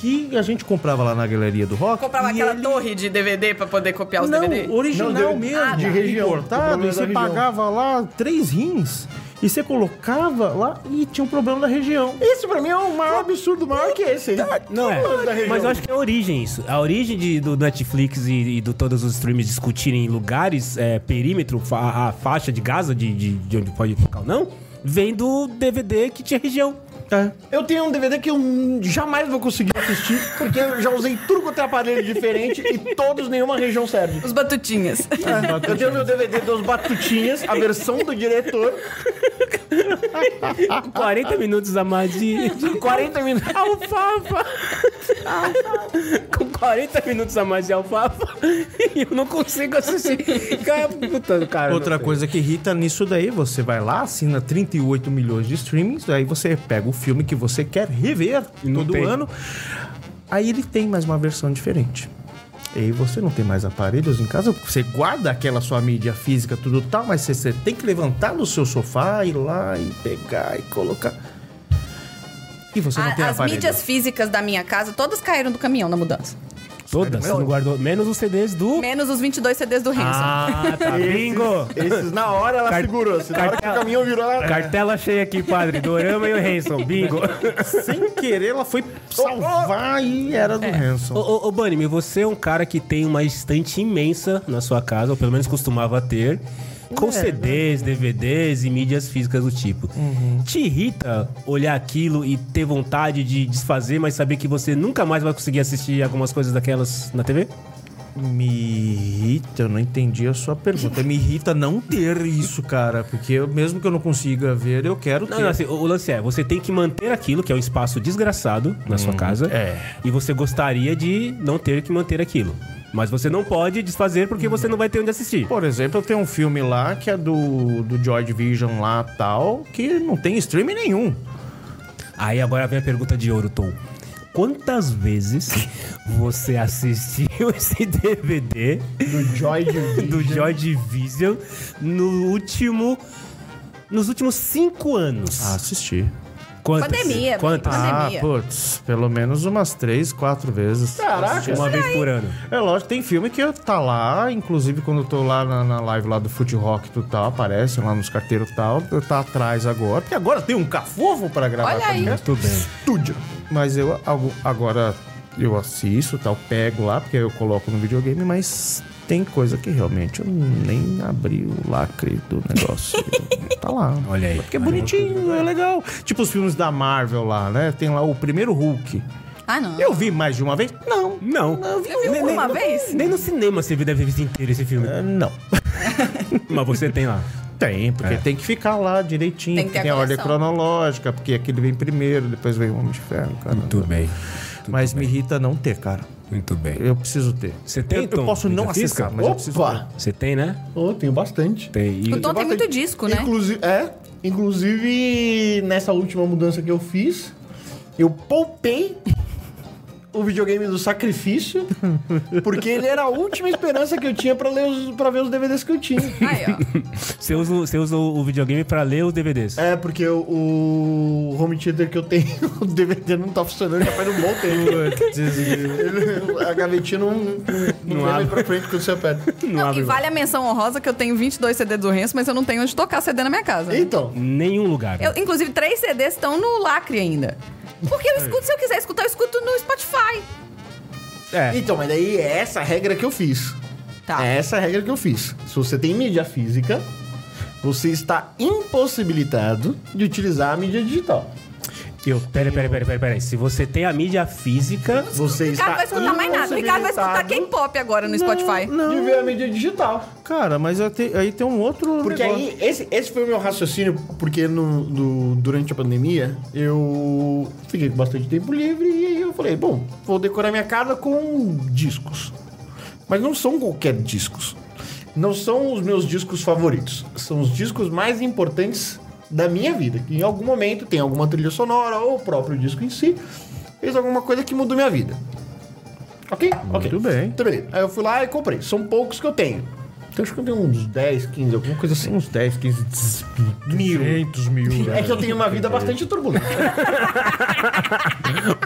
[SPEAKER 5] Que a gente comprava lá na galeria do rock.
[SPEAKER 7] Comprava
[SPEAKER 5] e
[SPEAKER 7] aquela
[SPEAKER 5] ele-
[SPEAKER 7] torre de DVD pra poder copiar os
[SPEAKER 5] Não,
[SPEAKER 7] DVD.
[SPEAKER 5] original
[SPEAKER 4] Não, de-
[SPEAKER 5] mesmo.
[SPEAKER 4] de região. O
[SPEAKER 5] Importado,
[SPEAKER 4] problema é
[SPEAKER 5] e você
[SPEAKER 4] da região.
[SPEAKER 5] pagava lá três rins. E você colocava lá e tinha um problema da região.
[SPEAKER 4] Isso pra mim é o maior absurdo maior que esse. hein?
[SPEAKER 1] Não é.
[SPEAKER 4] Da região.
[SPEAKER 1] Mas eu acho que é a origem isso. A origem de- do Netflix e, e do todos os streams discutirem lugares, é, perímetro, fa- a faixa de Gaza, de, de, de onde pode tocar ou não, vem do DVD que tinha região.
[SPEAKER 4] Eu tenho um DVD que eu jamais vou conseguir assistir, porque eu já usei tudo quanto é aparelho diferente e todos nenhuma região serve.
[SPEAKER 7] Os Batutinhas.
[SPEAKER 4] Eu tenho meu DVD dos Batutinhas, a versão do diretor,
[SPEAKER 1] 40 minutos a mais de, de
[SPEAKER 4] 40 minutos.
[SPEAKER 1] (laughs) alfafa. Com 40 minutos a mais de alfafa. (laughs) E eu não consigo assistir. Cara, puta, cara.
[SPEAKER 5] Outra
[SPEAKER 1] não sei.
[SPEAKER 5] coisa que irrita nisso daí, você vai lá, assina 38 milhões de streamings, aí você pega o filme que você quer rever
[SPEAKER 1] não
[SPEAKER 5] todo
[SPEAKER 1] tem.
[SPEAKER 5] ano. Aí ele tem mais uma versão diferente. E aí você não tem mais aparelhos em casa, você guarda aquela sua mídia física, tudo tal, mas você, você tem que levantar do seu sofá, ir lá e pegar e colocar. E você não
[SPEAKER 2] A-
[SPEAKER 5] tem
[SPEAKER 2] as
[SPEAKER 5] aparelho.
[SPEAKER 2] mídias físicas da minha casa, todas caíram do caminhão na mudança.
[SPEAKER 1] Todas, você não guardou. Menos os CDs do.
[SPEAKER 2] Menos os 22 CDs do Hanson.
[SPEAKER 1] Ah, tá. Bingo!
[SPEAKER 4] Esses na hora ela
[SPEAKER 1] Car-
[SPEAKER 4] segurou, se na hora que o caminhão virou ela...
[SPEAKER 1] Cartela cheia aqui, padre. Dorama e o Hanson. Bingo.
[SPEAKER 5] (laughs) Sem querer, ela foi salvar e era
[SPEAKER 2] É.
[SPEAKER 5] do Hanson.
[SPEAKER 1] Ô, ô, ô Bunny, você é um cara que tem uma estante imensa na sua casa, ou pelo menos costumava ter, com CDs, DVDs e mídias físicas do tipo. Te irrita olhar aquilo e ter vontade de desfazer, mas saber que você nunca mais vai conseguir assistir algumas coisas daquelas na TV?
[SPEAKER 5] Me irrita, eu não entendi a sua pergunta. Me irrita não ter isso, cara. Porque eu- mesmo que eu não consiga ver, eu quero
[SPEAKER 1] Não,
[SPEAKER 5] ter.
[SPEAKER 1] não, assim, o o lance é, você tem que manter aquilo, que é um espaço desgraçado na sua casa.
[SPEAKER 5] é.
[SPEAKER 1] E você gostaria de não ter que manter aquilo. Mas você não pode desfazer porque você não vai ter onde assistir.
[SPEAKER 5] Por exemplo, eu tenho um filme lá que é do, do Joy Division lá tal, que não tem streaming nenhum.
[SPEAKER 1] Aí agora vem a pergunta de ouro, Tom. Quantas (laughs) vezes você assistiu (laughs) esse DVD
[SPEAKER 4] Do Joy Division.
[SPEAKER 1] do Joy Division no último... Nos últimos cinco anos?
[SPEAKER 5] assisti.
[SPEAKER 1] Quantas?
[SPEAKER 2] Pandemia,
[SPEAKER 1] Quantas?
[SPEAKER 5] Ah,
[SPEAKER 2] Pandemia.
[SPEAKER 5] putz, pelo menos umas três, quatro vezes.
[SPEAKER 4] Caraca.
[SPEAKER 1] Ah, Uma vez por ano.
[SPEAKER 5] É lógico, tem filme que eu tá lá, inclusive quando eu tô lá na, na live lá do Foot Rock e tal, aparece lá nos carteiros e tal, eu tá atrás agora, porque agora tem um cafofo pra gravar.
[SPEAKER 2] Olha aí.
[SPEAKER 5] podcast.
[SPEAKER 1] Muito bem.
[SPEAKER 5] estúdio. Mas eu algo- agora eu assisto, tal, pego lá, porque eu coloco no videogame, mas tem coisa que realmente eu nem abri o lacre do
[SPEAKER 1] (laughs)
[SPEAKER 5] negócio. tá lá.
[SPEAKER 1] Olha aí.
[SPEAKER 5] Porque é bonitinho, é legal. Tipo os filmes da Marvel lá, né? Tem lá o primeiro Hulk.
[SPEAKER 2] Ah, não.
[SPEAKER 5] Eu vi mais de uma vez? Não.
[SPEAKER 1] Não.
[SPEAKER 2] vi
[SPEAKER 1] Nem-
[SPEAKER 2] uma
[SPEAKER 1] nem-
[SPEAKER 2] vez?
[SPEAKER 1] Nem no cinema você deve ter visto inteiro esse filme.
[SPEAKER 5] É, Não.
[SPEAKER 1] (laughs) Mas você tem lá.
[SPEAKER 5] Tem, porque
[SPEAKER 1] É.
[SPEAKER 5] tem que ficar lá direitinho,
[SPEAKER 2] Tem
[SPEAKER 5] tem
[SPEAKER 2] que ter
[SPEAKER 5] que
[SPEAKER 2] a
[SPEAKER 5] tem a ordem
[SPEAKER 2] coleção.
[SPEAKER 5] cronológica, porque aquele vem primeiro, depois vem o Homem de Ferro, cara.
[SPEAKER 1] bem.
[SPEAKER 5] Mas me irrita não ter, cara.
[SPEAKER 1] Muito bem.
[SPEAKER 5] Eu preciso ter.
[SPEAKER 1] Você tem,
[SPEAKER 5] Eu,
[SPEAKER 1] Tom,
[SPEAKER 5] eu posso não
[SPEAKER 1] mídia física?
[SPEAKER 5] acessar, mas eu preciso ter.
[SPEAKER 4] Opa!
[SPEAKER 1] Você tem, né?
[SPEAKER 4] Ô, Oh, tenho bastante.
[SPEAKER 1] Tem. E-
[SPEAKER 2] O Tom tem muito disco, né?
[SPEAKER 4] Inclusive, é. Inclusive, nessa última mudança que eu fiz, eu poupei o videogame do Sacrifício, porque ele era a última esperança que eu tinha pra, ler os, pra ver os DVDs que eu tinha.
[SPEAKER 2] Aí, ó.
[SPEAKER 1] Você usa, o- você usa o videogame pra ler os DVDs.
[SPEAKER 4] É, porque o, o home theater que eu tenho, (laughs) o DVD não tá funcionando já faz um bom
[SPEAKER 1] (laughs)
[SPEAKER 4] tempo. Ele- a gavetinha não, não, não, vem mais pra frente quando você aperta.
[SPEAKER 2] Não, e vale a menção honrosa que eu tenho 22 CD do Renzo, mas eu não tenho onde tocar CD na minha casa.
[SPEAKER 4] Então,
[SPEAKER 1] Nenhum lugar.
[SPEAKER 2] Eu, inclusive, três CDs estão no lacre ainda. Porque eu escuto, se eu quiser escutar, eu escuto no Spotify.
[SPEAKER 1] É.
[SPEAKER 4] então, mas daí é essa a regra que eu fiz.
[SPEAKER 2] Tá.
[SPEAKER 4] É essa a regra que eu fiz. Se você tem mídia física, você está impossibilitado de utilizar a mídia digital.
[SPEAKER 1] Eu, pera, pera, pera, pera, pera. aí. Se você tem a mídia física,
[SPEAKER 4] Você
[SPEAKER 2] Ricardo
[SPEAKER 4] está
[SPEAKER 2] vai escutar mais nada. Ricardo vai escutar
[SPEAKER 4] impossibilitado
[SPEAKER 2] K-pop agora no Spotify.
[SPEAKER 4] de ver a mídia digital.
[SPEAKER 5] Cara, mas eu te- aí tem um outro.
[SPEAKER 4] Porque
[SPEAKER 5] negócio.
[SPEAKER 4] aí, esse, esse foi o meu raciocínio, porque no, do- durante a pandemia eu fiquei com bastante tempo livre e aí eu falei, bom, vou decorar minha casa com discos. Mas não são qualquer discos. Não são os meus discos favoritos. São os discos mais importantes da minha vida. Que em algum momento tem alguma trilha sonora ou o próprio disco em si. Fez alguma coisa que mudou minha vida. Ok? ok.
[SPEAKER 5] Muito bem.
[SPEAKER 4] Então, beleza. Aí eu fui lá e comprei. São poucos que eu tenho. Então, acho que eu tenho uns 10, 15, alguma coisa assim.
[SPEAKER 5] Uns 10, 15,
[SPEAKER 4] Mil.
[SPEAKER 5] 200 mil.
[SPEAKER 4] É que eu tenho uma vida bastante (laughs) turbulenta.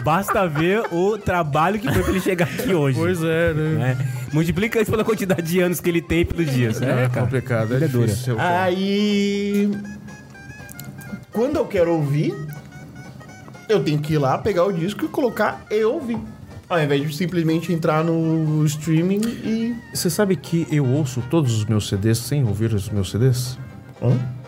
[SPEAKER 1] basta ver o trabalho que foi pra ele chegar aqui hoje.
[SPEAKER 5] Pois é, né?
[SPEAKER 1] né? Multiplica isso pela quantidade de anos que ele tem pelos dias. né,
[SPEAKER 5] É
[SPEAKER 1] cara?
[SPEAKER 5] complicado, é
[SPEAKER 1] Vida dura.
[SPEAKER 5] difícil.
[SPEAKER 4] Aí. Quando eu quero ouvir, eu tenho que ir lá pegar o disco e colocar eu ouvir. Ao invés de simplesmente entrar no streaming e.
[SPEAKER 5] Você sabe que eu ouço todos os meus CDs sem ouvir os meus CDs?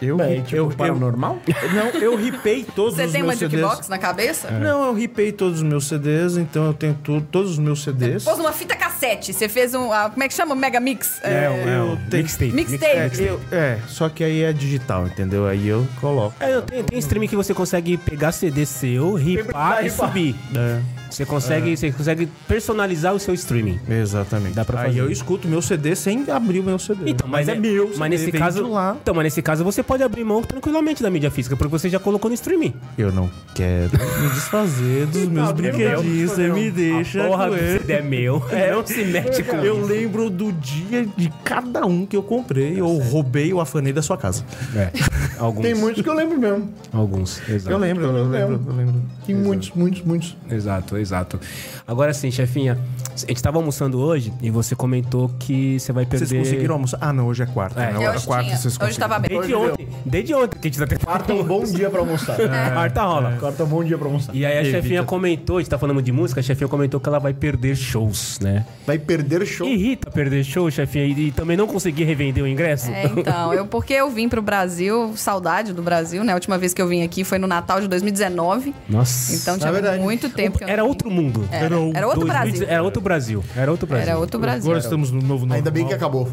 [SPEAKER 5] Eu,
[SPEAKER 4] Bem,
[SPEAKER 5] ri-
[SPEAKER 4] tipo,
[SPEAKER 5] eu,
[SPEAKER 4] paranormal?
[SPEAKER 5] eu- não,
[SPEAKER 2] (laughs)
[SPEAKER 5] eu ripei todos
[SPEAKER 2] Você
[SPEAKER 5] os
[SPEAKER 2] tem uma
[SPEAKER 5] meus É. CDs.
[SPEAKER 2] jukebox na cabeça?
[SPEAKER 5] Não, eu ripei todos os meus CDs, então eu tenho tu- todos os meus CDs.
[SPEAKER 2] Pôs uma fita cassete. Você fez um. ah, como é que chama? Mega Mix?
[SPEAKER 5] É,
[SPEAKER 2] É,
[SPEAKER 5] eu tenho-
[SPEAKER 1] um Mixtape.
[SPEAKER 2] Mixtape.
[SPEAKER 5] É, eu- é, só que aí é digital, entendeu? Aí eu coloco.
[SPEAKER 1] É, eu tenho, tem streaming que você consegue pegar CD seu, ripar e subir.
[SPEAKER 5] É.
[SPEAKER 1] Você consegue, você consegue personalizar o seu streaming.
[SPEAKER 5] Exatamente.
[SPEAKER 1] Dá pra
[SPEAKER 5] Aí
[SPEAKER 1] fazer.
[SPEAKER 5] eu escuto meu CD sem abrir o meu CD.
[SPEAKER 1] Então, mas, é meu. Mas nesse
[SPEAKER 5] vem
[SPEAKER 1] caso,
[SPEAKER 5] de lá.
[SPEAKER 1] então, mas nesse caso você pode abrir mão tranquilamente da mídia física, porque você já colocou no streaming.
[SPEAKER 5] Eu não quero me desfazer dos meus brinquedinhos. Você me deixa.
[SPEAKER 1] A porra
[SPEAKER 5] com
[SPEAKER 1] do
[SPEAKER 5] ele.
[SPEAKER 1] CD é meu. não se mete com
[SPEAKER 5] (laughs) Eu lembro do dia de cada um que eu
[SPEAKER 1] Tá
[SPEAKER 5] comprei ou roubei ou afanei da sua casa.
[SPEAKER 1] É, alguns.
[SPEAKER 4] Tem muitos que eu lembro mesmo.
[SPEAKER 1] Alguns, exato.
[SPEAKER 5] Eu lembro, eu lembro, eu lembro.
[SPEAKER 4] Tem muitos, muitos, muitos.
[SPEAKER 1] Exato, exato. Agora sim, chefinha, a gente tava almoçando hoje e você comentou que você vai perder...
[SPEAKER 5] Vocês conseguiram almoçar? Ah, não, hoje é quarta.
[SPEAKER 1] É.
[SPEAKER 5] né?
[SPEAKER 2] Eu
[SPEAKER 5] Era
[SPEAKER 2] hoje
[SPEAKER 5] quarta,
[SPEAKER 2] tinha.
[SPEAKER 5] vocês
[SPEAKER 2] Hoje
[SPEAKER 5] conseguiram.
[SPEAKER 2] tava bem.
[SPEAKER 1] Desde ontem, desde ontem que a gente tá tentando...
[SPEAKER 4] Quarta é um bom dia pra
[SPEAKER 1] (laughs)
[SPEAKER 4] almoçar.
[SPEAKER 1] Quarta rola.
[SPEAKER 4] Quarta é um bom dia pra almoçar.
[SPEAKER 1] E aí a
[SPEAKER 5] Evita.
[SPEAKER 1] chefinha comentou, a gente tá falando de música, a chefinha comentou que ela vai perder shows, né?
[SPEAKER 4] (laughs) Vai perder show.
[SPEAKER 1] Irrita perder show, chefinha, e, e também não conseguir revender o ingresso?
[SPEAKER 2] É, então, eu porque eu vim pro Brasil, saudade do Brasil, né? A última vez que eu vim aqui foi no Natal de 2019.
[SPEAKER 1] Nossa.
[SPEAKER 2] Então tinha
[SPEAKER 4] verdade.
[SPEAKER 2] muito tempo que eu não
[SPEAKER 1] Era
[SPEAKER 2] vim.
[SPEAKER 1] outro mundo.
[SPEAKER 2] Era, era outro
[SPEAKER 1] 2010
[SPEAKER 2] Brasil.
[SPEAKER 1] Era outro Brasil. Era outro Brasil.
[SPEAKER 2] Era outro Brasil.
[SPEAKER 8] Agora estamos no novo normal.
[SPEAKER 4] Ainda bem que acabou.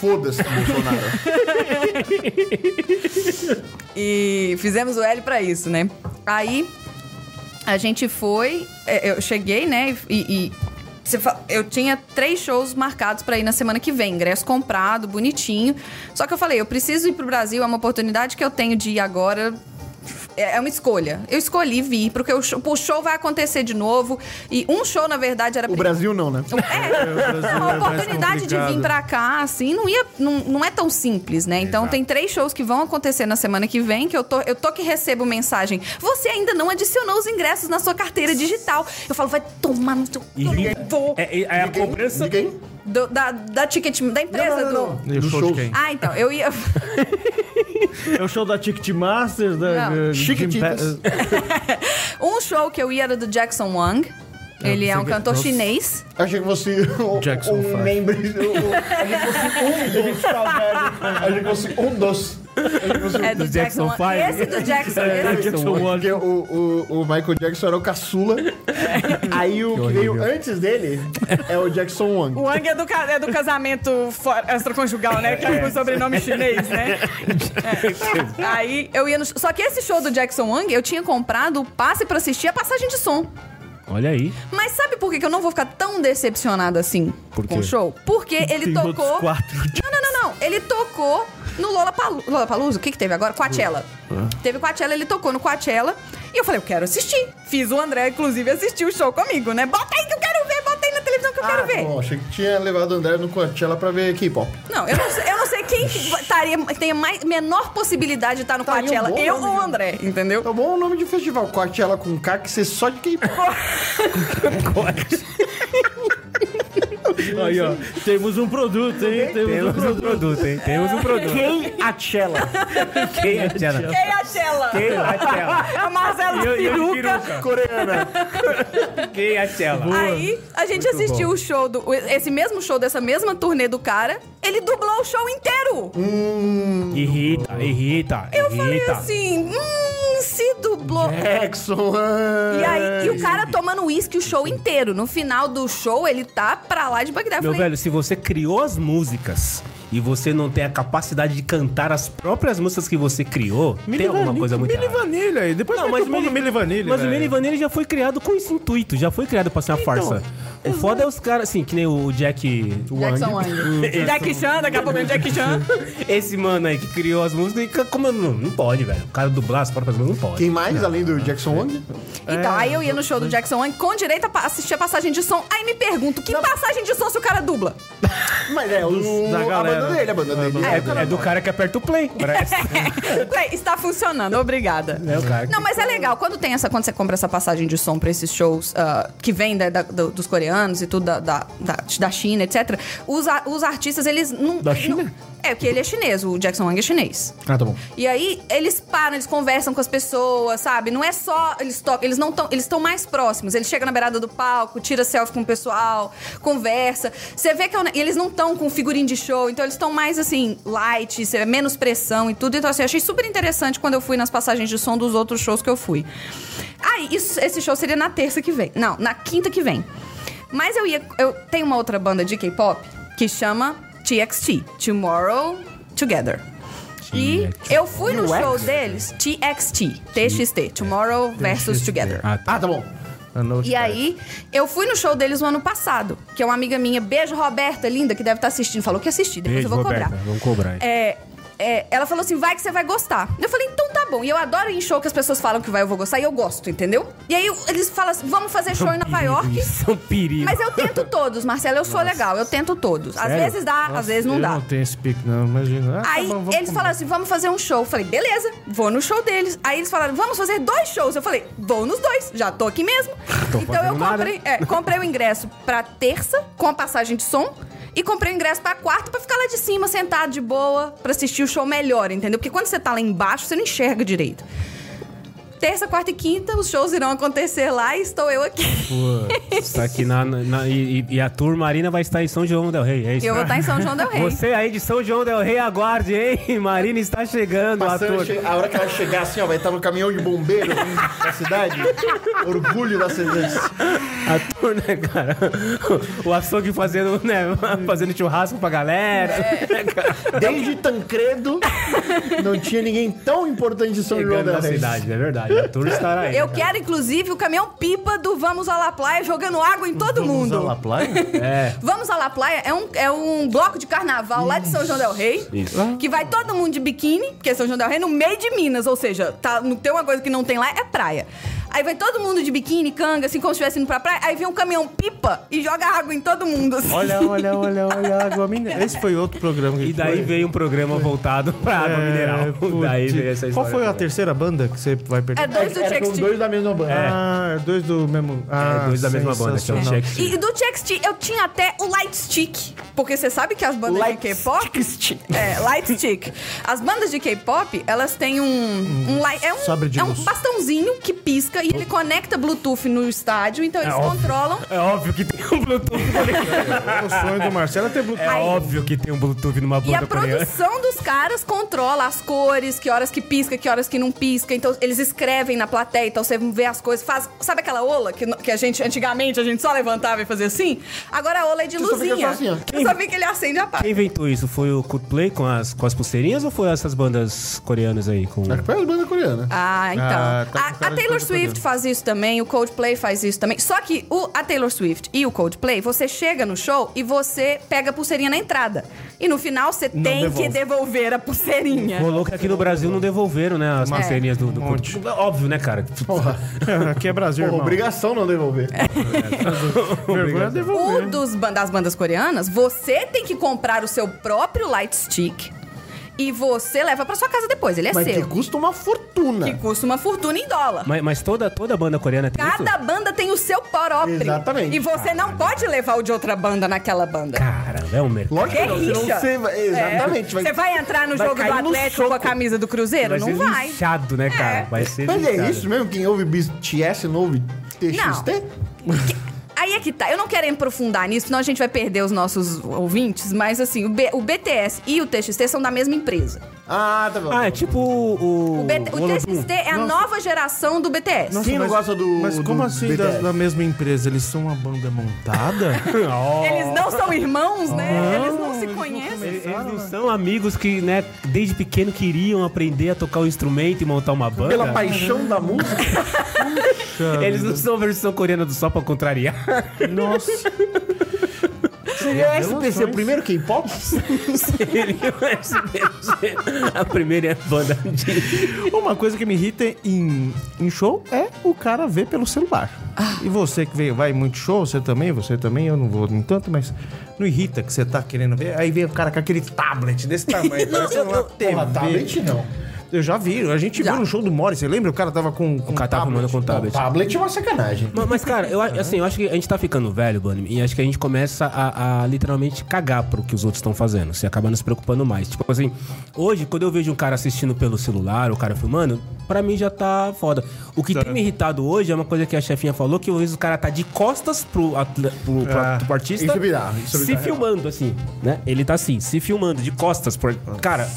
[SPEAKER 4] Foda-se, Bolsonaro.
[SPEAKER 2] E fizemos o L pra isso, né? Aí a gente foi, é, eu cheguei, né? E, e você fa- eu tinha três shows marcados pra ir na semana que vem, ingresso comprado, bonitinho. Só que eu falei, eu preciso ir pro Brasil, é uma oportunidade que eu tenho de ir agora. É é uma escolha. Eu escolhi vir, porque o show, o show vai acontecer de novo. E um show, na verdade, era
[SPEAKER 4] O Brasil não, né?
[SPEAKER 2] é, a
[SPEAKER 8] mais
[SPEAKER 2] oportunidade de vir
[SPEAKER 8] complicado.
[SPEAKER 2] pra cá, assim, não, ia, não, não é tão simples, né? Então tem três shows que vão acontecer na semana que vem, que eu tô, eu tô que recebo mensagem. Você ainda não adicionou os ingressos na sua carteira digital. Eu falo, vai tomar no seu.
[SPEAKER 1] Irrita. É, é- é a cobrança.
[SPEAKER 4] De quem?
[SPEAKER 2] Do- da, da ticket, da empresa
[SPEAKER 4] Não, não, não,
[SPEAKER 2] do.
[SPEAKER 4] não.
[SPEAKER 8] E o
[SPEAKER 4] Do
[SPEAKER 8] show de
[SPEAKER 4] show.
[SPEAKER 8] quem?
[SPEAKER 2] Ah, então, eu ia. (laughs)
[SPEAKER 8] É o show da Ticketmaster, da...
[SPEAKER 5] né?
[SPEAKER 2] Não.
[SPEAKER 8] da-
[SPEAKER 4] Chiquititas.
[SPEAKER 8] Jim Pe-
[SPEAKER 2] Um show que eu ia era do Jackson Wang. Ele é um
[SPEAKER 8] pensei que-
[SPEAKER 2] cantor
[SPEAKER 8] Nossa.
[SPEAKER 2] chinês.
[SPEAKER 4] Achei que você. um-
[SPEAKER 8] Jackson
[SPEAKER 4] um
[SPEAKER 8] Five.
[SPEAKER 4] membro. um- Achei que fosse um dos. Achei que fosse um dos. Achei que fosse um
[SPEAKER 2] É do,
[SPEAKER 1] Do Jackson
[SPEAKER 2] Jackson, Wang.
[SPEAKER 1] Five. É.
[SPEAKER 2] Esse do Jackson. esse-
[SPEAKER 8] Então,
[SPEAKER 1] Jackson Wang.
[SPEAKER 4] Porque o, o, o Michael Jackson era o caçula.
[SPEAKER 2] É.
[SPEAKER 4] Aí o que, veio antes dele é o Jackson Wang.
[SPEAKER 7] O Wang é do, ca- é do casamento fora- extraconjugal, né? Que é com sobrenome chinês, né? É. Aí.
[SPEAKER 2] Eu ia no... Só que esse show do Jackson Wang, eu tinha comprado o passe pra assistir a passagem de som.
[SPEAKER 1] Olha (laughs) aí.
[SPEAKER 2] Mas sabe por que que eu não vou ficar tão decepcionada assim com o show? Porque ele
[SPEAKER 8] Tem outros
[SPEAKER 2] tocou.
[SPEAKER 8] quatro.
[SPEAKER 2] Não, não, não, não. Ele tocou no Lola Lollapalooza. O que que teve agora? Coachella. Teve Coachella, ele tocou no Coachella. E eu falei, eu quero assistir. Fiz o André, inclusive, assistir o show comigo, né? Bota aí que eu quero ver, bota aí na televisão que eu quero ver.
[SPEAKER 4] Ah, Bom, achei que tinha levado o André no Coachella pra ver K-pop.
[SPEAKER 2] Não, eu não, sei- eu não sei quem que estaria, tenha mais, menor possibilidade de estar no
[SPEAKER 4] Tá aí um
[SPEAKER 2] Coachella.
[SPEAKER 4] bom
[SPEAKER 2] eu
[SPEAKER 4] nome,
[SPEAKER 2] ou o
[SPEAKER 4] né?
[SPEAKER 2] André, entendeu?
[SPEAKER 4] Tá bom o nome de festival, Coachella com K, que ser só de
[SPEAKER 2] (laughs)
[SPEAKER 4] K-pop.
[SPEAKER 8] Aí, ó. Temos um produto, hein? Temos, um
[SPEAKER 1] Temos
[SPEAKER 8] produto.
[SPEAKER 1] um produto, hein? Temos um produto.
[SPEAKER 5] Quem a Chela?
[SPEAKER 1] Quem é Tchela?
[SPEAKER 7] Ei, a Tchela!
[SPEAKER 1] Quem é a Tchela?
[SPEAKER 7] A Marcelo
[SPEAKER 1] Eu- eu de
[SPEAKER 7] Peruca.
[SPEAKER 4] Coreana.
[SPEAKER 1] Quem é a Tchela?
[SPEAKER 2] Aí a gente assistiu o show do. Esse mesmo show dessa mesma turnê do cara, ele dublou o show inteiro!
[SPEAKER 1] Irrita, irrita,
[SPEAKER 2] Eu falei
[SPEAKER 1] irrita.
[SPEAKER 2] assim, hum, se dublou.
[SPEAKER 4] Jackson Wang.
[SPEAKER 2] E aí, e o cara tomando uísque o show inteiro. No final do show, ele tá pra lá de Bagdá. Eu
[SPEAKER 1] Meu
[SPEAKER 2] falei,
[SPEAKER 1] velho, se você criou as músicas e você não tem a capacidade de cantar as próprias músicas que você criou, tem alguma coisa muito
[SPEAKER 8] Mili
[SPEAKER 1] errada.
[SPEAKER 8] Vanilha aí. Depois
[SPEAKER 1] Não,
[SPEAKER 8] não,
[SPEAKER 1] mas
[SPEAKER 8] mas Mili,
[SPEAKER 1] Mili-
[SPEAKER 8] Mili Vanilha.
[SPEAKER 1] Mas o
[SPEAKER 8] velho.
[SPEAKER 1] Mini Vanilla já foi criado com esse intuito, já foi criado pra ser uma farsa. O foda é os caras, assim, que nem o Jack.
[SPEAKER 2] Jackson (laughs) Wang.
[SPEAKER 7] Jack Chan, daqui a pouco é Jack Chan.
[SPEAKER 1] Esse mano aí que criou as músicas, e ca- como não, não pode, velho. O cara dublar as próprias músicas não pode.
[SPEAKER 4] Quem mais, além do Jackson Wang?
[SPEAKER 2] Então, aí eu ia no show do Jackson Wang com direito a pa- assistir a passagem de som. Aí me pergunto, que passagem de som se o cara dubla?
[SPEAKER 4] Mas é, o,
[SPEAKER 8] da
[SPEAKER 4] a
[SPEAKER 8] galera.
[SPEAKER 4] banda dele, a banda dele.
[SPEAKER 1] É, do- é do cara que aperta o (laughs) play. Parece.
[SPEAKER 2] Bem, Está funcionando, obrigada.
[SPEAKER 1] é o cara que...
[SPEAKER 2] Não, mas é legal. Quando tem essa, quando você compra essa passagem de som pra esses shows ah, que vem da- da- do- dos coreanos e tudo da, da, da, da China, etc. Os, a- os artistas, eles não. Da China? é, porque ele é chinês, o Jackson Wang é chinês.
[SPEAKER 4] Ah, tá bom.
[SPEAKER 2] E aí eles param, eles conversam com as pessoas, sabe? Não é só eles tocam, eles não estão, eles estão mais próximos. Eles chegam na beirada do palco, tira selfie com o pessoal, conversa. Você vê que é um ne- e eles não estão com figurinha de show, então eles estão mais assim light, você vê menos pressão e tudo. Então assim, eu achei super interessante quando eu fui nas passagens de som dos outros shows que eu fui. Aí isso- esse show seria na terça que vem, não, na quinta que vem. Mas eu ia, eu tenho uma outra banda de K-pop que chama TXT, Tomorrow Together. E eu fui no show deles, TXT, TXT, Tomorrow versus Together.
[SPEAKER 4] Ah, tá bom.
[SPEAKER 8] A Note
[SPEAKER 2] E aí, eu fui no show deles no ano passado, que é uma amiga minha, beijo Roberta, linda, que deve estar assistindo, falou que assisti, depois eu vou
[SPEAKER 1] Roberta,
[SPEAKER 2] cobrar.
[SPEAKER 1] Vamos cobrar. hein?
[SPEAKER 2] É, é, ela falou assim, vai que você vai gostar. Eu falei, então tá bom. E eu adoro ir em show que as pessoas falam que vai, eu vou gostar, e eu gosto, entendeu? E aí, eles falam assim, vamos fazer show
[SPEAKER 1] (laughs)
[SPEAKER 2] em Nova York.
[SPEAKER 1] Isso é um perigo.
[SPEAKER 2] Mas eu tento todos, Marcelo, eu sou legal, eu tento todos. Às
[SPEAKER 1] Sério?
[SPEAKER 2] vezes dá, às vezes não
[SPEAKER 8] eu
[SPEAKER 2] dá.
[SPEAKER 8] não tenho esse pique, não, imagina. Ah, tá
[SPEAKER 2] Aí
[SPEAKER 8] bom, vamos
[SPEAKER 2] eles
[SPEAKER 8] combinar.
[SPEAKER 2] falaram assim: vamos fazer um show. Eu falei, beleza, vou no show deles. Aí eles falaram, vamos fazer dois shows. Eu falei, vou nos dois, já tô aqui mesmo. então eu
[SPEAKER 1] fazendo nada.
[SPEAKER 2] comprei, é, comprei o ingresso pra terça, com a passagem de som. E comprei o ingresso pra quarta pra ficar lá de cima, sentado de boa, pra assistir o show melhor, entendeu? Porque quando você tá lá embaixo, você não enxerga direito. Terça, quarta e quinta, os shows irão acontecer lá e estou eu aqui.
[SPEAKER 1] (laughs)
[SPEAKER 2] é
[SPEAKER 1] Putz, tá aqui na, na- na- e, e- e a Tour Marina vai estar em São João del Rei, é isso?
[SPEAKER 2] Eu vou estar em São João Del Rei.
[SPEAKER 1] Você aí de São João del Rei, aguarde, hein? (laughs) Marina está chegando,
[SPEAKER 4] Passando,
[SPEAKER 1] ator.
[SPEAKER 4] che- a hora que ela chegar assim, ó, vai estar no caminhão de bombeiro da cidade. Orgulho da cidade.
[SPEAKER 1] Ator, né, cara? O açougue fazendo, né, fazendo churrasco pra galera.
[SPEAKER 2] É,
[SPEAKER 4] Desde Tancredo, não tinha ninguém tão importante em São João
[SPEAKER 1] Chegando
[SPEAKER 4] da
[SPEAKER 1] na cidade, é verdade. Ator estará aí.
[SPEAKER 2] Eu quero, inclusive, o caminhão pipa do Vamos à La Playa jogando água em todo mundo.
[SPEAKER 5] Usa La Playa?
[SPEAKER 1] É.
[SPEAKER 2] Vamos à La Playa é um, é um bloco de carnaval lá de São João del Rei. Que vai todo mundo de biquíni, porque é São João del Rei, no meio de Minas. Ou seja, tá, não tem uma coisa que não tem lá, é praia. Aí vai todo mundo de biquíni, canga, assim, como se estivesse indo pra praia. Aí vem um caminhão pipa e joga água em todo mundo. assim.
[SPEAKER 5] Olha, olha, olha, olha a água mineral. Esse foi outro programa que a
[SPEAKER 1] E
[SPEAKER 5] gente
[SPEAKER 1] daí
[SPEAKER 5] foi.
[SPEAKER 1] veio um programa voltado pra água
[SPEAKER 5] É,
[SPEAKER 1] mineral.
[SPEAKER 5] (laughs) putz.
[SPEAKER 1] Daí veio essa história.
[SPEAKER 5] Qual foi a
[SPEAKER 1] também.
[SPEAKER 5] terceira banda que você vai perder?
[SPEAKER 2] É dois do
[SPEAKER 4] Era com
[SPEAKER 2] Chex
[SPEAKER 4] dois da mesma banda.
[SPEAKER 5] Ah, é dois do mesmo. Ah,
[SPEAKER 1] dois da mesma banda, que é o
[SPEAKER 5] sensacional.
[SPEAKER 1] Check
[SPEAKER 2] E do Chex T, eu tinha até o Light Stick. Porque você sabe que as bandas de K-pop. É, Light Stick. As bandas de K-pop, elas têm um. um li- é um,
[SPEAKER 5] sabre de
[SPEAKER 2] é um
[SPEAKER 5] luz.
[SPEAKER 2] bastãozinho que pisca e ele conecta Bluetooth no estádio, então eles controlam.
[SPEAKER 1] É óbvio que tem um Bluetooth.
[SPEAKER 5] O sonho do Marcelo é ter Bluetooth.
[SPEAKER 1] (laughs) É óbvio que tem um Bluetooth numa
[SPEAKER 2] E a
[SPEAKER 1] banda coreana.
[SPEAKER 2] produção dos caras controla as cores, que horas que pisca, que horas que não pisca. Então, eles escrevem na plateia, então você vê as coisas. Faz, sabe aquela ola que, no- que a gente, antigamente, a gente só levantava e fazia assim? Agora a ola é de
[SPEAKER 4] só fica
[SPEAKER 2] luzinha.
[SPEAKER 4] só assim, ó.
[SPEAKER 2] Você só vê que ele acende e apaga.
[SPEAKER 1] Quem inventou isso? Foi o Coldplay com as, com as pulseirinhas ou foi essas bandas coreanas aí? Com...
[SPEAKER 5] É.
[SPEAKER 4] Foi a banda coreana.
[SPEAKER 2] Ah, então.
[SPEAKER 5] Ah, tá com
[SPEAKER 2] A-
[SPEAKER 5] cara
[SPEAKER 2] a,
[SPEAKER 5] de
[SPEAKER 2] Taylor
[SPEAKER 5] coisa
[SPEAKER 2] Swift
[SPEAKER 5] fazendo.
[SPEAKER 2] faz isso também, o Coldplay faz isso também. Só que o, a Taylor Swift e o Coldplay, você chega no show e você pega a pulseirinha na entrada. E no final você tem que devolver a pulseirinha.
[SPEAKER 1] Rolou que aqui no Brasil não devolveram, né?
[SPEAKER 2] É.
[SPEAKER 1] As pulseirinhas do, do Coldplay. Óbvio, né, cara?
[SPEAKER 5] (laughs) Aqui é Brasil,
[SPEAKER 4] Porra,
[SPEAKER 5] irmão.
[SPEAKER 4] obrigação não devolver.
[SPEAKER 2] É
[SPEAKER 5] Vergonha é
[SPEAKER 2] O
[SPEAKER 5] devolver.
[SPEAKER 2] dos, ban- das bandas coreanas, você tem que comprar o seu próprio light stick e você leva pra sua casa depois. Ele é
[SPEAKER 4] Mas que
[SPEAKER 2] seu.
[SPEAKER 4] custa uma
[SPEAKER 2] Que
[SPEAKER 4] fortuna.
[SPEAKER 2] custa uma fortuna em dólar.
[SPEAKER 1] Mas, mas toda, toda banda coreana tem isso?
[SPEAKER 2] Cada banda tem o seu próprio.
[SPEAKER 4] Exatamente.
[SPEAKER 2] E você não pode levar o de outra banda naquela banda.
[SPEAKER 1] Cara, é um mercado.
[SPEAKER 4] Lógico que não, senão
[SPEAKER 2] Guerrilha.
[SPEAKER 4] você vai... Exatamente.
[SPEAKER 2] É. Você
[SPEAKER 4] Vai...
[SPEAKER 2] vai entrar no
[SPEAKER 4] vai
[SPEAKER 2] jogo do
[SPEAKER 4] cair no
[SPEAKER 7] É tipo
[SPEAKER 2] Atlético com a
[SPEAKER 4] soco.
[SPEAKER 2] camisa do Cruzeiro?
[SPEAKER 1] Vai ser
[SPEAKER 2] não vai.
[SPEAKER 1] linchado, né, cara? Vai ser
[SPEAKER 4] Mas é
[SPEAKER 1] linchado.
[SPEAKER 4] isso mesmo? Quem ouve BTS não ouve
[SPEAKER 2] Não.
[SPEAKER 4] TXT?
[SPEAKER 2] Que- Aí é que tá. Eu não quero aprofundar nisso, senão a gente vai perder os nossos ouvintes. Mas assim, o, B- o BTS e o TXT são da mesma empresa.
[SPEAKER 4] Ah, tá bom.
[SPEAKER 1] Ah, é tipo o...
[SPEAKER 2] O, BT o
[SPEAKER 1] Olodum.
[SPEAKER 2] TXT é a nova geração do BTS.
[SPEAKER 4] Quem não
[SPEAKER 5] mas-
[SPEAKER 4] gosta do
[SPEAKER 5] Mas como
[SPEAKER 4] do
[SPEAKER 5] assim
[SPEAKER 4] BTS?
[SPEAKER 5] da, da mesma empresa? Eles são uma banda
[SPEAKER 4] (laughs)
[SPEAKER 5] montada?
[SPEAKER 4] É.
[SPEAKER 2] Eles não são irmãos, né? Eles não se conhecem.
[SPEAKER 1] Eles Ah. não são amigos que, né, desde pequeno queriam aprender a tocar o instrumento e montar uma banda.
[SPEAKER 4] Pela paixão
[SPEAKER 1] (laughs)
[SPEAKER 4] da música?
[SPEAKER 1] Eles não são a versão coreana do só pra contrariar. (laughs)
[SPEAKER 5] Nossa.
[SPEAKER 4] Seria
[SPEAKER 7] é
[SPEAKER 4] SPC é o
[SPEAKER 5] Revelações.
[SPEAKER 4] primeiro K-pop?
[SPEAKER 1] a primeira banda de...
[SPEAKER 5] Uma coisa que me irrita em, em show é o cara ver pelo celular. E você que vem, vai em muito show, você também, você também, eu não vou em tanto, mas não irrita que você tá querendo ver. Aí vem o cara com aquele tablet
[SPEAKER 4] (laughs)
[SPEAKER 5] desse tamanho, parece uma TV.
[SPEAKER 4] Porra, tablet não.
[SPEAKER 5] Eu já vi, a gente viu no show do Morris, você lembra? O cara tava com, com
[SPEAKER 1] O cara tá arrumando com tablet.
[SPEAKER 4] Tablet é uma sacanagem.
[SPEAKER 1] Mas, mas, cara, eu, a- assim, eu acho que a gente tá ficando velho, Bunny, e acho que a gente começa a, a literalmente cagar pro que os outros estão fazendo. Você acaba nos preocupando mais. Tipo assim, hoje, quando eu vejo um cara assistindo pelo celular, o cara filmando, pra mim já tá foda. O que tem me irritado hoje é uma coisa que a chefinha falou, que às vezes o cara tá de costas pro, atle- pro, pro- pro artista.
[SPEAKER 4] Isso me dá, isso é me
[SPEAKER 1] se
[SPEAKER 4] dá.
[SPEAKER 1] filmando, assim, né? Ele tá assim, se filmando de costas. Por... Cara,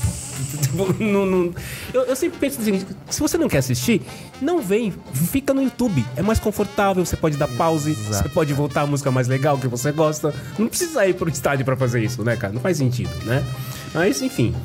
[SPEAKER 1] Ah. (laughs) tipo, não, não- Eu, eu sempre penso assim, se você não quer assistir, não vem, fica no YouTube. É mais confortável, você pode dar pause, você pode voltar a música mais legal que você gosta. Não precisa ir pro estádio pra fazer isso, né, cara? Não faz sentido, né? Mas, enfim.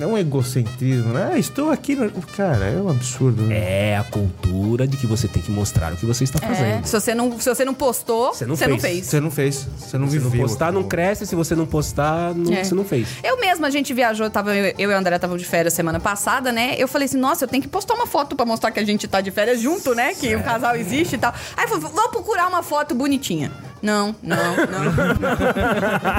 [SPEAKER 5] É um egocentrismo, né? Ah, Estou aqui no... Cara, é um absurdo. né?
[SPEAKER 1] É a cultura de que você tem que mostrar o que você está
[SPEAKER 2] É.
[SPEAKER 1] fazendo.
[SPEAKER 2] Se, você não, se você não postou,
[SPEAKER 1] Você
[SPEAKER 2] você
[SPEAKER 1] não
[SPEAKER 2] não,
[SPEAKER 1] fez.
[SPEAKER 4] É
[SPEAKER 2] fez.
[SPEAKER 5] Você não fez, você não
[SPEAKER 1] Se
[SPEAKER 5] viveu.
[SPEAKER 1] não postar, não
[SPEAKER 5] aquilo.
[SPEAKER 1] cresce. Se você não postar, não-
[SPEAKER 2] É.
[SPEAKER 1] você não fez.
[SPEAKER 2] Eu mesma, a gente viajou, tava, eu, eu e o André estavam de férias semana passada, né? Eu falei assim, nossa, eu tenho que postar uma foto pra mostrar que a gente tá de férias junto, né? Que o casal existe e tal. Aí eu falei, vou procurar uma foto bonitinha. Não, não, não.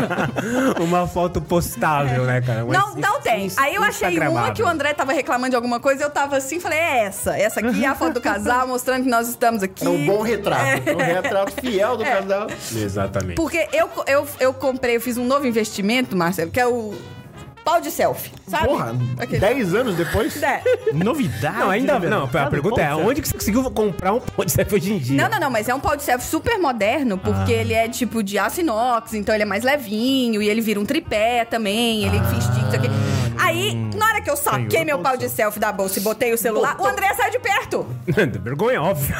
[SPEAKER 1] Uma foto postável, né, cara? Mas
[SPEAKER 2] não, não tem.
[SPEAKER 1] ins-
[SPEAKER 2] Aí eu achei um uma
[SPEAKER 1] instagramável.
[SPEAKER 2] que o André tava reclamando de alguma coisa, eu tava assim, falei, é essa. Essa aqui é a foto do casal, mostrando que nós estamos aqui.
[SPEAKER 4] É um bom retrato. É um retrato fiel do
[SPEAKER 2] É.
[SPEAKER 4] casal.
[SPEAKER 1] Exatamente.
[SPEAKER 2] Porque eu, eu, eu comprei, eu fiz um novo investimento, Marcelo, que é o pau de selfie, sabe?
[SPEAKER 5] Porra,
[SPEAKER 2] Aquele-
[SPEAKER 5] 10 anos depois?
[SPEAKER 7] É.
[SPEAKER 5] Novidade.
[SPEAKER 1] Não, ainda
[SPEAKER 5] né,
[SPEAKER 1] não.
[SPEAKER 5] velho?
[SPEAKER 1] A
[SPEAKER 5] Sabe,
[SPEAKER 1] pergunta é:
[SPEAKER 5] pô,
[SPEAKER 1] onde que você conseguiu comprar um pão de selfie hoje em dia? (laughs)
[SPEAKER 2] Não, não, não, mas é um pau de selfie super moderno, porque ele é tipo de aço inox, então ele é mais levinho, e ele vira um tripé também, ele fica estica, isso aqui. Aí, na hora que eu saquei meu pau de selfie da bolsa e botei o celular, o André saiu de perto.
[SPEAKER 1] Vergonha, óbvio.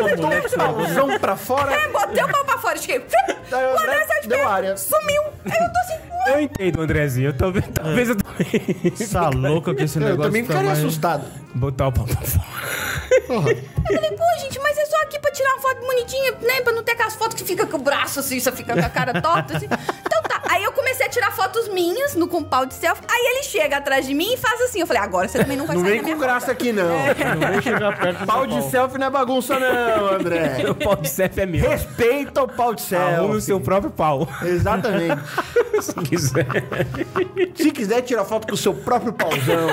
[SPEAKER 4] Botou um pauzão pra fora.
[SPEAKER 2] É, botei o pau pra fora,
[SPEAKER 4] (laughs)
[SPEAKER 2] fiquei.
[SPEAKER 4] Daí
[SPEAKER 2] O André saiu de
[SPEAKER 4] Tá, né? deu
[SPEAKER 2] perto,
[SPEAKER 4] área.
[SPEAKER 2] sumiu. Aí eu tô assim, ué.
[SPEAKER 4] (laughs)
[SPEAKER 1] Eu entendo, Andrezinho. Eu também, talvez eu também.
[SPEAKER 5] Essa louca Tá que esse
[SPEAKER 4] Eu
[SPEAKER 5] negócio
[SPEAKER 4] também
[SPEAKER 5] tá
[SPEAKER 4] ficaria
[SPEAKER 5] mais-
[SPEAKER 4] assustado.
[SPEAKER 1] (laughs) Botar o pau pra fora.
[SPEAKER 2] Eu falei, pô, gente, mas é só aqui pra tirar uma foto bonitinha, né? Pra não ter aquelas fotos que fica com o braço assim, só fica com a cara torta, assim. Então tá. Aí eu comecei a tirar fotos minhas no com pau de selfie. Aí ele chega atrás de mim e faz assim. Eu falei, agora você também não vai
[SPEAKER 4] Não
[SPEAKER 2] sair
[SPEAKER 4] vem
[SPEAKER 2] da minha
[SPEAKER 4] com graça aqui, não.
[SPEAKER 2] É.
[SPEAKER 5] Não vou chegar perto dessa
[SPEAKER 4] Pau de
[SPEAKER 5] bola.
[SPEAKER 4] selfie não é bagunça, não, (laughs) André.
[SPEAKER 1] O pau de selfie é meu.
[SPEAKER 4] Respeita o pau de
[SPEAKER 1] Arrume o
[SPEAKER 4] selfie.
[SPEAKER 1] seu próprio pau.
[SPEAKER 4] Exatamente.
[SPEAKER 1] (laughs) Se quiser.
[SPEAKER 4] Se quiser, tira foto com o seu próprio pauzão.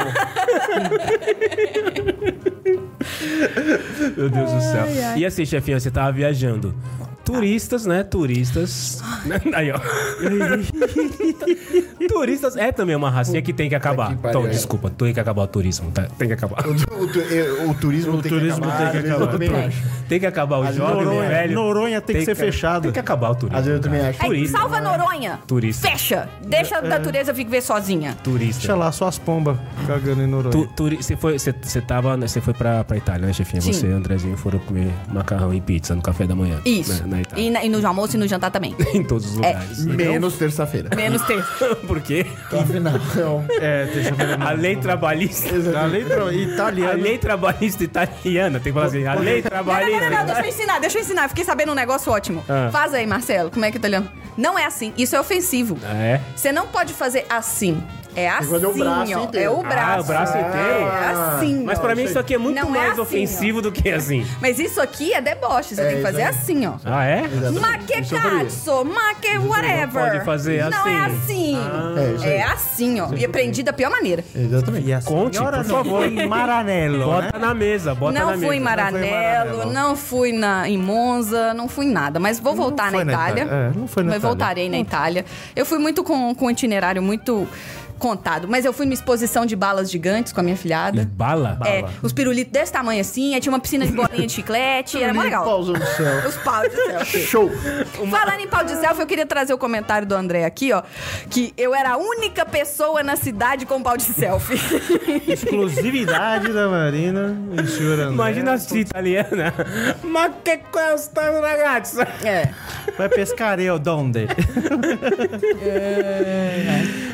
[SPEAKER 1] Meu Deus do céu. E assim, chefinha, você tava viajando. Turistas, né? Turistas. Aí, ó. Turistas é também uma racinha que tem que acabar.
[SPEAKER 4] pariu,
[SPEAKER 1] Então,
[SPEAKER 4] é.
[SPEAKER 1] desculpa, tem que acabar o turismo, tá? Tem que acabar.
[SPEAKER 4] (laughs) O, tu- eh, o turismo tem
[SPEAKER 5] turismo
[SPEAKER 4] que
[SPEAKER 5] tem
[SPEAKER 4] acabar.
[SPEAKER 5] que
[SPEAKER 4] às vezes
[SPEAKER 5] acabar.
[SPEAKER 4] Eu também acho.
[SPEAKER 1] Tem que acabar o jovem, o
[SPEAKER 5] Noronha-
[SPEAKER 1] velho.
[SPEAKER 5] Noronha tem que ser fechado.
[SPEAKER 1] Tem que acabar o turismo.
[SPEAKER 4] Às vezes eu também
[SPEAKER 1] cara.
[SPEAKER 4] acho.
[SPEAKER 2] Aí,
[SPEAKER 1] Turista. né?
[SPEAKER 2] salva Noronha.
[SPEAKER 1] Turista. É.
[SPEAKER 2] Fecha. Deixa a natureza vir ver sozinha.
[SPEAKER 5] Deixa
[SPEAKER 1] Turista.
[SPEAKER 5] lá só as pombas cagando em Noronha.
[SPEAKER 1] Tu, turi- você foi, você, você tava, né, você foi pra, pra Itália, né, chefinha?
[SPEAKER 2] Sim.
[SPEAKER 1] Você e o Andrezinho foram comer macarrão e pizza no café da manhã. né,
[SPEAKER 2] Isso.
[SPEAKER 1] na Itália.
[SPEAKER 2] e, na- e no almoço e é, no
[SPEAKER 1] (laughs)
[SPEAKER 2] jantar também.
[SPEAKER 1] Em todos os lugares.
[SPEAKER 4] Menos terça-feira.
[SPEAKER 2] Menos terça.
[SPEAKER 1] (laughs) Por quê?
[SPEAKER 4] Não.
[SPEAKER 5] É, deixa eu ver.
[SPEAKER 1] A lei trabalhista.
[SPEAKER 5] A lei tra-
[SPEAKER 1] A
[SPEAKER 5] italiana.
[SPEAKER 1] lei trabalhista italiana, tem que falar assim, a lei
[SPEAKER 7] Não, não,
[SPEAKER 1] trabalhista.
[SPEAKER 7] não, não, deixa eu ensinar, deixa eu ensinar. Eu fiquei sabendo um negócio ótimo.
[SPEAKER 1] Ah.
[SPEAKER 2] Faz aí, Marcelo. Como é que eu tô olhando? Não é assim. Isso é ofensivo.
[SPEAKER 1] É.
[SPEAKER 2] Você não pode fazer assim. É assim,
[SPEAKER 4] fazer o braço
[SPEAKER 2] ó. É
[SPEAKER 4] inteiro.
[SPEAKER 2] o braço.
[SPEAKER 1] Ah, o braço inteiro?
[SPEAKER 2] É assim.
[SPEAKER 1] Mas
[SPEAKER 2] ó.
[SPEAKER 1] pra mim isso aqui é muito
[SPEAKER 2] Não é
[SPEAKER 1] mais
[SPEAKER 2] assim,
[SPEAKER 1] ofensivo do que assim.
[SPEAKER 2] Mas isso aqui é deboche. Você tem que fazer assim, ó.
[SPEAKER 1] Ah, é?
[SPEAKER 2] Ma que cazzo, ma que whatever.
[SPEAKER 1] pode fazer
[SPEAKER 2] Não é assim.
[SPEAKER 4] É, isso aí.
[SPEAKER 2] é assim, ó. E aprendi da pior maneira.
[SPEAKER 4] Exatamente.
[SPEAKER 5] E a
[SPEAKER 1] Conte,
[SPEAKER 5] senhora
[SPEAKER 1] por
[SPEAKER 5] não
[SPEAKER 1] favor.
[SPEAKER 5] foi em Maranello, né?
[SPEAKER 1] Bota na mesa, bota na
[SPEAKER 2] é? não
[SPEAKER 1] mesa.
[SPEAKER 2] fui em Maranello,
[SPEAKER 5] Maranello.
[SPEAKER 2] não fui na, em Monza, não fui em nada. Mas vou voltar na
[SPEAKER 5] foi na
[SPEAKER 2] Itália.
[SPEAKER 5] Itália. É, não foi na
[SPEAKER 2] mas
[SPEAKER 5] Itália.
[SPEAKER 2] voltarei na Itália. Eu fui muito com, com um itinerário muito contado. Mas eu fui numa exposição de balas gigantes com a minha filhada.
[SPEAKER 1] Bala?
[SPEAKER 2] É, os pirulitos desse tamanho assim, aí tinha uma piscina de bolinha de chiclete, era é mó legal.
[SPEAKER 4] Pauzão do céu.
[SPEAKER 2] Os pau de
[SPEAKER 4] (laughs)
[SPEAKER 2] selfie.
[SPEAKER 4] Show.
[SPEAKER 2] Falando em pau de selfie, eu queria trazer o comentário do André aqui, ó. Que eu era a única pessoa na cidade com pau de selfie.
[SPEAKER 5] Exclusividade da Marina né? e o senhor André.
[SPEAKER 1] Imagina assim,
[SPEAKER 2] (laughs)
[SPEAKER 1] italiana. Ma che questa ragazza?
[SPEAKER 2] é.
[SPEAKER 5] Vai pescar eu, donde?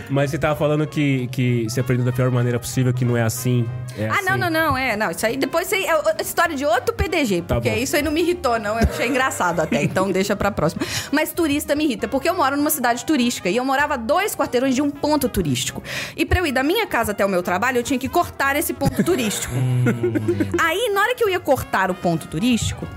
[SPEAKER 1] Mas você tava falando que, que você aprendeu da pior maneira possível, que não é assim. é
[SPEAKER 2] Ah,
[SPEAKER 1] assim.
[SPEAKER 2] não, não, não. É, não. Isso aí depois isso aí é o- história de outro PDG.
[SPEAKER 1] Tá
[SPEAKER 2] Porque
[SPEAKER 1] bom.
[SPEAKER 2] isso aí não me irritou, não. Eu achei engraçado até.
[SPEAKER 1] (laughs)
[SPEAKER 2] Então deixa pra próxima. Mas turista me irrita, porque eu moro numa cidade turística e eu morava a dois quarteirões de um ponto turístico. E pra eu ir da minha casa até o meu trabalho, eu tinha que cortar esse
[SPEAKER 1] (laughs)
[SPEAKER 2] ponto turístico.
[SPEAKER 1] Hum.
[SPEAKER 2] aí, na hora que eu ia cortar o ponto turístico,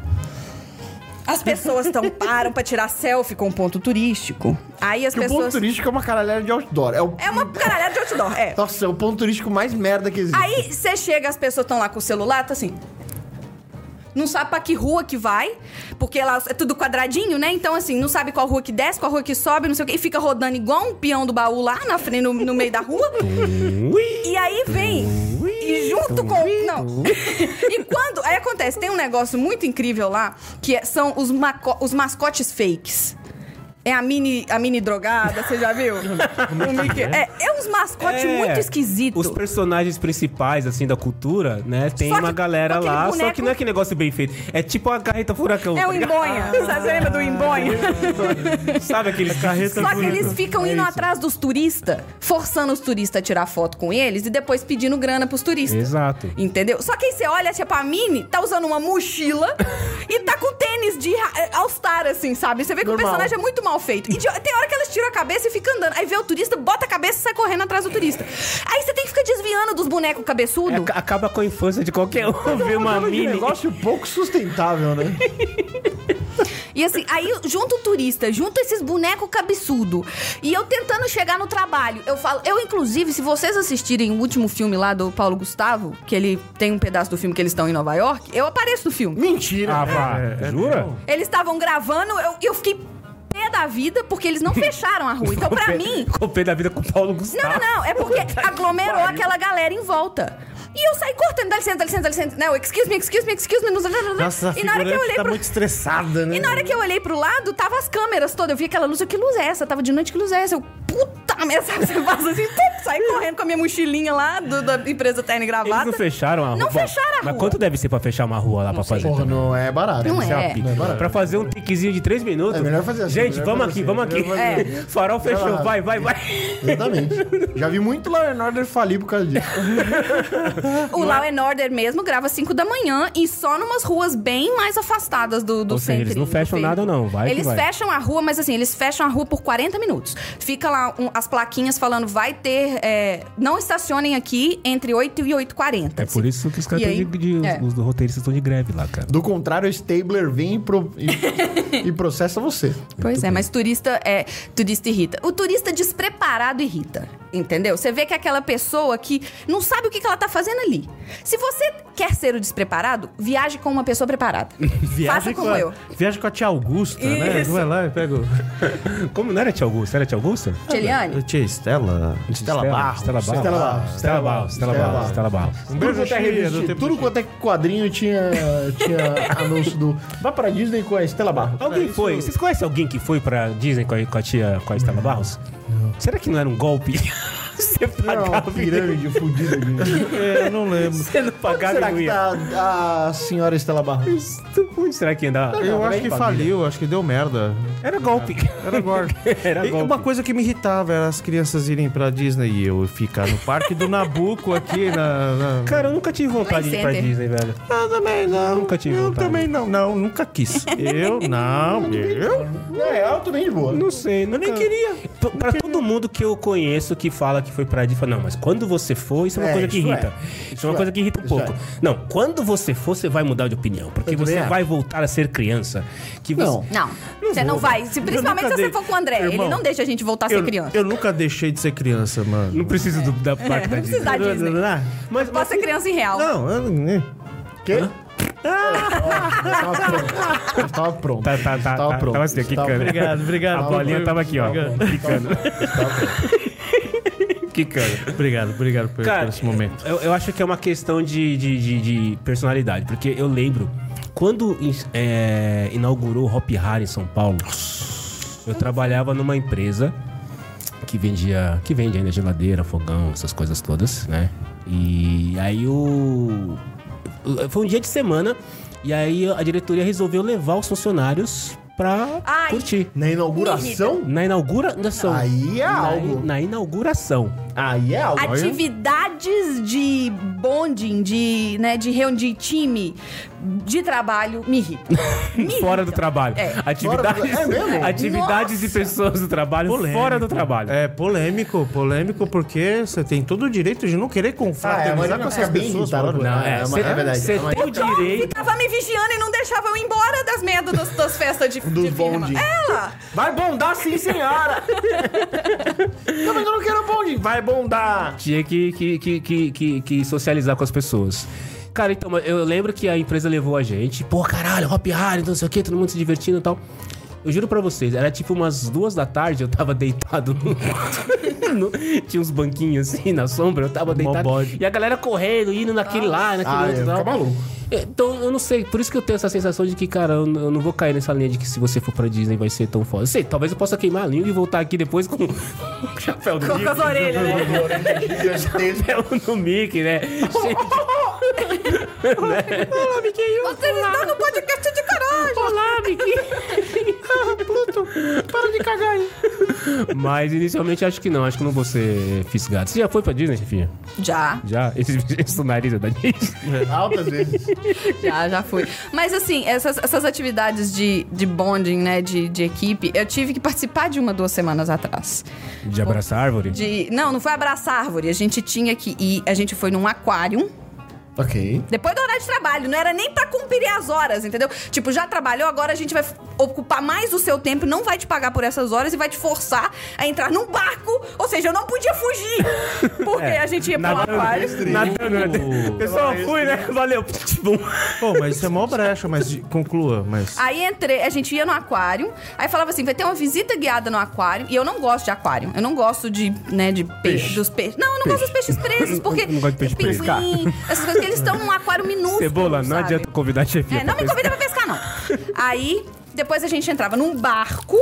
[SPEAKER 2] as pessoas tamparam pra tirar selfie com o ponto turístico. Aí as
[SPEAKER 4] Porque o ponto
[SPEAKER 2] pessoas.
[SPEAKER 4] turístico é uma caralhada de outdoor. É, o...
[SPEAKER 2] É uma caralhada de outdoor, é.
[SPEAKER 4] Nossa, é o ponto turístico mais merda que existe.
[SPEAKER 2] Aí você chega, as pessoas estão lá com o celular, tá assim. Não sabe pra que rua que vai, porque lá é tudo quadradinho, né? Então, assim, não sabe qual rua que desce, qual rua que sobe, não sei o quê. E fica rodando igual um peão do baú lá na frente, no, no meio da rua. e aí vem. E junto com. Não. (laughs) e quando. Aí acontece, tem um negócio muito incrível lá, que é- são os, maco- os mascotes fakes. É a mini, a mini drogada, você já viu? O Mickey- é, é uns mascotes
[SPEAKER 1] É,
[SPEAKER 2] muito esquisitos.
[SPEAKER 1] Os personagens principais, assim, da cultura, né? Tem
[SPEAKER 2] Só que
[SPEAKER 1] uma galera
[SPEAKER 2] aquele
[SPEAKER 1] lá, só
[SPEAKER 2] boneco-
[SPEAKER 1] que não é que negócio bem feito. É tipo a carreta furacão.
[SPEAKER 7] É
[SPEAKER 1] tá
[SPEAKER 7] o
[SPEAKER 1] ligado?
[SPEAKER 7] Embonha.
[SPEAKER 2] Ah,
[SPEAKER 7] É Você lembra do Embonha?
[SPEAKER 1] Sabe aqueles carreta
[SPEAKER 2] Só que eles ficam
[SPEAKER 7] É
[SPEAKER 2] indo atrás dos turistas, forçando os turistas a tirar foto com eles e depois pedindo grana pros turistas.
[SPEAKER 1] Exato.
[SPEAKER 2] Entendeu? Só que aí você olha, tipo, a Mini tá usando uma mochila e tá com tênis de ra- eh, All-Star, assim, sabe? Você vê que o
[SPEAKER 4] Normal.
[SPEAKER 2] personagem é muito mal feito. E de- tem hora que elas tiram a cabeça e ficam andando. Aí vê o turista, bota a cabeça e sai correndo atrás do turista. Aí você tem que ficar desviando dos bonecos
[SPEAKER 1] É,
[SPEAKER 2] cabeçudo.
[SPEAKER 1] ac- acaba com a infância de qualquer um, ver uma
[SPEAKER 4] Falando de
[SPEAKER 1] mini.
[SPEAKER 4] negócio pouco sustentável, né?
[SPEAKER 2] E assim, aí junto o turista, junto esses bonecos cabeçudo. E eu tentando chegar no trabalho. Eu falo, eu inclusive, se vocês assistirem o último filme lá do Paulo Gustavo, que ele tem um pedaço do filme que eles estão em Nova York, eu apareço no filme.
[SPEAKER 4] Mentira.
[SPEAKER 1] Ah, vá. Jura?
[SPEAKER 2] Eles estavam gravando, eu, eu fiquei pé da vida porque eles
[SPEAKER 5] (laughs)
[SPEAKER 2] não fecharam a rua. Então, pra mim,
[SPEAKER 1] Com o pé da vida com o Paulo
[SPEAKER 2] não,
[SPEAKER 1] Gustavo.
[SPEAKER 2] não, não. É porque aglomerou aquela galera em volta. E eu saí cortando, dá licença, dá licença, dá licença. Não, excuse me, excuse me, excuse me. não-
[SPEAKER 5] Nossa, a
[SPEAKER 2] e na hora que eu
[SPEAKER 5] figurante
[SPEAKER 2] olhei
[SPEAKER 5] tá
[SPEAKER 2] pro...
[SPEAKER 5] muito estressada, né?
[SPEAKER 2] E na hora que eu olhei pro lado, tava as câmeras todas. Eu vi aquela luz, eu, que luz é essa? Tava de noite, que luz é essa? Eu, puta merda, (laughs) sabe? Você passa assim, pum, saí correndo com a minha mochilinha lá do- da empresa Terno e
[SPEAKER 1] Eles
[SPEAKER 2] Gravata.
[SPEAKER 1] não fecharam a rua.
[SPEAKER 2] Não fecharam a
[SPEAKER 1] Mas
[SPEAKER 2] rua.
[SPEAKER 1] quanto deve ser pra fechar uma rua lá pra fazer? um
[SPEAKER 4] Porra, não é barato.
[SPEAKER 2] Não
[SPEAKER 4] Isso uma
[SPEAKER 2] é.
[SPEAKER 4] pica.
[SPEAKER 1] Pra fazer um tiquezinho de três minutos.
[SPEAKER 4] É melhor fazer assim,
[SPEAKER 1] Gente,
[SPEAKER 4] melhor
[SPEAKER 1] vamos aqui,
[SPEAKER 4] fazer assim,
[SPEAKER 1] vamos aqui.
[SPEAKER 4] melhor
[SPEAKER 2] fazer.
[SPEAKER 1] Farol fechou,
[SPEAKER 4] lá.
[SPEAKER 1] vai, vai, vai.
[SPEAKER 4] Exatamente. Já vi muito Law and Order falir por causa disso.
[SPEAKER 2] O Law
[SPEAKER 1] é?
[SPEAKER 2] and Order mesmo grava às 5 da manhã e só numas ruas bem mais afastadas do, do
[SPEAKER 1] Ou seja, eles
[SPEAKER 2] centrinho,
[SPEAKER 1] não fecham
[SPEAKER 2] do
[SPEAKER 1] nada,
[SPEAKER 2] centro.
[SPEAKER 1] não. Vai que
[SPEAKER 2] Eles
[SPEAKER 1] vai.
[SPEAKER 2] fecham a rua, mas assim, eles fecham a rua por 40 minutos. Fica lá um- as plaquinhas falando, vai ter... é, não estacionem aqui entre 8 e 8h40.
[SPEAKER 1] É por isso que os caras
[SPEAKER 2] E
[SPEAKER 1] tão
[SPEAKER 2] aí?
[SPEAKER 1] de, de-
[SPEAKER 2] É.
[SPEAKER 1] os, os roteiristas estão de greve lá, cara.
[SPEAKER 4] Do contrário, o Stabler vem e, pro- e- e processa você.
[SPEAKER 2] Pois é, mas turista é turista irrita. O turista despreparado irrita. Entendeu? Você vê que é aquela pessoa que não sabe o que que ela tá fazendo ali. Se você quer ser o despreparado, viaje com uma pessoa
[SPEAKER 5] (laughs)
[SPEAKER 2] preparada. Faça como
[SPEAKER 5] com a,
[SPEAKER 2] eu.
[SPEAKER 5] Viaja com a tia Augusta, né?
[SPEAKER 9] Isso.
[SPEAKER 5] Vai lá e pega o...
[SPEAKER 1] Como não era Tia Augusta? Era Tia Augusta?
[SPEAKER 2] Teliane?
[SPEAKER 5] Tia Estela. Estela Barros.
[SPEAKER 1] Estela Barros. Estela Barros. Estela Barros. Estela Barros. Estela Barros.
[SPEAKER 4] Um beijo até revista. Tudo quanto é quadrinho tinha, tinha anúncio do. Vá pra Disney com a Estela Barra.
[SPEAKER 1] Alguém foi. Vocês conhecem alguém que foi pra Disney com a, com a tia com a Estela Barros? Será que não era um golpe? (laughs) Você
[SPEAKER 4] Uma
[SPEAKER 1] pagava e
[SPEAKER 4] pirâmide fudida de.
[SPEAKER 5] É, eu não lembro.
[SPEAKER 1] você não pagava
[SPEAKER 4] Será
[SPEAKER 1] e não
[SPEAKER 4] que
[SPEAKER 1] ia.
[SPEAKER 4] tá a senhora Estela Barra?
[SPEAKER 1] Onde será que ia andar?
[SPEAKER 5] Eu acho que faliu, acho que deu merda.
[SPEAKER 1] Era golpe.
[SPEAKER 5] Era gordo.
[SPEAKER 1] Era
[SPEAKER 5] E
[SPEAKER 1] golpe.
[SPEAKER 5] uma coisa que me irritava era as crianças irem pra Disney e eu ficar no parque do Nabuco aqui na. na-
[SPEAKER 1] Cara, eu nunca tive vontade de ir pra
[SPEAKER 2] Center.
[SPEAKER 1] Disney, velho.
[SPEAKER 5] Eu também não.
[SPEAKER 1] Nunca tive
[SPEAKER 5] Eu
[SPEAKER 1] vontade.
[SPEAKER 5] também não. Não, nunca quis. Eu não. Eu?
[SPEAKER 4] É, alto nem de boa.
[SPEAKER 1] Não sei, eu nem queria. Pra todo mundo que eu conheço que fala que foi pra Disney, fala, não, mas quando você for, isso é uma
[SPEAKER 4] É,
[SPEAKER 1] coisa que
[SPEAKER 4] isso é.
[SPEAKER 1] irrita. Isso, é uma coisa que irrita um pouco. Não, quando você for, você vai mudar de opinião, porque você
[SPEAKER 4] também acho.
[SPEAKER 1] vai voltar a ser criança. Que você...
[SPEAKER 4] Não.
[SPEAKER 2] Não, você não
[SPEAKER 1] vou,
[SPEAKER 2] vai. Se, principalmente se
[SPEAKER 5] nunca
[SPEAKER 2] você
[SPEAKER 5] dei.
[SPEAKER 2] for com o André. Ele
[SPEAKER 5] Irmão,
[SPEAKER 2] não deixa a gente voltar a ser
[SPEAKER 5] Eu,
[SPEAKER 2] criança.
[SPEAKER 5] eu nunca deixei de ser criança, mano.
[SPEAKER 1] Não precisa do- da parte da
[SPEAKER 2] É, não
[SPEAKER 1] Disney.
[SPEAKER 2] precisa da Disney.
[SPEAKER 1] Mas,
[SPEAKER 2] Pode ser criança em real.
[SPEAKER 5] Não, né? eu não.
[SPEAKER 4] Ah! Eu tava pronto.
[SPEAKER 1] Tá, tá, tá.
[SPEAKER 4] Tava
[SPEAKER 1] tá,
[SPEAKER 4] pronto.
[SPEAKER 1] Tava assim, ó,
[SPEAKER 4] Tava
[SPEAKER 1] quicando.
[SPEAKER 5] Obrigado, obrigado.
[SPEAKER 1] A bolinha
[SPEAKER 5] Foi-
[SPEAKER 1] tava aqui, ó.
[SPEAKER 5] Obrigado.
[SPEAKER 1] Quicando. Quicando.
[SPEAKER 5] Obrigado, obrigado por, por esse momento.
[SPEAKER 1] Eu, eu acho que é uma questão de, de, de- de personalidade, porque eu lembro quando in- é, inaugurou o Hop Hari em São Paulo, eu trabalhava numa empresa que vendia, que vende ainda geladeira, fogão, essas coisas todas, né? E aí o foi um dia de semana e aí a diretoria resolveu levar os funcionários pra
[SPEAKER 2] Ai.
[SPEAKER 1] curtir.
[SPEAKER 4] Na inauguração?
[SPEAKER 1] Na inauguração.
[SPEAKER 4] Aí é
[SPEAKER 1] na,
[SPEAKER 4] algo.
[SPEAKER 1] Na inauguração.
[SPEAKER 4] Aí é algo.
[SPEAKER 2] Atividades de bonding, de, né, de reunião de time, de trabalho, me
[SPEAKER 5] (laughs)
[SPEAKER 2] irritam. Me
[SPEAKER 1] Fora
[SPEAKER 2] irritam.
[SPEAKER 4] então,
[SPEAKER 1] do trabalho.
[SPEAKER 2] É.
[SPEAKER 1] Atividades,
[SPEAKER 4] Fora do- é
[SPEAKER 1] (laughs)
[SPEAKER 4] mesmo?
[SPEAKER 1] atividades de pessoas do trabalho fora do trabalho.
[SPEAKER 5] É polêmico, polêmico, porque você tem todo o direito de não querer
[SPEAKER 4] Ah, é, mas é
[SPEAKER 5] confraternizar com
[SPEAKER 4] porque
[SPEAKER 5] essas
[SPEAKER 4] é bem
[SPEAKER 5] pessoas.
[SPEAKER 4] irritado,
[SPEAKER 5] mano.
[SPEAKER 4] né?
[SPEAKER 1] Não,
[SPEAKER 4] É,
[SPEAKER 1] é,
[SPEAKER 4] é
[SPEAKER 1] você
[SPEAKER 4] verdade,
[SPEAKER 1] você
[SPEAKER 4] é
[SPEAKER 1] tem o direito.
[SPEAKER 2] Ficava me vigiando e não deixava eu ir embora das merdas das, das festas de, de
[SPEAKER 4] Dos
[SPEAKER 2] firma.
[SPEAKER 4] bonding.
[SPEAKER 2] Ela!
[SPEAKER 4] Vai bondar sim, senhora! (laughs) não, mas eu não quero bonde. Vai bondar!
[SPEAKER 1] Tinha que, que, que, que, que, que socializar com as pessoas. Cara, então, mas eu lembro que a empresa levou a gente. Pô, caralho, Hop Hard, não sei o que, todo mundo se divertindo e tal. Eu juro pra vocês, era tipo umas duas da tarde, eu tava deitado no... (laughs) no- Tinha uns banquinhos assim na sombra, eu tava deitado.
[SPEAKER 5] bode.
[SPEAKER 1] E a galera correndo, indo naquele lá, naquele
[SPEAKER 4] Ah,
[SPEAKER 1] outro
[SPEAKER 4] é,
[SPEAKER 1] e tal.
[SPEAKER 4] fica (laughs) maluco.
[SPEAKER 1] Então, eu não sei. Por isso que eu tenho essa sensação de que, cara, eu, eu não vou cair nessa linha de que se você for pra Disney vai ser tão foda. Eu sei, talvez eu possa queimar a língua e voltar aqui depois com (laughs) o chapéu do
[SPEAKER 2] Com
[SPEAKER 1] Mickey.
[SPEAKER 2] as orelhas, né?
[SPEAKER 1] chapéu do Mickey, né? Cheio
[SPEAKER 2] Vocês estão no podcast de coragem! Olá,
[SPEAKER 1] de- Mas inicialmente acho que não. Acho que não vou ser fisgado. Você já foi pra Disney, chefinha?
[SPEAKER 2] Já,
[SPEAKER 1] Já? Esse, (laughs) esse nariz é da Disney?
[SPEAKER 4] Altas vezes.
[SPEAKER 2] já, já fui. Mas assim, essas, essas atividades de, de bonding, né, de, de equipe, eu tive que participar de uma duas semanas atrás.
[SPEAKER 1] De abraçar a árvore?
[SPEAKER 2] De, não, não foi abraçar a árvore. A gente tinha que ir, a gente foi num aquário.
[SPEAKER 4] ok.
[SPEAKER 2] Depois do horário de trabalho, não era nem pra cumprir as horas, entendeu? Tipo, já trabalhou, agora a gente vai f- ocupar mais o seu tempo, não vai te pagar por essas horas e vai te forçar a entrar num barco. Ou seja, eu não podia fugir.
[SPEAKER 1] (laughs)
[SPEAKER 2] Porque
[SPEAKER 1] É,
[SPEAKER 2] a gente ia pro aquário.
[SPEAKER 1] Nadando. Pessoal, fui, né? Valeu. Bum.
[SPEAKER 8] Pô, mas isso é mó brecha, mas de- conclua, mas...
[SPEAKER 2] Aí entrei, a gente ia no aquário, aí falava assim, vai ter uma visita guiada no aquário, e eu não gosto de aquário. Eu não gosto de, né, de peixe, dos peixes. Não, eu não gosto dos peixes presos,
[SPEAKER 1] (laughs)
[SPEAKER 2] porque
[SPEAKER 1] não gosto de peixe preso.
[SPEAKER 2] pinguim, essas coisas que eles estão num aquário minúsculo,
[SPEAKER 1] (laughs) Cebola, não
[SPEAKER 2] sabe?
[SPEAKER 1] adianta convidar a chefia. tá
[SPEAKER 2] É, não me convida pra pescar, não. Aí, depois a gente entrava num barco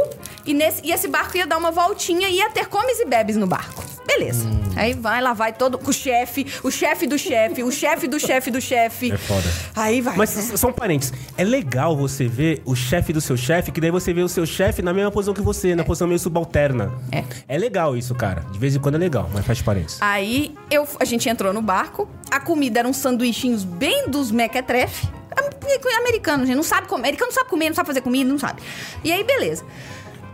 [SPEAKER 2] e, nesse, e esse barco ia dar uma voltinha e ia ter comes e bebes no barco. Beleza. Aí vai, lá vai todo com o chefe, o chefe do chefe, o chefe do chefe do chefe. É foda. Aí vai.
[SPEAKER 1] Mas
[SPEAKER 2] né?
[SPEAKER 1] s- são parentes. É legal você ver o chefe do seu chefe, que daí você vê o seu chefe na mesma posição que você, na posição meio subalterna.
[SPEAKER 2] É.
[SPEAKER 1] É legal isso, cara. De vez em quando é legal, mas faz parentes.
[SPEAKER 2] Aí eu, a gente entrou no barco, a comida eram sanduichinhos bem dos mequetrefe. Am- Americano, gente, não sabe comer. Americano não sabe comer, não sabe fazer comida, não sabe. E aí, beleza.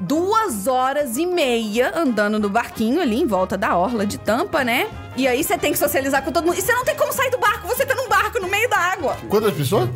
[SPEAKER 2] Duas horas e meia andando no barquinho ali em volta da orla de tampa, né? E aí você tem que socializar com todo mundo. E você não tem como sair do barco, você tá num barco no meio da água.
[SPEAKER 4] Quantas pessoas?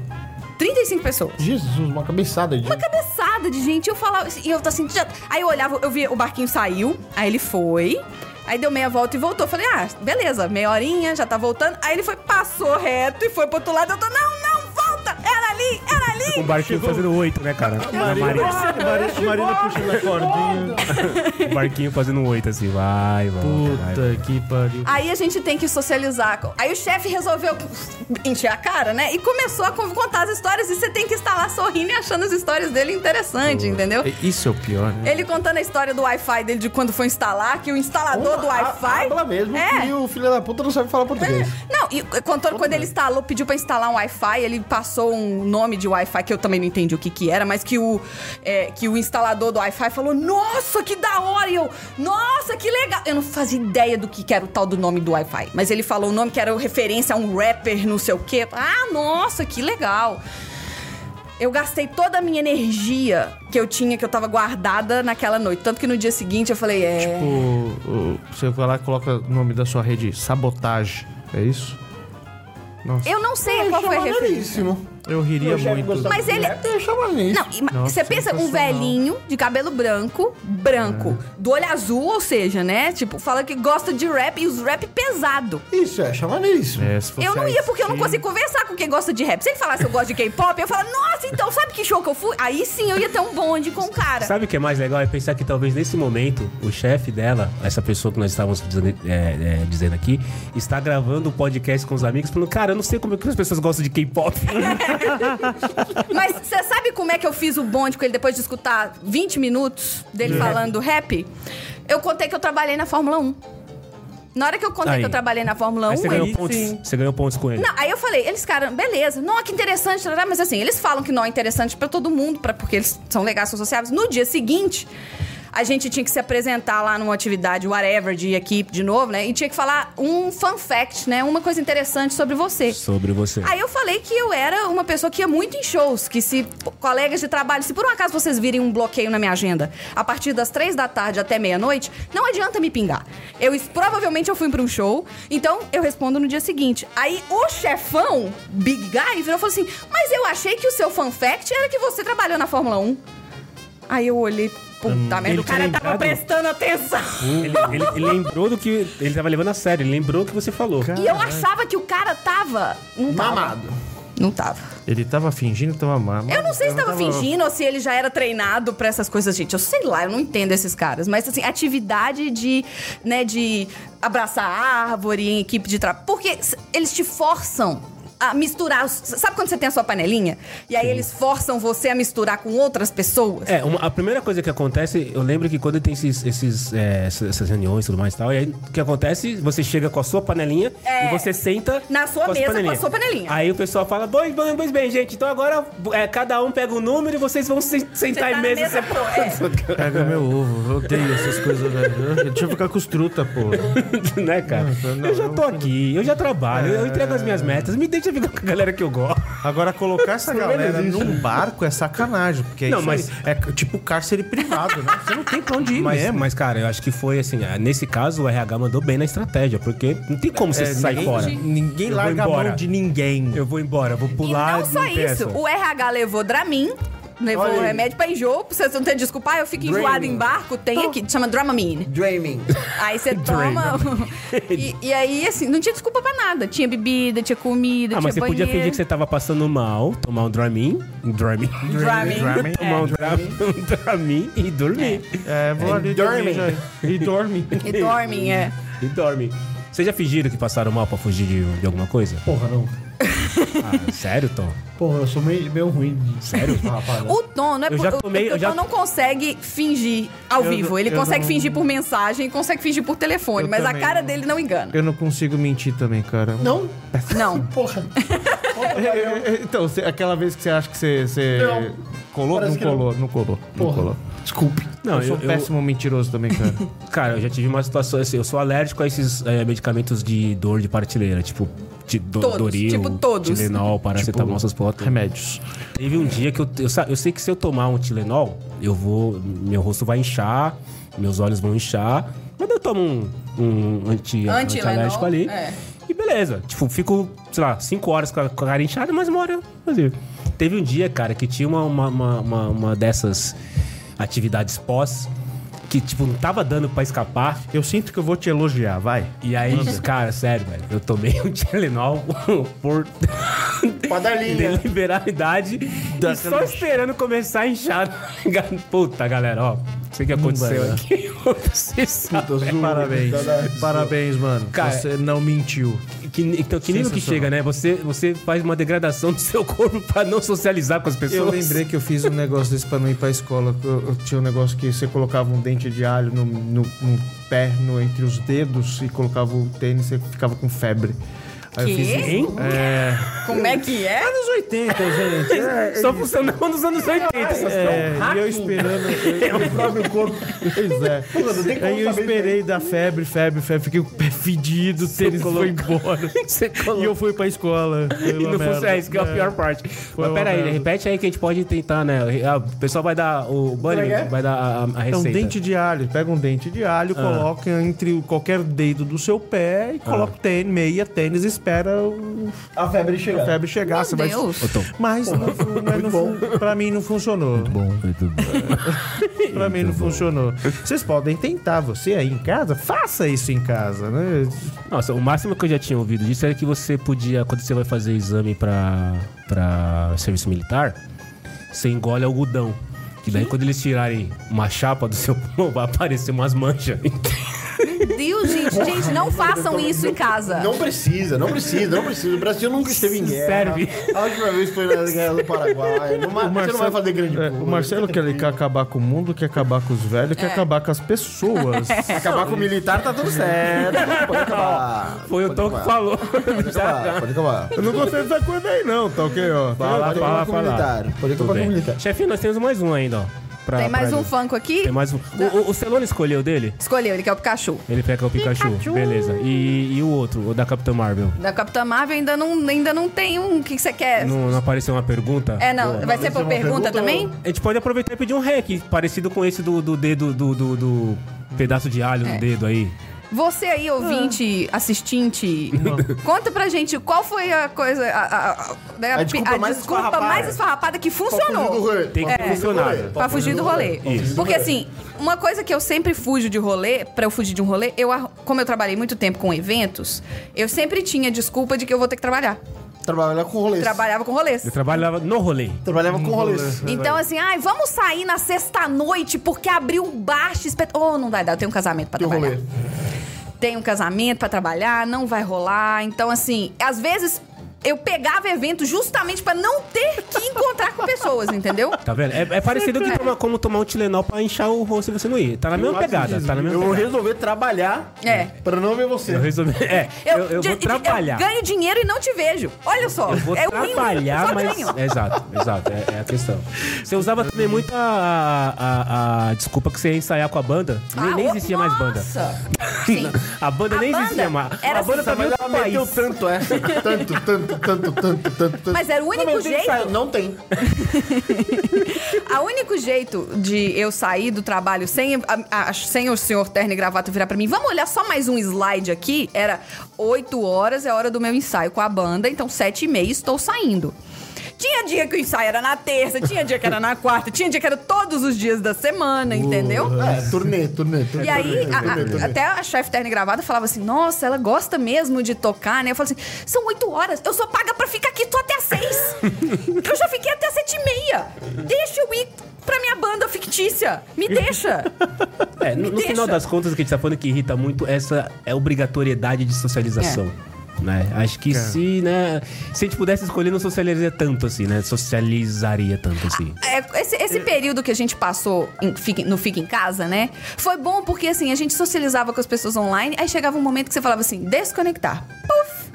[SPEAKER 2] 35 pessoas.
[SPEAKER 4] Jesus, uma cabeçada de.
[SPEAKER 2] Cabeçada de gente. Eu falava. assim, E eu tô assim. já- Aí eu olhava, eu via o barquinho saiu. Aí ele foi. Aí deu meia volta e voltou. Falei, ah, beleza, meia horinha, já tá voltando. Aí ele foi, passou reto e foi pro outro lado. Eu tô, não, não, volta! Era ali, era ali!
[SPEAKER 1] O barquinho fazendo oito, né, cara? Na Marina.
[SPEAKER 8] Marina, Marina puxando a cordinha.
[SPEAKER 1] O barquinho fazendo oito, assim. Vai, vai. vai.
[SPEAKER 8] Puta que pariu.
[SPEAKER 2] Aí a gente tem que socializar. com- Aí o chefe resolveu encher a cara, né? E começou a con- contar as histórias. E você tem que estar lá sorrindo e achando as histórias dele interessante, entendeu?
[SPEAKER 8] Isso é o pior, né?
[SPEAKER 2] Ele contando a história do Wi-Fi dele de quando foi instalar, que o instalador do Wi-Fi.
[SPEAKER 4] Fala mesmo.
[SPEAKER 2] É.
[SPEAKER 4] E o filho da puta não sabe falar português.
[SPEAKER 2] Não, e contando quando ele instalou, pediu pra instalar um Wi-Fi, ele passou um nome de Wi-Fi que eu também não entendi o que que era, mas que o, é, que o instalador do Wi-Fi falou, nossa, que da hora! E eu, nossa, que legal! Eu não fazia ideia do que, que era o tal do nome do Wi-Fi, mas ele falou o nome que era referência a um rapper, não sei o quê. Ah, nossa, que legal! Eu gastei toda a minha energia que eu tinha, que eu tava guardada naquela noite. Tanto que no dia seguinte eu falei, é.
[SPEAKER 5] Tipo,
[SPEAKER 8] O, o- você vai lá e coloca o nome da sua rede, sabotagem. É isso? Nossa,
[SPEAKER 2] eu não sei qual foi a
[SPEAKER 3] É
[SPEAKER 2] referência.
[SPEAKER 8] eu riria muito.
[SPEAKER 5] tá
[SPEAKER 2] Mas ele-
[SPEAKER 4] Eu chamo nisso.
[SPEAKER 2] Não, e ma-
[SPEAKER 8] Nossa,
[SPEAKER 1] é
[SPEAKER 2] você pensa um
[SPEAKER 8] sensacional.
[SPEAKER 2] velhinho de cabelo branco, branco,
[SPEAKER 1] É.
[SPEAKER 2] do olho azul, ou seja, né? Tipo, fala que gosta de rap e os rap pesado.
[SPEAKER 4] Isso é chamanismo.
[SPEAKER 8] É, se fosse
[SPEAKER 2] eu não ia porque eu não
[SPEAKER 8] assim,
[SPEAKER 2] consigo conversar com quem gosta de rap. Se ele falasse eu gosto de K-pop, eu falo, nossa, então sabe que show que eu fui? Aí sim eu ia ter um bonde com o cara.
[SPEAKER 1] Sabe o que é mais legal? É pensar que talvez nesse momento o chefe dela, essa pessoa que nós estávamos dizendo, é, é, dizendo aqui, está gravando o podcast com os amigos, falando: Cara, eu não sei como é que as pessoas gostam de K-pop.
[SPEAKER 2] Mas você sabe como é que eu fiz o bonde com ele depois de escutar 20 minutos dele
[SPEAKER 1] É.
[SPEAKER 2] falando rap? Eu contei que eu trabalhei na Fórmula 1. Na hora que eu contei
[SPEAKER 1] Aí.
[SPEAKER 2] que eu trabalhei na Fórmula 1,
[SPEAKER 1] Aí você ganhou
[SPEAKER 2] ele-
[SPEAKER 1] pontos. Você ganhou pontos com ele.
[SPEAKER 2] é Não, aí eu falei, eles ficaram, beleza, não, é que interessante, tarará, mas assim, eles falam que não é interessante pra todo mundo, pra, porque eles são legais, são sociáveis. No dia seguinte, a gente tinha que se apresentar lá numa atividade, whatever, de equipe de novo, né? E tinha que falar um fun fact, né? Uma coisa interessante sobre você.
[SPEAKER 1] Sobre você.
[SPEAKER 2] Aí eu falei que eu era uma pessoa que ia muito em shows, que se p- colegas de trabalho, se por um acaso vocês virem um bloqueio na minha agenda a partir das três da tarde até meia-noite, não adianta me pingar. Eu es- provavelmente eu fui pra um show, então eu respondo no dia seguinte. Aí o chefão, Big Guy, virou e falou assim: Mas eu achei que o seu fun fact era que você trabalhou na Fórmula 1. Aí eu olhei, puta merda,
[SPEAKER 8] Hum, ele
[SPEAKER 2] o cara
[SPEAKER 8] tinha
[SPEAKER 2] tava
[SPEAKER 8] lembrado?
[SPEAKER 2] prestando atenção.
[SPEAKER 1] Ele, ele- ele lembrou do que. Ele tava levando a sério, ele lembrou o que você falou.
[SPEAKER 2] E eu achava que o cara tava.
[SPEAKER 5] É.
[SPEAKER 2] Não tava.
[SPEAKER 4] Mamado.
[SPEAKER 2] Não tava.
[SPEAKER 8] Ele tava fingindo que tava mamando.
[SPEAKER 2] Eu não sei se tava
[SPEAKER 5] tá
[SPEAKER 2] fingindo ou se ele já era treinado pra essas coisas, gente. Eu sei lá, eu não entendo esses caras. Mas, assim, atividade de, né, de abraçar árvore em equipe de trabalho. Porque s- eles te forçam a misturar. os- Sabe quando você tem a sua panelinha? E aí eles forçam você a misturar com outras pessoas?
[SPEAKER 1] É, uma- a primeira coisa que acontece, eu lembro que quando tem esses, esses, é, essa- essas reuniões e tudo mais e tal, e aí o que acontece, você chega com a sua panelinha
[SPEAKER 2] É.
[SPEAKER 1] e você senta...
[SPEAKER 2] Na sua
[SPEAKER 1] as
[SPEAKER 2] mesa, com a
[SPEAKER 1] panelinhas.
[SPEAKER 2] sua panelinha.
[SPEAKER 1] Aí o pessoal fala, pois, pois, pois bem, gente, então agora é, cada um pega um número e vocês vão se, sentar
[SPEAKER 2] Sentar
[SPEAKER 1] em
[SPEAKER 2] tá na é.
[SPEAKER 1] mesa,
[SPEAKER 2] mesa,
[SPEAKER 1] separadas.
[SPEAKER 2] pô,
[SPEAKER 8] Pega meu ovo, eu odeio essas coisas, velho. Eu- Deixa eu ficar com os truta, pô.
[SPEAKER 1] (laughs) né, cara? eu já tô aqui, eu já trabalho, eu entrego as minhas metas, me deixa ficar com a galera que eu gosto.
[SPEAKER 8] Agora, colocar essa
[SPEAKER 4] menos
[SPEAKER 8] galera
[SPEAKER 4] isso.
[SPEAKER 8] num barco é sacanagem, porque é
[SPEAKER 1] Não,
[SPEAKER 8] isso
[SPEAKER 1] mas-
[SPEAKER 8] aí. é c- tipo cárcere privado, né? Você não tem pra onde ir
[SPEAKER 5] né?
[SPEAKER 1] Mas,
[SPEAKER 8] mesmo.
[SPEAKER 1] mas, cara, eu acho que foi assim, ah, nesse caso o RH mandou bem na estratégia, porque não tem como você
[SPEAKER 8] É,
[SPEAKER 1] sair
[SPEAKER 8] ninguém-
[SPEAKER 1] fora.
[SPEAKER 8] Ninguém
[SPEAKER 1] Eu vou
[SPEAKER 8] larga a
[SPEAKER 1] embora.
[SPEAKER 8] mão de ninguém.
[SPEAKER 1] Eu vou embora, vou
[SPEAKER 2] E
[SPEAKER 1] pular.
[SPEAKER 2] não só
[SPEAKER 1] tem
[SPEAKER 2] isso,
[SPEAKER 1] essa.
[SPEAKER 2] o RH levou Dramin, Levou
[SPEAKER 3] Olha
[SPEAKER 2] o
[SPEAKER 3] aí.
[SPEAKER 2] remédio pra enjoo, pra você não ter desculpa. Ah, eu fico enjoado em barco. Tem aqui, chama Dramamine.
[SPEAKER 3] Dreaming.
[SPEAKER 2] Aí você toma. e, e aí, assim, não tinha desculpa pra nada. Tinha bebida, tinha comida,
[SPEAKER 1] Ah,
[SPEAKER 2] tinha
[SPEAKER 1] mas você podia
[SPEAKER 2] banheiro.
[SPEAKER 1] fingir que você tava passando mal, tomar um Dramin, um Dramin,
[SPEAKER 7] Dramin.
[SPEAKER 1] Dramin,
[SPEAKER 4] é.
[SPEAKER 1] tomar um Dramin, um Dramin e dormir.
[SPEAKER 5] É, vou ali dormir. já. E dorme.
[SPEAKER 2] E dormem, é.
[SPEAKER 1] E dorme. Vocês já fingiram que passaram mal pra fugir de, de alguma coisa?
[SPEAKER 5] Porra, não.
[SPEAKER 1] Ah, sério, Tom?
[SPEAKER 5] Porra, eu sou meio, meio ruim. de-
[SPEAKER 1] Sério?
[SPEAKER 5] Rapaziada.
[SPEAKER 2] O Tom, não é
[SPEAKER 1] Eu já
[SPEAKER 2] por- o-
[SPEAKER 1] tomei-
[SPEAKER 2] o
[SPEAKER 1] eu já-
[SPEAKER 2] Tom não consegue fingir ao
[SPEAKER 5] Eu-
[SPEAKER 2] vivo. Ele
[SPEAKER 5] eu
[SPEAKER 2] consegue
[SPEAKER 5] não-
[SPEAKER 2] fingir por mensagem, consegue fingir por telefone,
[SPEAKER 5] Eu
[SPEAKER 2] mas a
[SPEAKER 5] também
[SPEAKER 2] cara
[SPEAKER 5] não.
[SPEAKER 2] dele não
[SPEAKER 5] (laughs)
[SPEAKER 2] engana.
[SPEAKER 5] (laughs) Eu não consigo mentir também, cara.
[SPEAKER 4] Não?
[SPEAKER 2] Não.
[SPEAKER 4] Porra.
[SPEAKER 5] É, é, é, Então, cê- aquela vez que você acha que você. você
[SPEAKER 4] Não.
[SPEAKER 5] Colou? Não
[SPEAKER 4] Parece que não.
[SPEAKER 5] colou, não colou, não
[SPEAKER 4] Porra.
[SPEAKER 5] colou.
[SPEAKER 4] Desculpe.
[SPEAKER 1] Não,
[SPEAKER 5] eu sou um
[SPEAKER 1] eu, eu-
[SPEAKER 5] péssimo mentiroso também, cara.
[SPEAKER 1] Cara, eu já tive uma situação assim, eu sou alérgico a esses eh, medicamentos de dor de partilheira, tipo de do,
[SPEAKER 2] Todos,
[SPEAKER 1] Doril,
[SPEAKER 2] tipo todos.
[SPEAKER 1] Tilenol, paracetamol, essas porra toda.
[SPEAKER 5] (laughs) Remédios.
[SPEAKER 1] Teve um dia que eu, eu, sa- eu sei que se eu tomar um Tilenol, eu vou. Meu rosto vai inchar, meus olhos vão inchar. Mas eu tomo um, um anti,
[SPEAKER 2] Anti-Lenol,
[SPEAKER 1] alérgico ali.
[SPEAKER 2] é.
[SPEAKER 1] E beleza. Tipo, fico, sei lá, cinco horas com a, com a cara inchada, mas uma hora eu fazia. Teve um dia, cara, que tinha uma, uma, uma, uma- uma dessas atividades pós que, tipo, não tava dando pra escapar.
[SPEAKER 5] Eu sinto que eu vou te elogiar, vai.
[SPEAKER 1] E aí, cara, sério, velho, eu tomei um (laughs) Tilenol por
[SPEAKER 3] Padalinha.
[SPEAKER 1] deliberalidade e só esperando começar a inchar. Puta, galera, ó, não Então, sei o que aconteceu (laughs)
[SPEAKER 5] vai,
[SPEAKER 1] aqui. Vocês sabem.
[SPEAKER 5] Parabéns.
[SPEAKER 3] Verdade.
[SPEAKER 5] Parabéns, mano.
[SPEAKER 1] Cara,
[SPEAKER 5] você não mentiu.
[SPEAKER 1] Que, então, que nível que
[SPEAKER 5] Sensacional.
[SPEAKER 1] chega, né? Você, você faz uma degradação do seu corpo pra não socializar com as pessoas.
[SPEAKER 5] Eu lembrei que eu fiz um negócio desse pra não ir pra escola. Eu, eu tinha um negócio que você colocava um dente de alho no, no- no pé, no- entre os dedos, e colocava o tênis e você ficava com febre. Aí
[SPEAKER 2] Quê?
[SPEAKER 5] eu fiz isso.
[SPEAKER 1] Hein?
[SPEAKER 5] É.
[SPEAKER 2] Como é que é?
[SPEAKER 1] Tá
[SPEAKER 5] Anos 80, gente. É,
[SPEAKER 1] Só funcionava nos anos 80. essas
[SPEAKER 5] É,
[SPEAKER 1] coisas.
[SPEAKER 5] e eu esperando
[SPEAKER 1] É um
[SPEAKER 5] (laughs) o próprio corpo. Pois é. Aí eu esperei da febre, febre, febre. Fiquei com o pé fedido, o tênis
[SPEAKER 1] (laughs)
[SPEAKER 5] foi embora.
[SPEAKER 1] Você
[SPEAKER 5] E
[SPEAKER 1] colocou.
[SPEAKER 5] eu fui pra escola. Foi
[SPEAKER 1] E
[SPEAKER 5] uma
[SPEAKER 1] não
[SPEAKER 5] merda.
[SPEAKER 1] funciona, isso que é a pior parte. Mas
[SPEAKER 5] uma
[SPEAKER 1] peraí,
[SPEAKER 5] merda.
[SPEAKER 1] repete aí que a gente pode tentar, né? Ah, O pessoal vai dar. O Bunny
[SPEAKER 3] é que é?
[SPEAKER 1] vai dar a, a- a
[SPEAKER 5] É um
[SPEAKER 1] receita.
[SPEAKER 5] dente de alho. Pega um dente de alho,
[SPEAKER 3] Ah.
[SPEAKER 5] coloca entre o- qualquer dedo do seu pé e coloca o tênis, meia, tênis, espera o-
[SPEAKER 3] A febre
[SPEAKER 5] a
[SPEAKER 3] chegando.
[SPEAKER 5] febre chegar. você vai- Então,
[SPEAKER 2] Deus.
[SPEAKER 1] Ô, Tom,
[SPEAKER 5] Mas, não, fu- mas não, fu- pra mim não funcionou.
[SPEAKER 1] Bom, muito
[SPEAKER 5] (laughs) Pra mim não funcionou. Vocês podem tentar, você aí em casa, faça isso em casa, né?
[SPEAKER 1] Nossa, o máximo que eu já tinha ouvido disso era que você podia, quando você vai fazer exame pra, pra serviço militar, você engole algodão. Que daí quando eles tirarem uma chapa do seu (laughs) pulmão, vai aparecer umas manchas. (laughs)
[SPEAKER 2] Deus, gente, gente, não façam isso em casa.
[SPEAKER 3] Não precisa, não precisa, não precisa. O Brasil nunca esteve em guerra.
[SPEAKER 1] Serve.
[SPEAKER 3] A última vez foi na guerra do Paraguai. Não, vai- Ah, você não vai fazer grande
[SPEAKER 5] é,
[SPEAKER 3] coisa.
[SPEAKER 5] o Marcelo quer, ele quer acabar com o mundo, quer acabar com os velhos, quer acabar com as pessoas.
[SPEAKER 3] Acabar com o militar tá tudo
[SPEAKER 5] (laughs)
[SPEAKER 3] certo. Pode acabar.
[SPEAKER 1] Foi o
[SPEAKER 3] Pode
[SPEAKER 1] Tom que
[SPEAKER 3] acabar.
[SPEAKER 1] falou. (laughs)
[SPEAKER 3] Pode acabar, pode acabar.
[SPEAKER 5] Eu não gostei dessa coisa aí, não, tá ok, ó.
[SPEAKER 1] Fala,
[SPEAKER 3] Pode
[SPEAKER 1] fala,
[SPEAKER 3] acabar com o
[SPEAKER 1] fala.
[SPEAKER 3] militar. Pode
[SPEAKER 1] Tudo
[SPEAKER 3] acabar com o
[SPEAKER 1] bem.
[SPEAKER 3] militar.
[SPEAKER 1] Chefinho, nós temos mais um ainda, ó. pra-
[SPEAKER 2] Tem mais
[SPEAKER 1] pra-
[SPEAKER 2] um funko aqui?
[SPEAKER 1] Tem mais um. O, o, o Celone escolheu dele?
[SPEAKER 2] Escolheu, ele quer o Pikachu.
[SPEAKER 1] Ele pega o Pikachu. Beleza. E, e o outro, o da Capitã Marvel?
[SPEAKER 2] Da Capitã Marvel ainda não, ainda não tem um. O que que você quer?
[SPEAKER 1] Não, não apareceu uma pergunta?
[SPEAKER 2] É, não. Vai ser
[SPEAKER 3] ser
[SPEAKER 2] por
[SPEAKER 3] uma
[SPEAKER 2] pergunta
[SPEAKER 3] pergunta
[SPEAKER 2] também?
[SPEAKER 1] A gente pode aproveitar e pedir um hack parecido com esse do, do dedo, do, do, do pedaço de alho
[SPEAKER 2] É.
[SPEAKER 1] no dedo aí.
[SPEAKER 2] Você aí, ouvinte, assistinte, conta pra gente qual foi a coisa. A, a- a- né, a-
[SPEAKER 3] desculpa
[SPEAKER 2] a
[SPEAKER 3] mais
[SPEAKER 2] desculpa
[SPEAKER 3] esfarrapada.
[SPEAKER 2] mais esfarrapada que
[SPEAKER 3] Fugir um do
[SPEAKER 2] funcionou.
[SPEAKER 3] rolê.
[SPEAKER 1] Tem que ter funcionado.
[SPEAKER 2] Pra fugir do rolê.
[SPEAKER 1] Isso.
[SPEAKER 2] Porque assim, uma coisa que eu sempre fujo de rolê, pra eu fugir de um rolê, eu arru- como eu trabalhei muito tempo com eventos, eu sempre tinha desculpa de que eu vou ter que trabalhar.
[SPEAKER 3] Trabalhava com rolês.
[SPEAKER 2] Trabalhava com rolês.
[SPEAKER 1] Eu trabalhava no rolê.
[SPEAKER 3] Trabalhava
[SPEAKER 5] um
[SPEAKER 3] com rolês.
[SPEAKER 2] Então, assim, ai, vamos sair na sexta-noite porque abriu um baixo espetáculo. Oh, não dá, dá, eu tenho um casamento pra
[SPEAKER 3] E o
[SPEAKER 2] trabalhar.
[SPEAKER 3] rolê?
[SPEAKER 2] Tenho um casamento pra trabalhar, não vai rolar. Então, assim, às vezes eu pegava evento justamente pra não ter que encontrar com pessoas,
[SPEAKER 1] (laughs)
[SPEAKER 2] entendeu?
[SPEAKER 1] Tá vendo? É, é parecido que
[SPEAKER 2] É.
[SPEAKER 1] tomar, como tomar um Tilenol pra inchar o rosto e você não ir. Tá na mesma pegada. Tá na
[SPEAKER 3] Eu
[SPEAKER 1] mesma
[SPEAKER 3] vou
[SPEAKER 1] pegada.
[SPEAKER 3] resolver trabalhar
[SPEAKER 2] É.
[SPEAKER 3] pra não ver você.
[SPEAKER 1] Eu resolvi. É, eu, eu
[SPEAKER 2] de-
[SPEAKER 1] vou
[SPEAKER 2] de-
[SPEAKER 1] trabalhar.
[SPEAKER 2] eu ganho dinheiro e não te vejo. Olha só.
[SPEAKER 1] Eu vou
[SPEAKER 2] é win-win,
[SPEAKER 1] trabalhar,
[SPEAKER 2] só um.
[SPEAKER 1] mas.
[SPEAKER 2] ganho.
[SPEAKER 1] Exato, exato. É, é a questão. Você usava também muito a, a- a- a desculpa que você ia ensaiar com a banda. Nem,
[SPEAKER 2] Ah,
[SPEAKER 1] nem
[SPEAKER 2] ô,
[SPEAKER 1] existia mais banda.
[SPEAKER 2] Nossa. Sim.
[SPEAKER 1] A banda
[SPEAKER 2] A
[SPEAKER 1] nem existia
[SPEAKER 2] banda
[SPEAKER 1] mais.
[SPEAKER 2] era
[SPEAKER 1] A banda
[SPEAKER 2] assim,
[SPEAKER 1] tava em
[SPEAKER 3] Mas
[SPEAKER 4] Ah,
[SPEAKER 1] outro
[SPEAKER 3] ela meteu
[SPEAKER 1] país.
[SPEAKER 3] tanto
[SPEAKER 4] é.
[SPEAKER 3] essa. Tanto, tanto, tanto, tanto, tanto, tanto.
[SPEAKER 2] Mas era o único
[SPEAKER 3] Não, mas tem
[SPEAKER 2] jeito.
[SPEAKER 3] ensaio. Não tem.
[SPEAKER 2] A único jeito de eu sair do trabalho sem, a- a- sem o senhor terno e gravata virar pra mim, vamos olhar só mais um slide aqui, era 8 horas é a hora do meu ensaio com a banda, então 7 e meia estou saindo.
[SPEAKER 7] Tinha dia que o ensaio era na terça, tinha dia que era na quarta, tinha dia que era todos os dias da semana, entendeu?
[SPEAKER 4] É, turnê, turnê, turnê.
[SPEAKER 2] E aí, a- a- até a chefe terna e gravada falava assim: Nossa, ela gosta mesmo de tocar, né? Eu falo assim: São oito horas, eu sou paga pra ficar aqui só até as seis. eu já fiquei até as sete e meia. Deixa eu ir pra minha banda fictícia. Me deixa.
[SPEAKER 1] É, no, no
[SPEAKER 2] deixa.
[SPEAKER 1] final das contas, o que a gente tá falando que irrita muito essa é obrigatoriedade de socialização. Né? Acho que se, né? Se a gente pudesse escolher, não socializaria tanto assim, né? Socializaria tanto assim.
[SPEAKER 2] É, esse, esse período que a gente passou em Fica- no Fica em Casa, né? Foi bom porque, assim, a gente socializava com as pessoas online, aí chegava um momento que você falava assim, desconectar. Puf!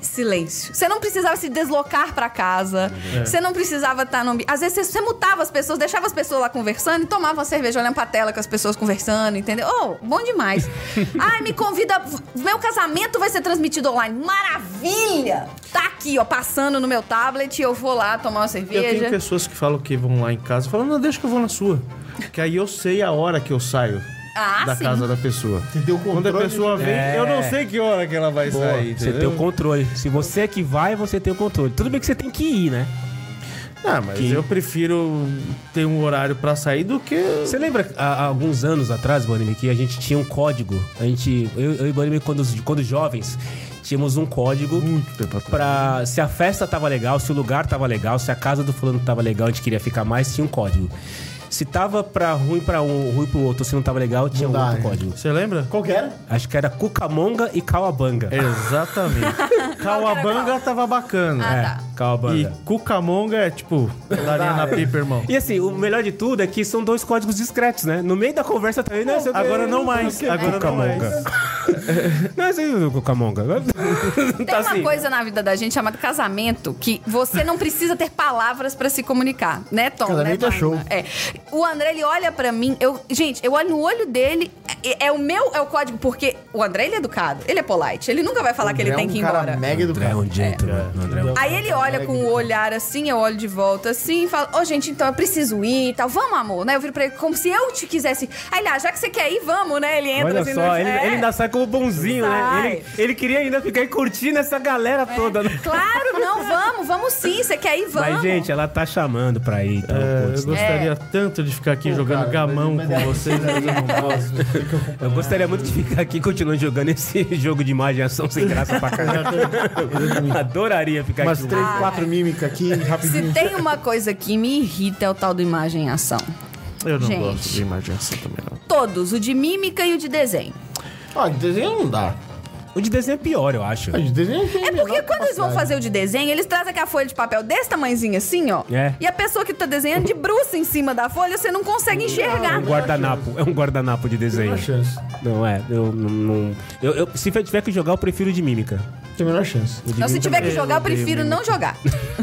[SPEAKER 2] Silêncio. Você não precisava se deslocar pra casa.
[SPEAKER 5] É.
[SPEAKER 2] Você não precisava estar no ambiente. Às vezes você, você mutava as pessoas, deixava as pessoas lá conversando e tomava uma cerveja olhando pra tela com as pessoas conversando, entendeu? Oh, bom
[SPEAKER 5] (laughs)
[SPEAKER 2] demais. Ai, me convida. Meu casamento vai ser transmitido online. Maravilha! Tá aqui, ó, passando no meu tablet e eu vou lá tomar uma
[SPEAKER 5] Eu
[SPEAKER 2] cerveja.
[SPEAKER 5] tenho pessoas que falam que vão lá em casa e falam, não, deixa que eu vou na sua. Que aí eu sei a hora que eu saio
[SPEAKER 2] Ah,
[SPEAKER 5] da
[SPEAKER 2] sim.
[SPEAKER 5] casa da pessoa.
[SPEAKER 4] deu
[SPEAKER 5] Quando a
[SPEAKER 4] controle, É.
[SPEAKER 5] pessoa vem, eu não sei que hora que ela vai sair.
[SPEAKER 1] Você tem
[SPEAKER 5] entendeu?
[SPEAKER 1] o controle. Se você é que vai, você tem o controle. Tudo bem que você tem que ir, né?
[SPEAKER 5] Ah, mas
[SPEAKER 1] Que-
[SPEAKER 5] eu prefiro ter um horário pra sair do que.
[SPEAKER 1] Você lembra há, há alguns anos atrás, Bonime, que a gente tinha um código? A gente, eu, eu e Bonime, quando, quando jovens, tínhamos um código pra. Se a festa tava legal, se o lugar tava legal, se a casa do fulano tava legal, a gente queria ficar mais, tinha um código. Se tava pra ruim pra um, ruim pro outro, se não tava legal, tinha
[SPEAKER 4] Não dá,
[SPEAKER 1] outro
[SPEAKER 4] né?
[SPEAKER 1] código.
[SPEAKER 5] Você lembra?
[SPEAKER 4] Qual que é? era?
[SPEAKER 1] Acho que era Cucamonga e Cauabanga.
[SPEAKER 2] (laughs)
[SPEAKER 5] Exatamente. Cauabanga tava bacana.
[SPEAKER 2] Ah,
[SPEAKER 1] É,
[SPEAKER 2] tá.
[SPEAKER 5] E
[SPEAKER 1] Cauabanga.
[SPEAKER 5] Cucamonga é tipo, daria na pipa, irmão.
[SPEAKER 1] E assim, o melhor de tudo é que são dois códigos discretos, né? No meio da conversa também, né? Você-
[SPEAKER 5] Agora não mais. Agora não mais.
[SPEAKER 1] (laughs) Não, você viu o Cucamonga. Então,
[SPEAKER 2] Tem uma
[SPEAKER 1] assim,
[SPEAKER 2] coisa na vida da gente chamada casamento que você não precisa ter palavras pra se comunicar, né, Tom?
[SPEAKER 4] Casamento
[SPEAKER 2] né,
[SPEAKER 4] é
[SPEAKER 2] Taina?
[SPEAKER 4] show.
[SPEAKER 2] É. O André, ele olha pra mim, eu, gente, eu olho no olho dele, é, é o meu, é o código, porque o André, ele é educado, ele é polite, ele nunca vai falar que ele tem que ir
[SPEAKER 4] um cara né?
[SPEAKER 2] embora.
[SPEAKER 4] mega
[SPEAKER 1] André é
[SPEAKER 4] educado.
[SPEAKER 1] um gentleman. André é um-
[SPEAKER 2] Aí ele olha com o olhar assim, eu olho de volta assim e falo, ô gente, então eu preciso ir e tal. Vamos, amor, né? Eu viro pra ele como se eu te quisesse. Aí ele, ah, já que você quer ir, vamos, né? Ele entra
[SPEAKER 1] Olha
[SPEAKER 2] assim
[SPEAKER 1] só,
[SPEAKER 2] no...
[SPEAKER 1] ele,
[SPEAKER 2] É.
[SPEAKER 1] ele ainda sai como bonzinho,
[SPEAKER 2] Sai.
[SPEAKER 1] né? Ele, ele queria ainda ficar aí curtindo essa galera toda. né?
[SPEAKER 2] Claro, não, vamos, vamos sim, você quer ir, vamos.
[SPEAKER 1] Mas, gente, ela tá chamando pra ir. Então,
[SPEAKER 5] É,
[SPEAKER 1] putz,
[SPEAKER 5] eu gostaria tanto de ficar aqui jogando
[SPEAKER 4] é
[SPEAKER 5] gamão com vocês. mas eu não posso.
[SPEAKER 1] eu gostaria muito de ficar aqui continuando jogando esse (laughs) jogo de imagem e ação sem graça pra (laughs) caralho. Adoraria ficar
[SPEAKER 4] Umas
[SPEAKER 1] aqui.
[SPEAKER 4] três, quatro mímicas aqui,
[SPEAKER 2] Se
[SPEAKER 4] rapidinho.
[SPEAKER 2] tem uma coisa que me irrita é o tal do imagem e ação.
[SPEAKER 5] Eu não
[SPEAKER 2] Gente.
[SPEAKER 5] gosto de imaginação também, não.
[SPEAKER 2] Todos, o de mímica e o de desenho.
[SPEAKER 4] Ó, de desenho não dá.
[SPEAKER 1] O de desenho é pior, eu acho.
[SPEAKER 4] Ah, De desenho
[SPEAKER 2] É porque quando eles vão fazer o de desenho, eles trazem aquela folha de papel desse tamanhozinho assim, ó.
[SPEAKER 1] É.
[SPEAKER 2] E a pessoa que tá desenhando de bruxa em cima da folha, você não consegue
[SPEAKER 1] É
[SPEAKER 2] enxergar.
[SPEAKER 1] um guardanapo, é um guardanapo de
[SPEAKER 4] Tem
[SPEAKER 1] desenho.
[SPEAKER 4] menor chance.
[SPEAKER 1] Não é, eu não. não- eu, eu- se eu tiver que jogar, eu prefiro o de mímica.
[SPEAKER 4] Tem menor chance.
[SPEAKER 1] O de
[SPEAKER 2] Então, se
[SPEAKER 1] mímica-
[SPEAKER 2] tiver que jogar, eu
[SPEAKER 5] odeio
[SPEAKER 2] prefiro não
[SPEAKER 1] (laughs)
[SPEAKER 2] jogar.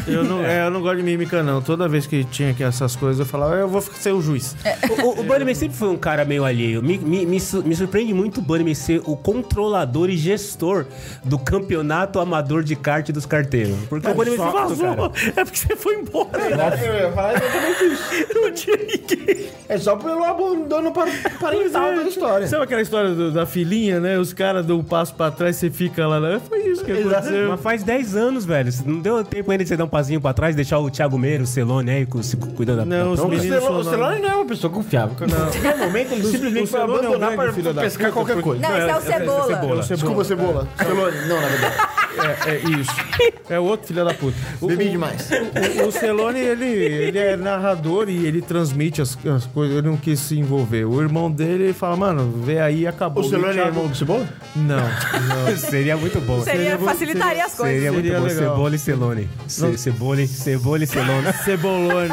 [SPEAKER 5] Eu não, é, eu não gosto de mímica, não. Toda vez que tinha que essas coisas, eu falava, eu vou ser o juiz.
[SPEAKER 4] É.
[SPEAKER 5] (laughs)
[SPEAKER 7] É.
[SPEAKER 1] O, o, o Bunnyman sempre foi um cara meio alheio. Me, me, me, su- me surpreende muito o Bunnyman ser o controlador e gestor do campeonato amador de kart dos carteiros. Porque o Bunnyman se vazou.
[SPEAKER 5] É porque você foi embora.
[SPEAKER 4] Eu ia falar exatamente isso. Não tinha ninguém. É só pelo abandono par- parental da história.
[SPEAKER 5] Sabe aquela história do- da filhinha, né? Os caras dão um passo pra trás, você fica lá. né? Foi isso que aconteceu.
[SPEAKER 1] Mas faz 10 anos, velho. Não deu tempo ainda de você dar um passinho pra trás, deixar o Thiago Meiro, o Celone aí, cu- se cu- cuidando da
[SPEAKER 5] Não,
[SPEAKER 1] da
[SPEAKER 5] os
[SPEAKER 1] bronca?
[SPEAKER 5] meninos-
[SPEAKER 4] Celo- O Celone um não é uma pessoa confiável. Não. No momento, ele simplesmente foi
[SPEAKER 5] Celone é um
[SPEAKER 4] abandonar
[SPEAKER 5] grande
[SPEAKER 4] pra
[SPEAKER 5] filho da
[SPEAKER 4] pescar
[SPEAKER 5] puta,
[SPEAKER 4] qualquer
[SPEAKER 5] porque-
[SPEAKER 4] coisa.
[SPEAKER 2] Não, esse é o cebola.
[SPEAKER 4] Desculpa, Cebola. Celone, não, na verdade.
[SPEAKER 5] É, é isso. É o outro filho da puta.
[SPEAKER 4] (laughs)
[SPEAKER 5] O,
[SPEAKER 4] Bebi demais.
[SPEAKER 5] o- o Celone, ele, ele é narrador e ele transmite as, as coisas. Ele não quis se envolver. O irmão dele ele fala, mano, vê aí, acabou.
[SPEAKER 4] O Celone é
[SPEAKER 5] Thiago-
[SPEAKER 4] irmão do Cebola?
[SPEAKER 5] Não.
[SPEAKER 1] (laughs)
[SPEAKER 4] (laughs)
[SPEAKER 1] Seria muito bom.
[SPEAKER 7] Seria, facilitaria as coisas.
[SPEAKER 1] Seria muito
[SPEAKER 5] Seria
[SPEAKER 1] bom.
[SPEAKER 5] legal.
[SPEAKER 1] Cebola e Celone. Ce, cebola, e-
[SPEAKER 5] (laughs)
[SPEAKER 1] cebola e Celone.
[SPEAKER 5] Cebolone.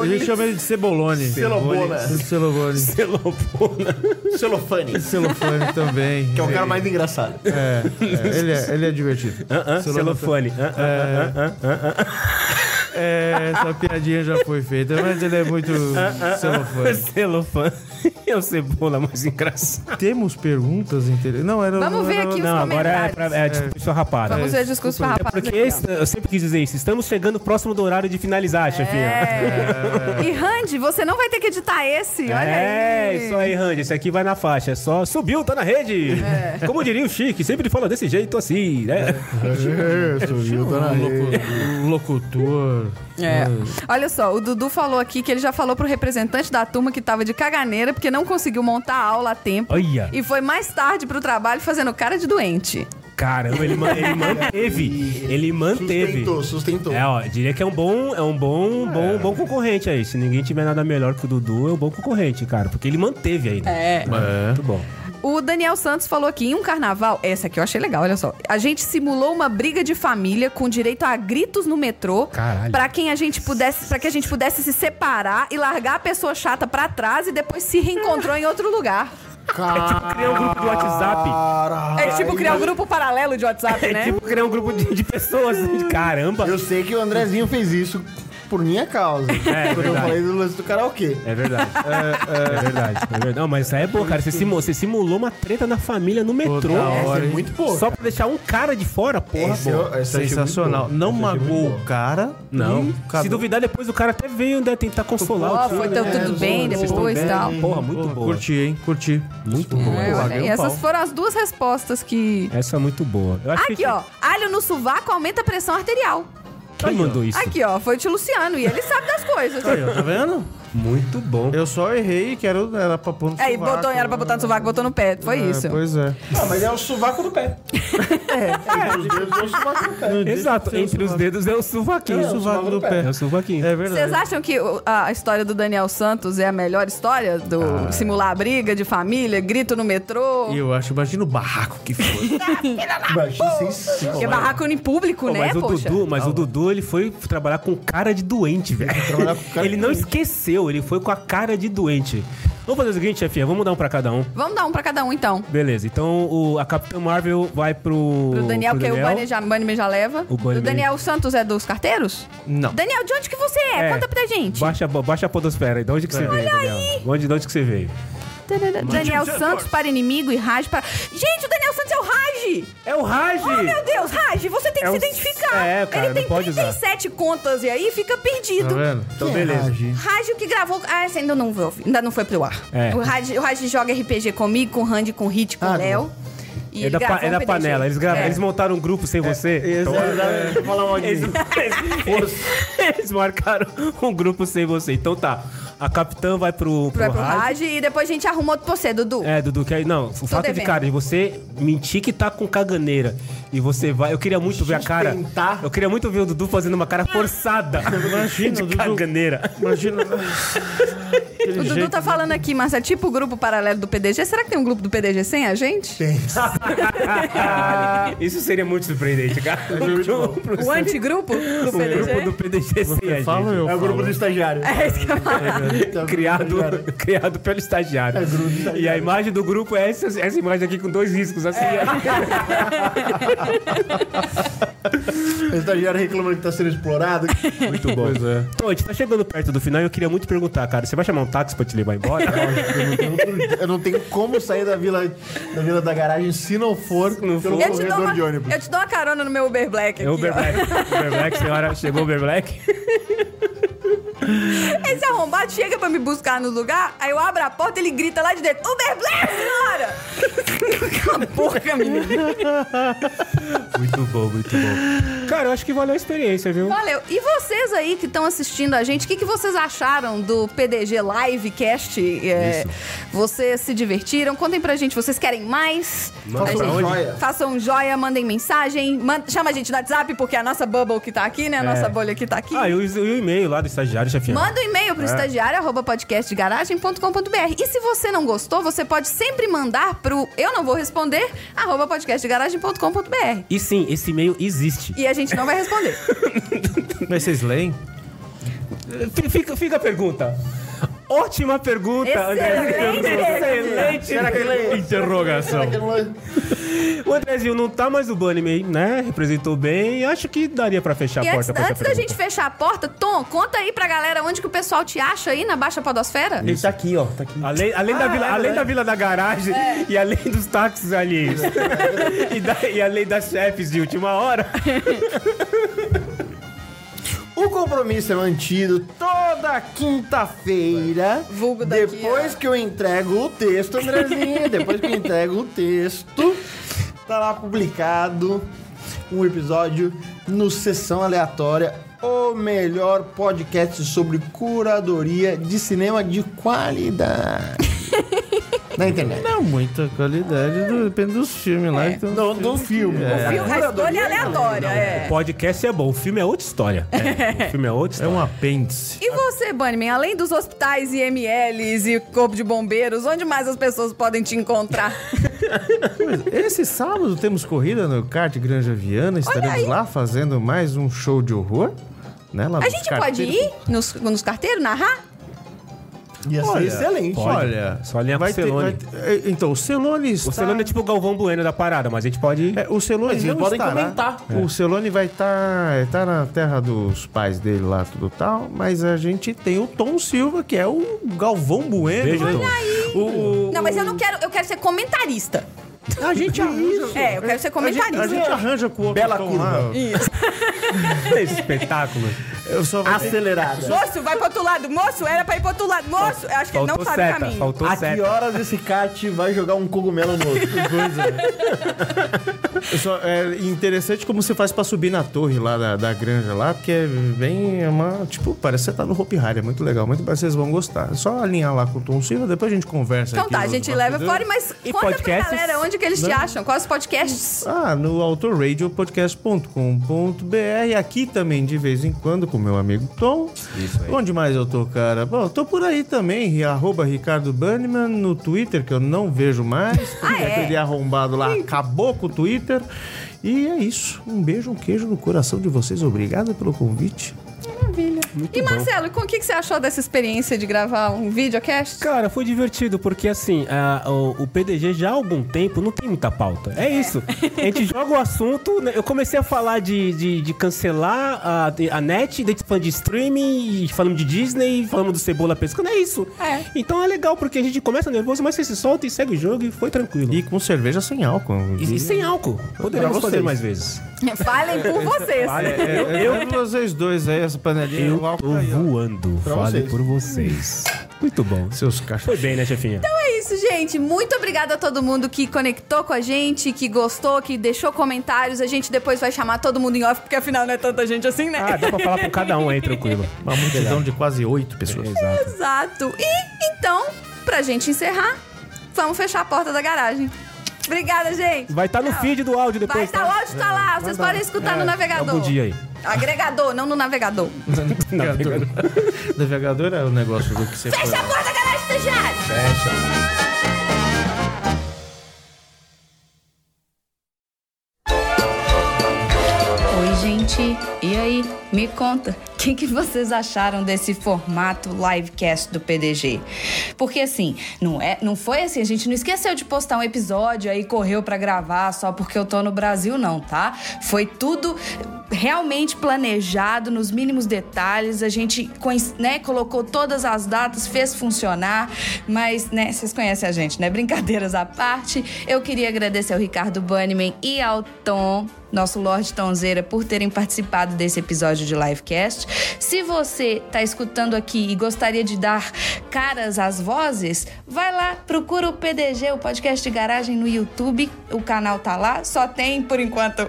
[SPEAKER 5] A gente chama ele de Cebolone.
[SPEAKER 4] Celobola.
[SPEAKER 5] Celobone.
[SPEAKER 1] Celopona.
[SPEAKER 4] Celofane.
[SPEAKER 5] Celofane também.
[SPEAKER 4] Que é o cara mais engraçado.
[SPEAKER 5] É, é, ele, é, ele é divertido.
[SPEAKER 1] Ah, ah,
[SPEAKER 5] Celofane.
[SPEAKER 1] Celofane. Ah, ah, ah, ah, ah, ah.
[SPEAKER 8] É, essa piadinha já foi feita, mas ele é muito celofane.
[SPEAKER 1] (laughs) Celofã. É o cebola mais engraçado.
[SPEAKER 8] Temos perguntas interessantes. Não, era.
[SPEAKER 2] Vamos
[SPEAKER 8] não,
[SPEAKER 2] ver
[SPEAKER 8] era-
[SPEAKER 2] aqui os
[SPEAKER 1] Não, agora é,
[SPEAKER 2] comentários.
[SPEAKER 1] pra, é discussão rapada.
[SPEAKER 2] Vamos ver discurso
[SPEAKER 1] É
[SPEAKER 2] farrapado
[SPEAKER 1] porque
[SPEAKER 2] aqui, ó.
[SPEAKER 1] esse- eu sempre quis dizer isso. Estamos chegando próximo do horário de finalizar, chefinha.
[SPEAKER 2] É. E Randy, você não vai ter que editar esse, olha
[SPEAKER 1] É,
[SPEAKER 2] aí.
[SPEAKER 1] isso aí, Randy. Esse aqui vai na faixa. É Só subiu, tá na rede.
[SPEAKER 2] É.
[SPEAKER 1] Como diria o Chique, sempre fala desse jeito assim, né?
[SPEAKER 4] É,
[SPEAKER 3] Subiu, tá na rede.
[SPEAKER 8] Um locutor.
[SPEAKER 7] É.
[SPEAKER 2] Olha só, o Dudu falou aqui que ele já falou pro representante da turma que tava de caganeira porque não conseguiu montar a aula a tempo.
[SPEAKER 1] Olha.
[SPEAKER 2] E foi mais tarde pro trabalho fazendo cara de doente.
[SPEAKER 1] Caramba, ele, ma- ele manteve. Ele manteve.
[SPEAKER 3] Sustentou, sustentou.
[SPEAKER 1] É, ó, diria que é um bom, é um bom, bom, bom concorrente aí. Se ninguém tiver nada melhor que o Dudu, é um bom concorrente, cara. Porque ele manteve ainda.
[SPEAKER 7] É.
[SPEAKER 1] Muito bom.
[SPEAKER 2] O Daniel Santos falou aqui, em um carnaval, essa aqui eu achei legal, olha só. A gente simulou uma briga de família com direito a gritos no metrô,
[SPEAKER 1] Caralho.
[SPEAKER 2] Pra quem a gente pudesse, para que a gente pudesse se separar e largar a pessoa chata pra trás e depois se reencontrou em outro lugar.
[SPEAKER 4] é,
[SPEAKER 1] Tipo, criar um grupo do WhatsApp.
[SPEAKER 7] É tipo criar um grupo paralelo de WhatsApp,
[SPEAKER 1] É
[SPEAKER 7] né?
[SPEAKER 1] Ah, tipo criar um grupo de, de (laughs) pessoas. Caramba.
[SPEAKER 4] Eu sei que o Andrezinho fez isso por minha causa.
[SPEAKER 1] é
[SPEAKER 4] quando eu
[SPEAKER 1] verdade.
[SPEAKER 4] falei do lance do karaokê.
[SPEAKER 1] É verdade. É, verdade. É verdade. Não, mas isso aí é bom, cara. Você simulou, você simulou uma treta na família no metrô.
[SPEAKER 8] da hora,
[SPEAKER 1] Essa é
[SPEAKER 8] hein?
[SPEAKER 1] muito boa. Só pra deixar um cara é de fora, porra.
[SPEAKER 3] Esse eu- esse eu achei
[SPEAKER 8] Sensacional.
[SPEAKER 3] muito bom.
[SPEAKER 8] Não
[SPEAKER 3] Esse eu achei muito
[SPEAKER 8] magoou
[SPEAKER 3] bom.
[SPEAKER 8] o cara.
[SPEAKER 1] Não.
[SPEAKER 8] Ih,
[SPEAKER 1] Hum? Se
[SPEAKER 8] acabou.
[SPEAKER 1] duvidar, depois o cara até veio né, tentar consolar
[SPEAKER 2] Ó,
[SPEAKER 1] o time. né?
[SPEAKER 2] foi tão tudo bem depois e tal.
[SPEAKER 1] Porra, muito
[SPEAKER 8] Porra,
[SPEAKER 1] boa.
[SPEAKER 8] Curti, hein? Curti.
[SPEAKER 1] Muito boa.
[SPEAKER 2] É, olha,
[SPEAKER 8] paguei um
[SPEAKER 2] e essas
[SPEAKER 8] pau.
[SPEAKER 2] foram as duas respostas que.
[SPEAKER 1] Essa é muito boa. Eu acho
[SPEAKER 2] Aqui,
[SPEAKER 1] que
[SPEAKER 2] ó. Alho no sovaco aumenta a pressão arterial.
[SPEAKER 1] Quem mandou isso?
[SPEAKER 2] Aqui, ó. Foi o tio Luciano. E ele sabe das coisas.
[SPEAKER 8] Aí, ó, tá vendo?
[SPEAKER 1] Muito bom.
[SPEAKER 8] Eu só errei que era, era pra pôr no
[SPEAKER 2] Aí,
[SPEAKER 8] sovaco,
[SPEAKER 2] botou, era pra botar no
[SPEAKER 1] né?
[SPEAKER 2] sovaco, botou no pé. Foi
[SPEAKER 8] É,
[SPEAKER 2] isso.
[SPEAKER 8] Pois é.
[SPEAKER 4] Ah, mas é o sovaco do pé. É, os dedos é o sovaco do pé.
[SPEAKER 1] Exato. Entre os dedos é o
[SPEAKER 8] O
[SPEAKER 1] sovaquinho.
[SPEAKER 8] sovaco do pé.
[SPEAKER 1] É o sovaquinho.
[SPEAKER 8] É verdade.
[SPEAKER 2] Vocês acham que o- a história do Daniel Santos é a melhor história? Do
[SPEAKER 1] Ah.
[SPEAKER 2] simular a briga de família, grito no metrô?
[SPEAKER 8] E eu acho, imagina o barraco que foi.
[SPEAKER 4] Baixinho, sim,
[SPEAKER 2] Porque é barraco em público,
[SPEAKER 1] Pô,
[SPEAKER 2] né,
[SPEAKER 1] mas o
[SPEAKER 2] poxa?
[SPEAKER 1] Dudu, mas o Dudu, ele foi trabalhar com cara de doente, velho. (laughs) Ele não esqueceu, ele foi com a cara de doente. Vamos fazer o seguinte, chefinha, vamos dar um pra cada um.
[SPEAKER 2] Vamos dar um pra cada um, então.
[SPEAKER 1] Beleza, então o, a Capitã Marvel vai pro.
[SPEAKER 2] Pro Daniel,
[SPEAKER 1] pro
[SPEAKER 2] que o Bunny já, Bunny já leva.
[SPEAKER 1] O Bunny-
[SPEAKER 2] Daniel Santos é dos carteiros?
[SPEAKER 8] Não.
[SPEAKER 2] Daniel, de onde que você é?
[SPEAKER 1] É,
[SPEAKER 2] Conta pra gente.
[SPEAKER 1] Baixa, baixa a podosfera aí, de onde que você veio, Daniel? De onde, de onde que você veio?
[SPEAKER 2] Tadadá. Daniel Santos para inimigo e Raj para. Gente, o Daniel Santos é o Raj!
[SPEAKER 1] É o Raj!
[SPEAKER 2] Oh, meu Deus, Raj, você tem que
[SPEAKER 1] É
[SPEAKER 2] se
[SPEAKER 1] um-
[SPEAKER 2] identificar.
[SPEAKER 1] É, cara,
[SPEAKER 2] Ele tem
[SPEAKER 1] não pode usar.
[SPEAKER 2] 37 contas e aí fica
[SPEAKER 8] Tá
[SPEAKER 2] (laughs) perdido.
[SPEAKER 8] vendo?
[SPEAKER 1] Então, beleza.
[SPEAKER 4] é,
[SPEAKER 2] Raj, o que gravou. Ah, essa ainda não, viu, ainda não foi pro ar.
[SPEAKER 1] É.
[SPEAKER 2] O, Raj, o Raj joga RPG comigo, com o Randy, com o Hit, com o
[SPEAKER 4] Ah,
[SPEAKER 2] Léo. E
[SPEAKER 1] É
[SPEAKER 2] ele
[SPEAKER 1] da, pa-
[SPEAKER 2] gravou
[SPEAKER 1] é
[SPEAKER 2] um
[SPEAKER 1] da
[SPEAKER 2] PDG.
[SPEAKER 1] panela, eles, gravam,
[SPEAKER 2] É.
[SPEAKER 1] eles montaram um grupo sem você. então- (laughs)
[SPEAKER 4] Deixa eu falar mal de mim.
[SPEAKER 1] Eles marcaram um grupo sem você. Então tá, a Capitã vai pro.
[SPEAKER 2] Vai pro
[SPEAKER 1] Raj.
[SPEAKER 2] Raj e depois a gente arruma outro pra você, Dudu.
[SPEAKER 1] É, Dudu, que aí, não, o fato de,
[SPEAKER 2] devendo.
[SPEAKER 1] cara, de você mentir que tá com caganeira e você vai. Eu queria muito ver a cara.
[SPEAKER 4] Sustentar.
[SPEAKER 1] Eu queria muito ver o Dudu fazendo uma cara forçada.
[SPEAKER 8] (laughs) Imagina,
[SPEAKER 1] de
[SPEAKER 8] Dudu. (laughs)
[SPEAKER 1] caganeira.
[SPEAKER 8] Imagina. Aquele
[SPEAKER 2] O Dudu
[SPEAKER 8] jeito.
[SPEAKER 2] tá falando aqui, mas é tipo o grupo paralelo do PDG. Será que tem um grupo do PDG sem a gente?
[SPEAKER 1] Isso seria muito surpreendente, cara.
[SPEAKER 7] O antigrupo do
[SPEAKER 1] (laughs) O grupo do
[SPEAKER 2] é.
[SPEAKER 7] PDG.
[SPEAKER 1] PDG sem a gente.
[SPEAKER 8] Fala, tá eu.
[SPEAKER 4] É o
[SPEAKER 8] falo.
[SPEAKER 4] grupo do estagiário.
[SPEAKER 7] É isso que eu falo.
[SPEAKER 4] Tá
[SPEAKER 1] Criado, criado pelo estagiário.
[SPEAKER 8] É
[SPEAKER 1] E a imagem do grupo é essa, essa imagem aqui com dois riscos, assim.
[SPEAKER 2] É.
[SPEAKER 4] O estagiário reclamando que tá sendo explorado.
[SPEAKER 1] Muito bom. Pois é. Tom, a gente tá chegando perto do final e eu queria muito perguntar, cara. Você vai chamar um táxi pra te levar embora?
[SPEAKER 4] Eu não tenho como sair da vila da, vila da garagem se não for
[SPEAKER 1] não for.
[SPEAKER 4] pelo
[SPEAKER 2] Eu te, dou
[SPEAKER 4] corredor
[SPEAKER 2] uma,
[SPEAKER 4] um de ônibus.
[SPEAKER 2] eu te dou uma carona no meu Uber Black aqui,
[SPEAKER 1] É Uber
[SPEAKER 2] ó.
[SPEAKER 1] Black. Uber Black, senhora. Chegou o Uber Black.
[SPEAKER 2] Esse arrombado chega pra me buscar no lugar, aí eu abro a porta e ele grita lá de dentro, Uber Black, senhora! Cala a boca, menino.
[SPEAKER 1] Muito bom, muito bom. Cara, eu acho que valeu a experiência, viu?
[SPEAKER 2] Valeu. E vocês aí que estão assistindo a gente, o que, que vocês acharam do PDG Livecast? É, vocês se divertiram? Contem pra gente, vocês querem mais?
[SPEAKER 1] Manda
[SPEAKER 2] A
[SPEAKER 1] pra
[SPEAKER 2] gente-
[SPEAKER 4] onde?
[SPEAKER 2] Façam um joia, mandem mensagem, man- chama a gente no WhatsApp, porque a nossa bubble que tá aqui, né? A nossa bolha que tá aqui.
[SPEAKER 1] Ah, e o, e o e-mail lá do estagiário, chefinha.
[SPEAKER 2] Manda um e-mail pro estagiário, arroba podcastdegaragem.com.br. E se você não gostou, você pode sempre mandar pro eu não vou responder, arroba podcastdegaragem.com.br.
[SPEAKER 1] E sim, esse e-mail existe.
[SPEAKER 2] E a gente não vai responder.
[SPEAKER 8] Mas vocês leem?
[SPEAKER 1] F- Fica, fica a pergunta. Ótima pergunta, André.
[SPEAKER 2] Excelente pergunta.
[SPEAKER 1] Excelente
[SPEAKER 4] Será que ele é-
[SPEAKER 8] Interrogação.
[SPEAKER 4] Será que não é-
[SPEAKER 1] O Andrezinho não tá mais no Bunny, Man, né? Representou bem. Acho que daria pra fechar
[SPEAKER 2] E
[SPEAKER 1] a
[SPEAKER 2] antes,
[SPEAKER 1] porta pra essa
[SPEAKER 2] antes da gente
[SPEAKER 1] pergunta.
[SPEAKER 2] fechar a porta, Tom, conta aí pra galera onde que o pessoal te acha aí na Baixa Podosfera.
[SPEAKER 5] Ele tá aqui, ó. Tá aqui.
[SPEAKER 1] Além, além,
[SPEAKER 2] Ah,
[SPEAKER 1] da
[SPEAKER 2] é
[SPEAKER 1] vila, além da vila da garagem e além dos táxis
[SPEAKER 2] (laughs)
[SPEAKER 1] alheios. e, da- e além das chefes de última hora.
[SPEAKER 4] O compromisso é mantido toda quinta-feira.
[SPEAKER 2] Vulgo daqui,
[SPEAKER 4] Depois que eu entrego o
[SPEAKER 2] (laughs)
[SPEAKER 4] texto, Andrezinha, depois que eu entrego o texto, tá lá publicado um episódio no Sessão Aleatória, o melhor podcast sobre curadoria de cinema de
[SPEAKER 2] (laughs)
[SPEAKER 4] qualidade. Na internet.
[SPEAKER 5] Não, muita qualidade, do- depende dos filmes
[SPEAKER 2] É.
[SPEAKER 5] lá. Então,
[SPEAKER 4] Do, do filme.
[SPEAKER 7] Viu? A escolha é aleatória, é.
[SPEAKER 1] Podcast é bom, o filme é outra história. O filme é outra
[SPEAKER 5] é
[SPEAKER 1] história.
[SPEAKER 5] um apêndice.
[SPEAKER 2] E você, Bunnyman, além dos hospitais, IMLs e Corpo de Bombeiros, onde mais as pessoas podem te encontrar?
[SPEAKER 5] Esse sábado temos corrida no kart Granja Viana. Estaremos
[SPEAKER 2] aí.
[SPEAKER 5] lá fazendo mais um show de horror. Né,
[SPEAKER 2] (laughs)
[SPEAKER 5] lá
[SPEAKER 2] A
[SPEAKER 5] dos
[SPEAKER 2] gente pode
[SPEAKER 5] carteiros.
[SPEAKER 2] ir nos, nos carteiros, narrar?
[SPEAKER 4] Ia ser
[SPEAKER 5] Olha,
[SPEAKER 4] excelente.
[SPEAKER 5] Olha,
[SPEAKER 1] Só linha pro
[SPEAKER 5] vai ter,
[SPEAKER 1] Celone.
[SPEAKER 5] vai ter- é, Então, o Celone está...
[SPEAKER 1] O Celone é tipo o Galvão Bueno da parada, mas a gente pode ir.
[SPEAKER 5] É, o Celone
[SPEAKER 4] Mas eles
[SPEAKER 5] não
[SPEAKER 4] podem
[SPEAKER 5] estará. É.
[SPEAKER 4] comentar.
[SPEAKER 5] O Celone vai estar tá na terra dos pais dele lá, tudo tal. Mas a gente tem o Tom Silva, que é o Galvão Bueno.
[SPEAKER 1] Beijo,
[SPEAKER 5] né?
[SPEAKER 1] Tom.
[SPEAKER 5] O- o-
[SPEAKER 2] Não, mas eu não quero, eu quero ser comentarista.
[SPEAKER 5] A gente arranja...
[SPEAKER 2] É, eu quero ser
[SPEAKER 5] A gente,
[SPEAKER 2] comentarista.
[SPEAKER 5] a gente arranja com o outro
[SPEAKER 4] Bela
[SPEAKER 5] Tom
[SPEAKER 4] curva.
[SPEAKER 5] lá.
[SPEAKER 1] (laughs) Esse espetáculo.
[SPEAKER 5] Eu só vou ter-
[SPEAKER 1] É.
[SPEAKER 4] Acelerada.
[SPEAKER 7] Moço, vai pro outro lado. Moço, era pra ir pro outro lado. Moço, eu acho que ele não
[SPEAKER 1] Faltou
[SPEAKER 7] sabe o
[SPEAKER 1] seta,
[SPEAKER 7] caminho.
[SPEAKER 1] faltou
[SPEAKER 4] A que
[SPEAKER 1] seta.
[SPEAKER 4] horas esse kart vai jogar um cogumelo no outro?
[SPEAKER 5] Eu só- é interessante como você faz pra subir na torre lá da, da granja lá, porque é bem é uma. Tipo, parece que você tá no Hope Hard, é muito legal, muito vocês vão gostar. É só alinhar lá com o Tom Silva, depois a gente conversa.
[SPEAKER 2] Então
[SPEAKER 5] aqui
[SPEAKER 2] tá, a
[SPEAKER 5] nos
[SPEAKER 2] gente leva fora,
[SPEAKER 5] bastidores.
[SPEAKER 2] mas
[SPEAKER 1] E
[SPEAKER 2] conta pra
[SPEAKER 1] podcasts?
[SPEAKER 2] galera onde que eles te acham, quais os podcasts.
[SPEAKER 5] Ah, no autoradiopodcast.com.br, aqui também de vez em quando com meu amigo Tom. Isso aí. Onde mais eu tô, cara? Bom, eu tô por aí também, ri- arroba Ricardo Banniman no Twitter, que eu não vejo mais, porque
[SPEAKER 2] Ah, é?
[SPEAKER 5] aquele arrombado lá acabou com o Twitter. E é isso. Um beijo, um queijo no coração de vocês. Obrigado pelo convite.
[SPEAKER 2] e Marcelo, com o que, que você achou dessa experiência de gravar um videocast?
[SPEAKER 1] Cara, foi divertido, porque assim, a- o, o PDG já há algum tempo não tem muita pauta. É isso. A gente joga o assunto. né? Eu comecei a falar de, de, de cancelar a, de- a net, daí tipo, falando de streaming, e falamos de Disney, falamos do Cebola Pescando. É isso.
[SPEAKER 2] É.
[SPEAKER 1] Então é legal, porque a gente começa nervoso, mas você se solta e segue o jogo e foi tranquilo.
[SPEAKER 5] E
[SPEAKER 1] E,
[SPEAKER 5] com cerveja sem álcool.
[SPEAKER 1] e sem álcool. Poderemos
[SPEAKER 5] Pra
[SPEAKER 1] fazer
[SPEAKER 5] vocês.
[SPEAKER 1] mais vezes.
[SPEAKER 2] Falem por vocês.
[SPEAKER 5] Eu, É, eu, vocês dois aí, essa panelinha. o álcool tá aí, ó.
[SPEAKER 1] voando.
[SPEAKER 4] Fale
[SPEAKER 1] por vocês. Muito bom.
[SPEAKER 5] Seus cachorros.
[SPEAKER 1] Foi bem, né, chefinha?
[SPEAKER 2] É isso, gente. Muito obrigada a todo mundo que conectou com a gente, que gostou, que deixou comentários. A gente depois vai chamar todo mundo em off, porque afinal não é tanta gente assim, né?
[SPEAKER 1] Ah, dá pra falar com cada um aí, tranquilo.
[SPEAKER 5] Uma multidão de quase oito pessoas.
[SPEAKER 1] Exato.
[SPEAKER 2] Exato. E então, pra gente encerrar, vamos fechar a porta da garagem. Obrigada, gente.
[SPEAKER 1] Vai estar no feed do áudio
[SPEAKER 2] Vai
[SPEAKER 1] depois. É,
[SPEAKER 2] estar, o áudio tá lá, vocês podem escutar no navegador.
[SPEAKER 1] Algum é um dia aí.
[SPEAKER 2] Agregador, não no navegador.
[SPEAKER 5] Navegador. (laughs) Navegador é o negócio do que você
[SPEAKER 2] Fecha a porta da garagem, estagiário! Oi, gente. E aí? Me conta, o que, que vocês acharam desse formato livecast do PDG? Porque assim, não é, não foi assim, a gente não esqueceu de postar um episódio aí correu pra gravar só porque eu tô no Brasil não, tá? Foi tudo realmente planejado nos mínimos detalhes, a gente coinc- né, colocou todas as datas, fez funcionar, mas né, vocês conhecem a gente, né? Brincadeiras à parte, eu queria agradecer ao Ricardo Banniman e ao Tom nosso Lorde Tonzeira, por terem participado desse episódio de Livecast. Se você tá escutando aqui e gostaria de dar caras às vozes, vai lá, procura o PDG, o podcast de garagem no YouTube. O canal tá lá, só tem por enquanto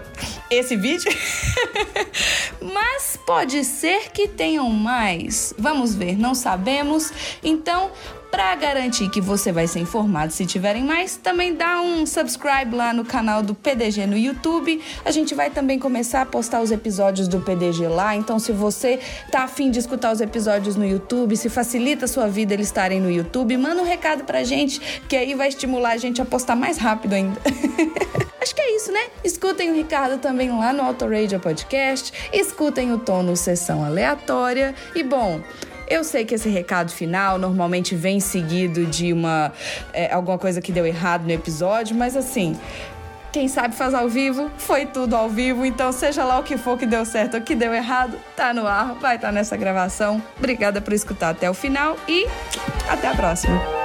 [SPEAKER 2] esse vídeo. (laughs) Mas pode ser que tenham mais. Vamos ver, não sabemos. Então, para garantir que você vai ser informado se tiverem mais, também dá um subscribe lá no canal do PDG no YouTube. A gente vai também começar a postar os episódios do PDG lá. Então, se você tá afim de escutar os episódios no YouTube, se facilita a sua vida eles estarem no YouTube, manda um recado pra gente, que aí vai estimular a gente a postar mais rápido ainda. (laughs) Acho que é isso, né? Escutem o Ricardo também lá no Autoradio Podcast, escutem o Tom no Sessão Aleatória. E bom, eu sei que esse recado final normalmente vem seguido de uma é, alguma coisa que deu errado no episódio, mas assim, Quem sabe faz ao vivo, foi tudo ao vivo. Então, seja lá o que for que deu certo ou que deu errado, tá no ar, vai estar nessa gravação. Obrigada por escutar até o final e até a próxima.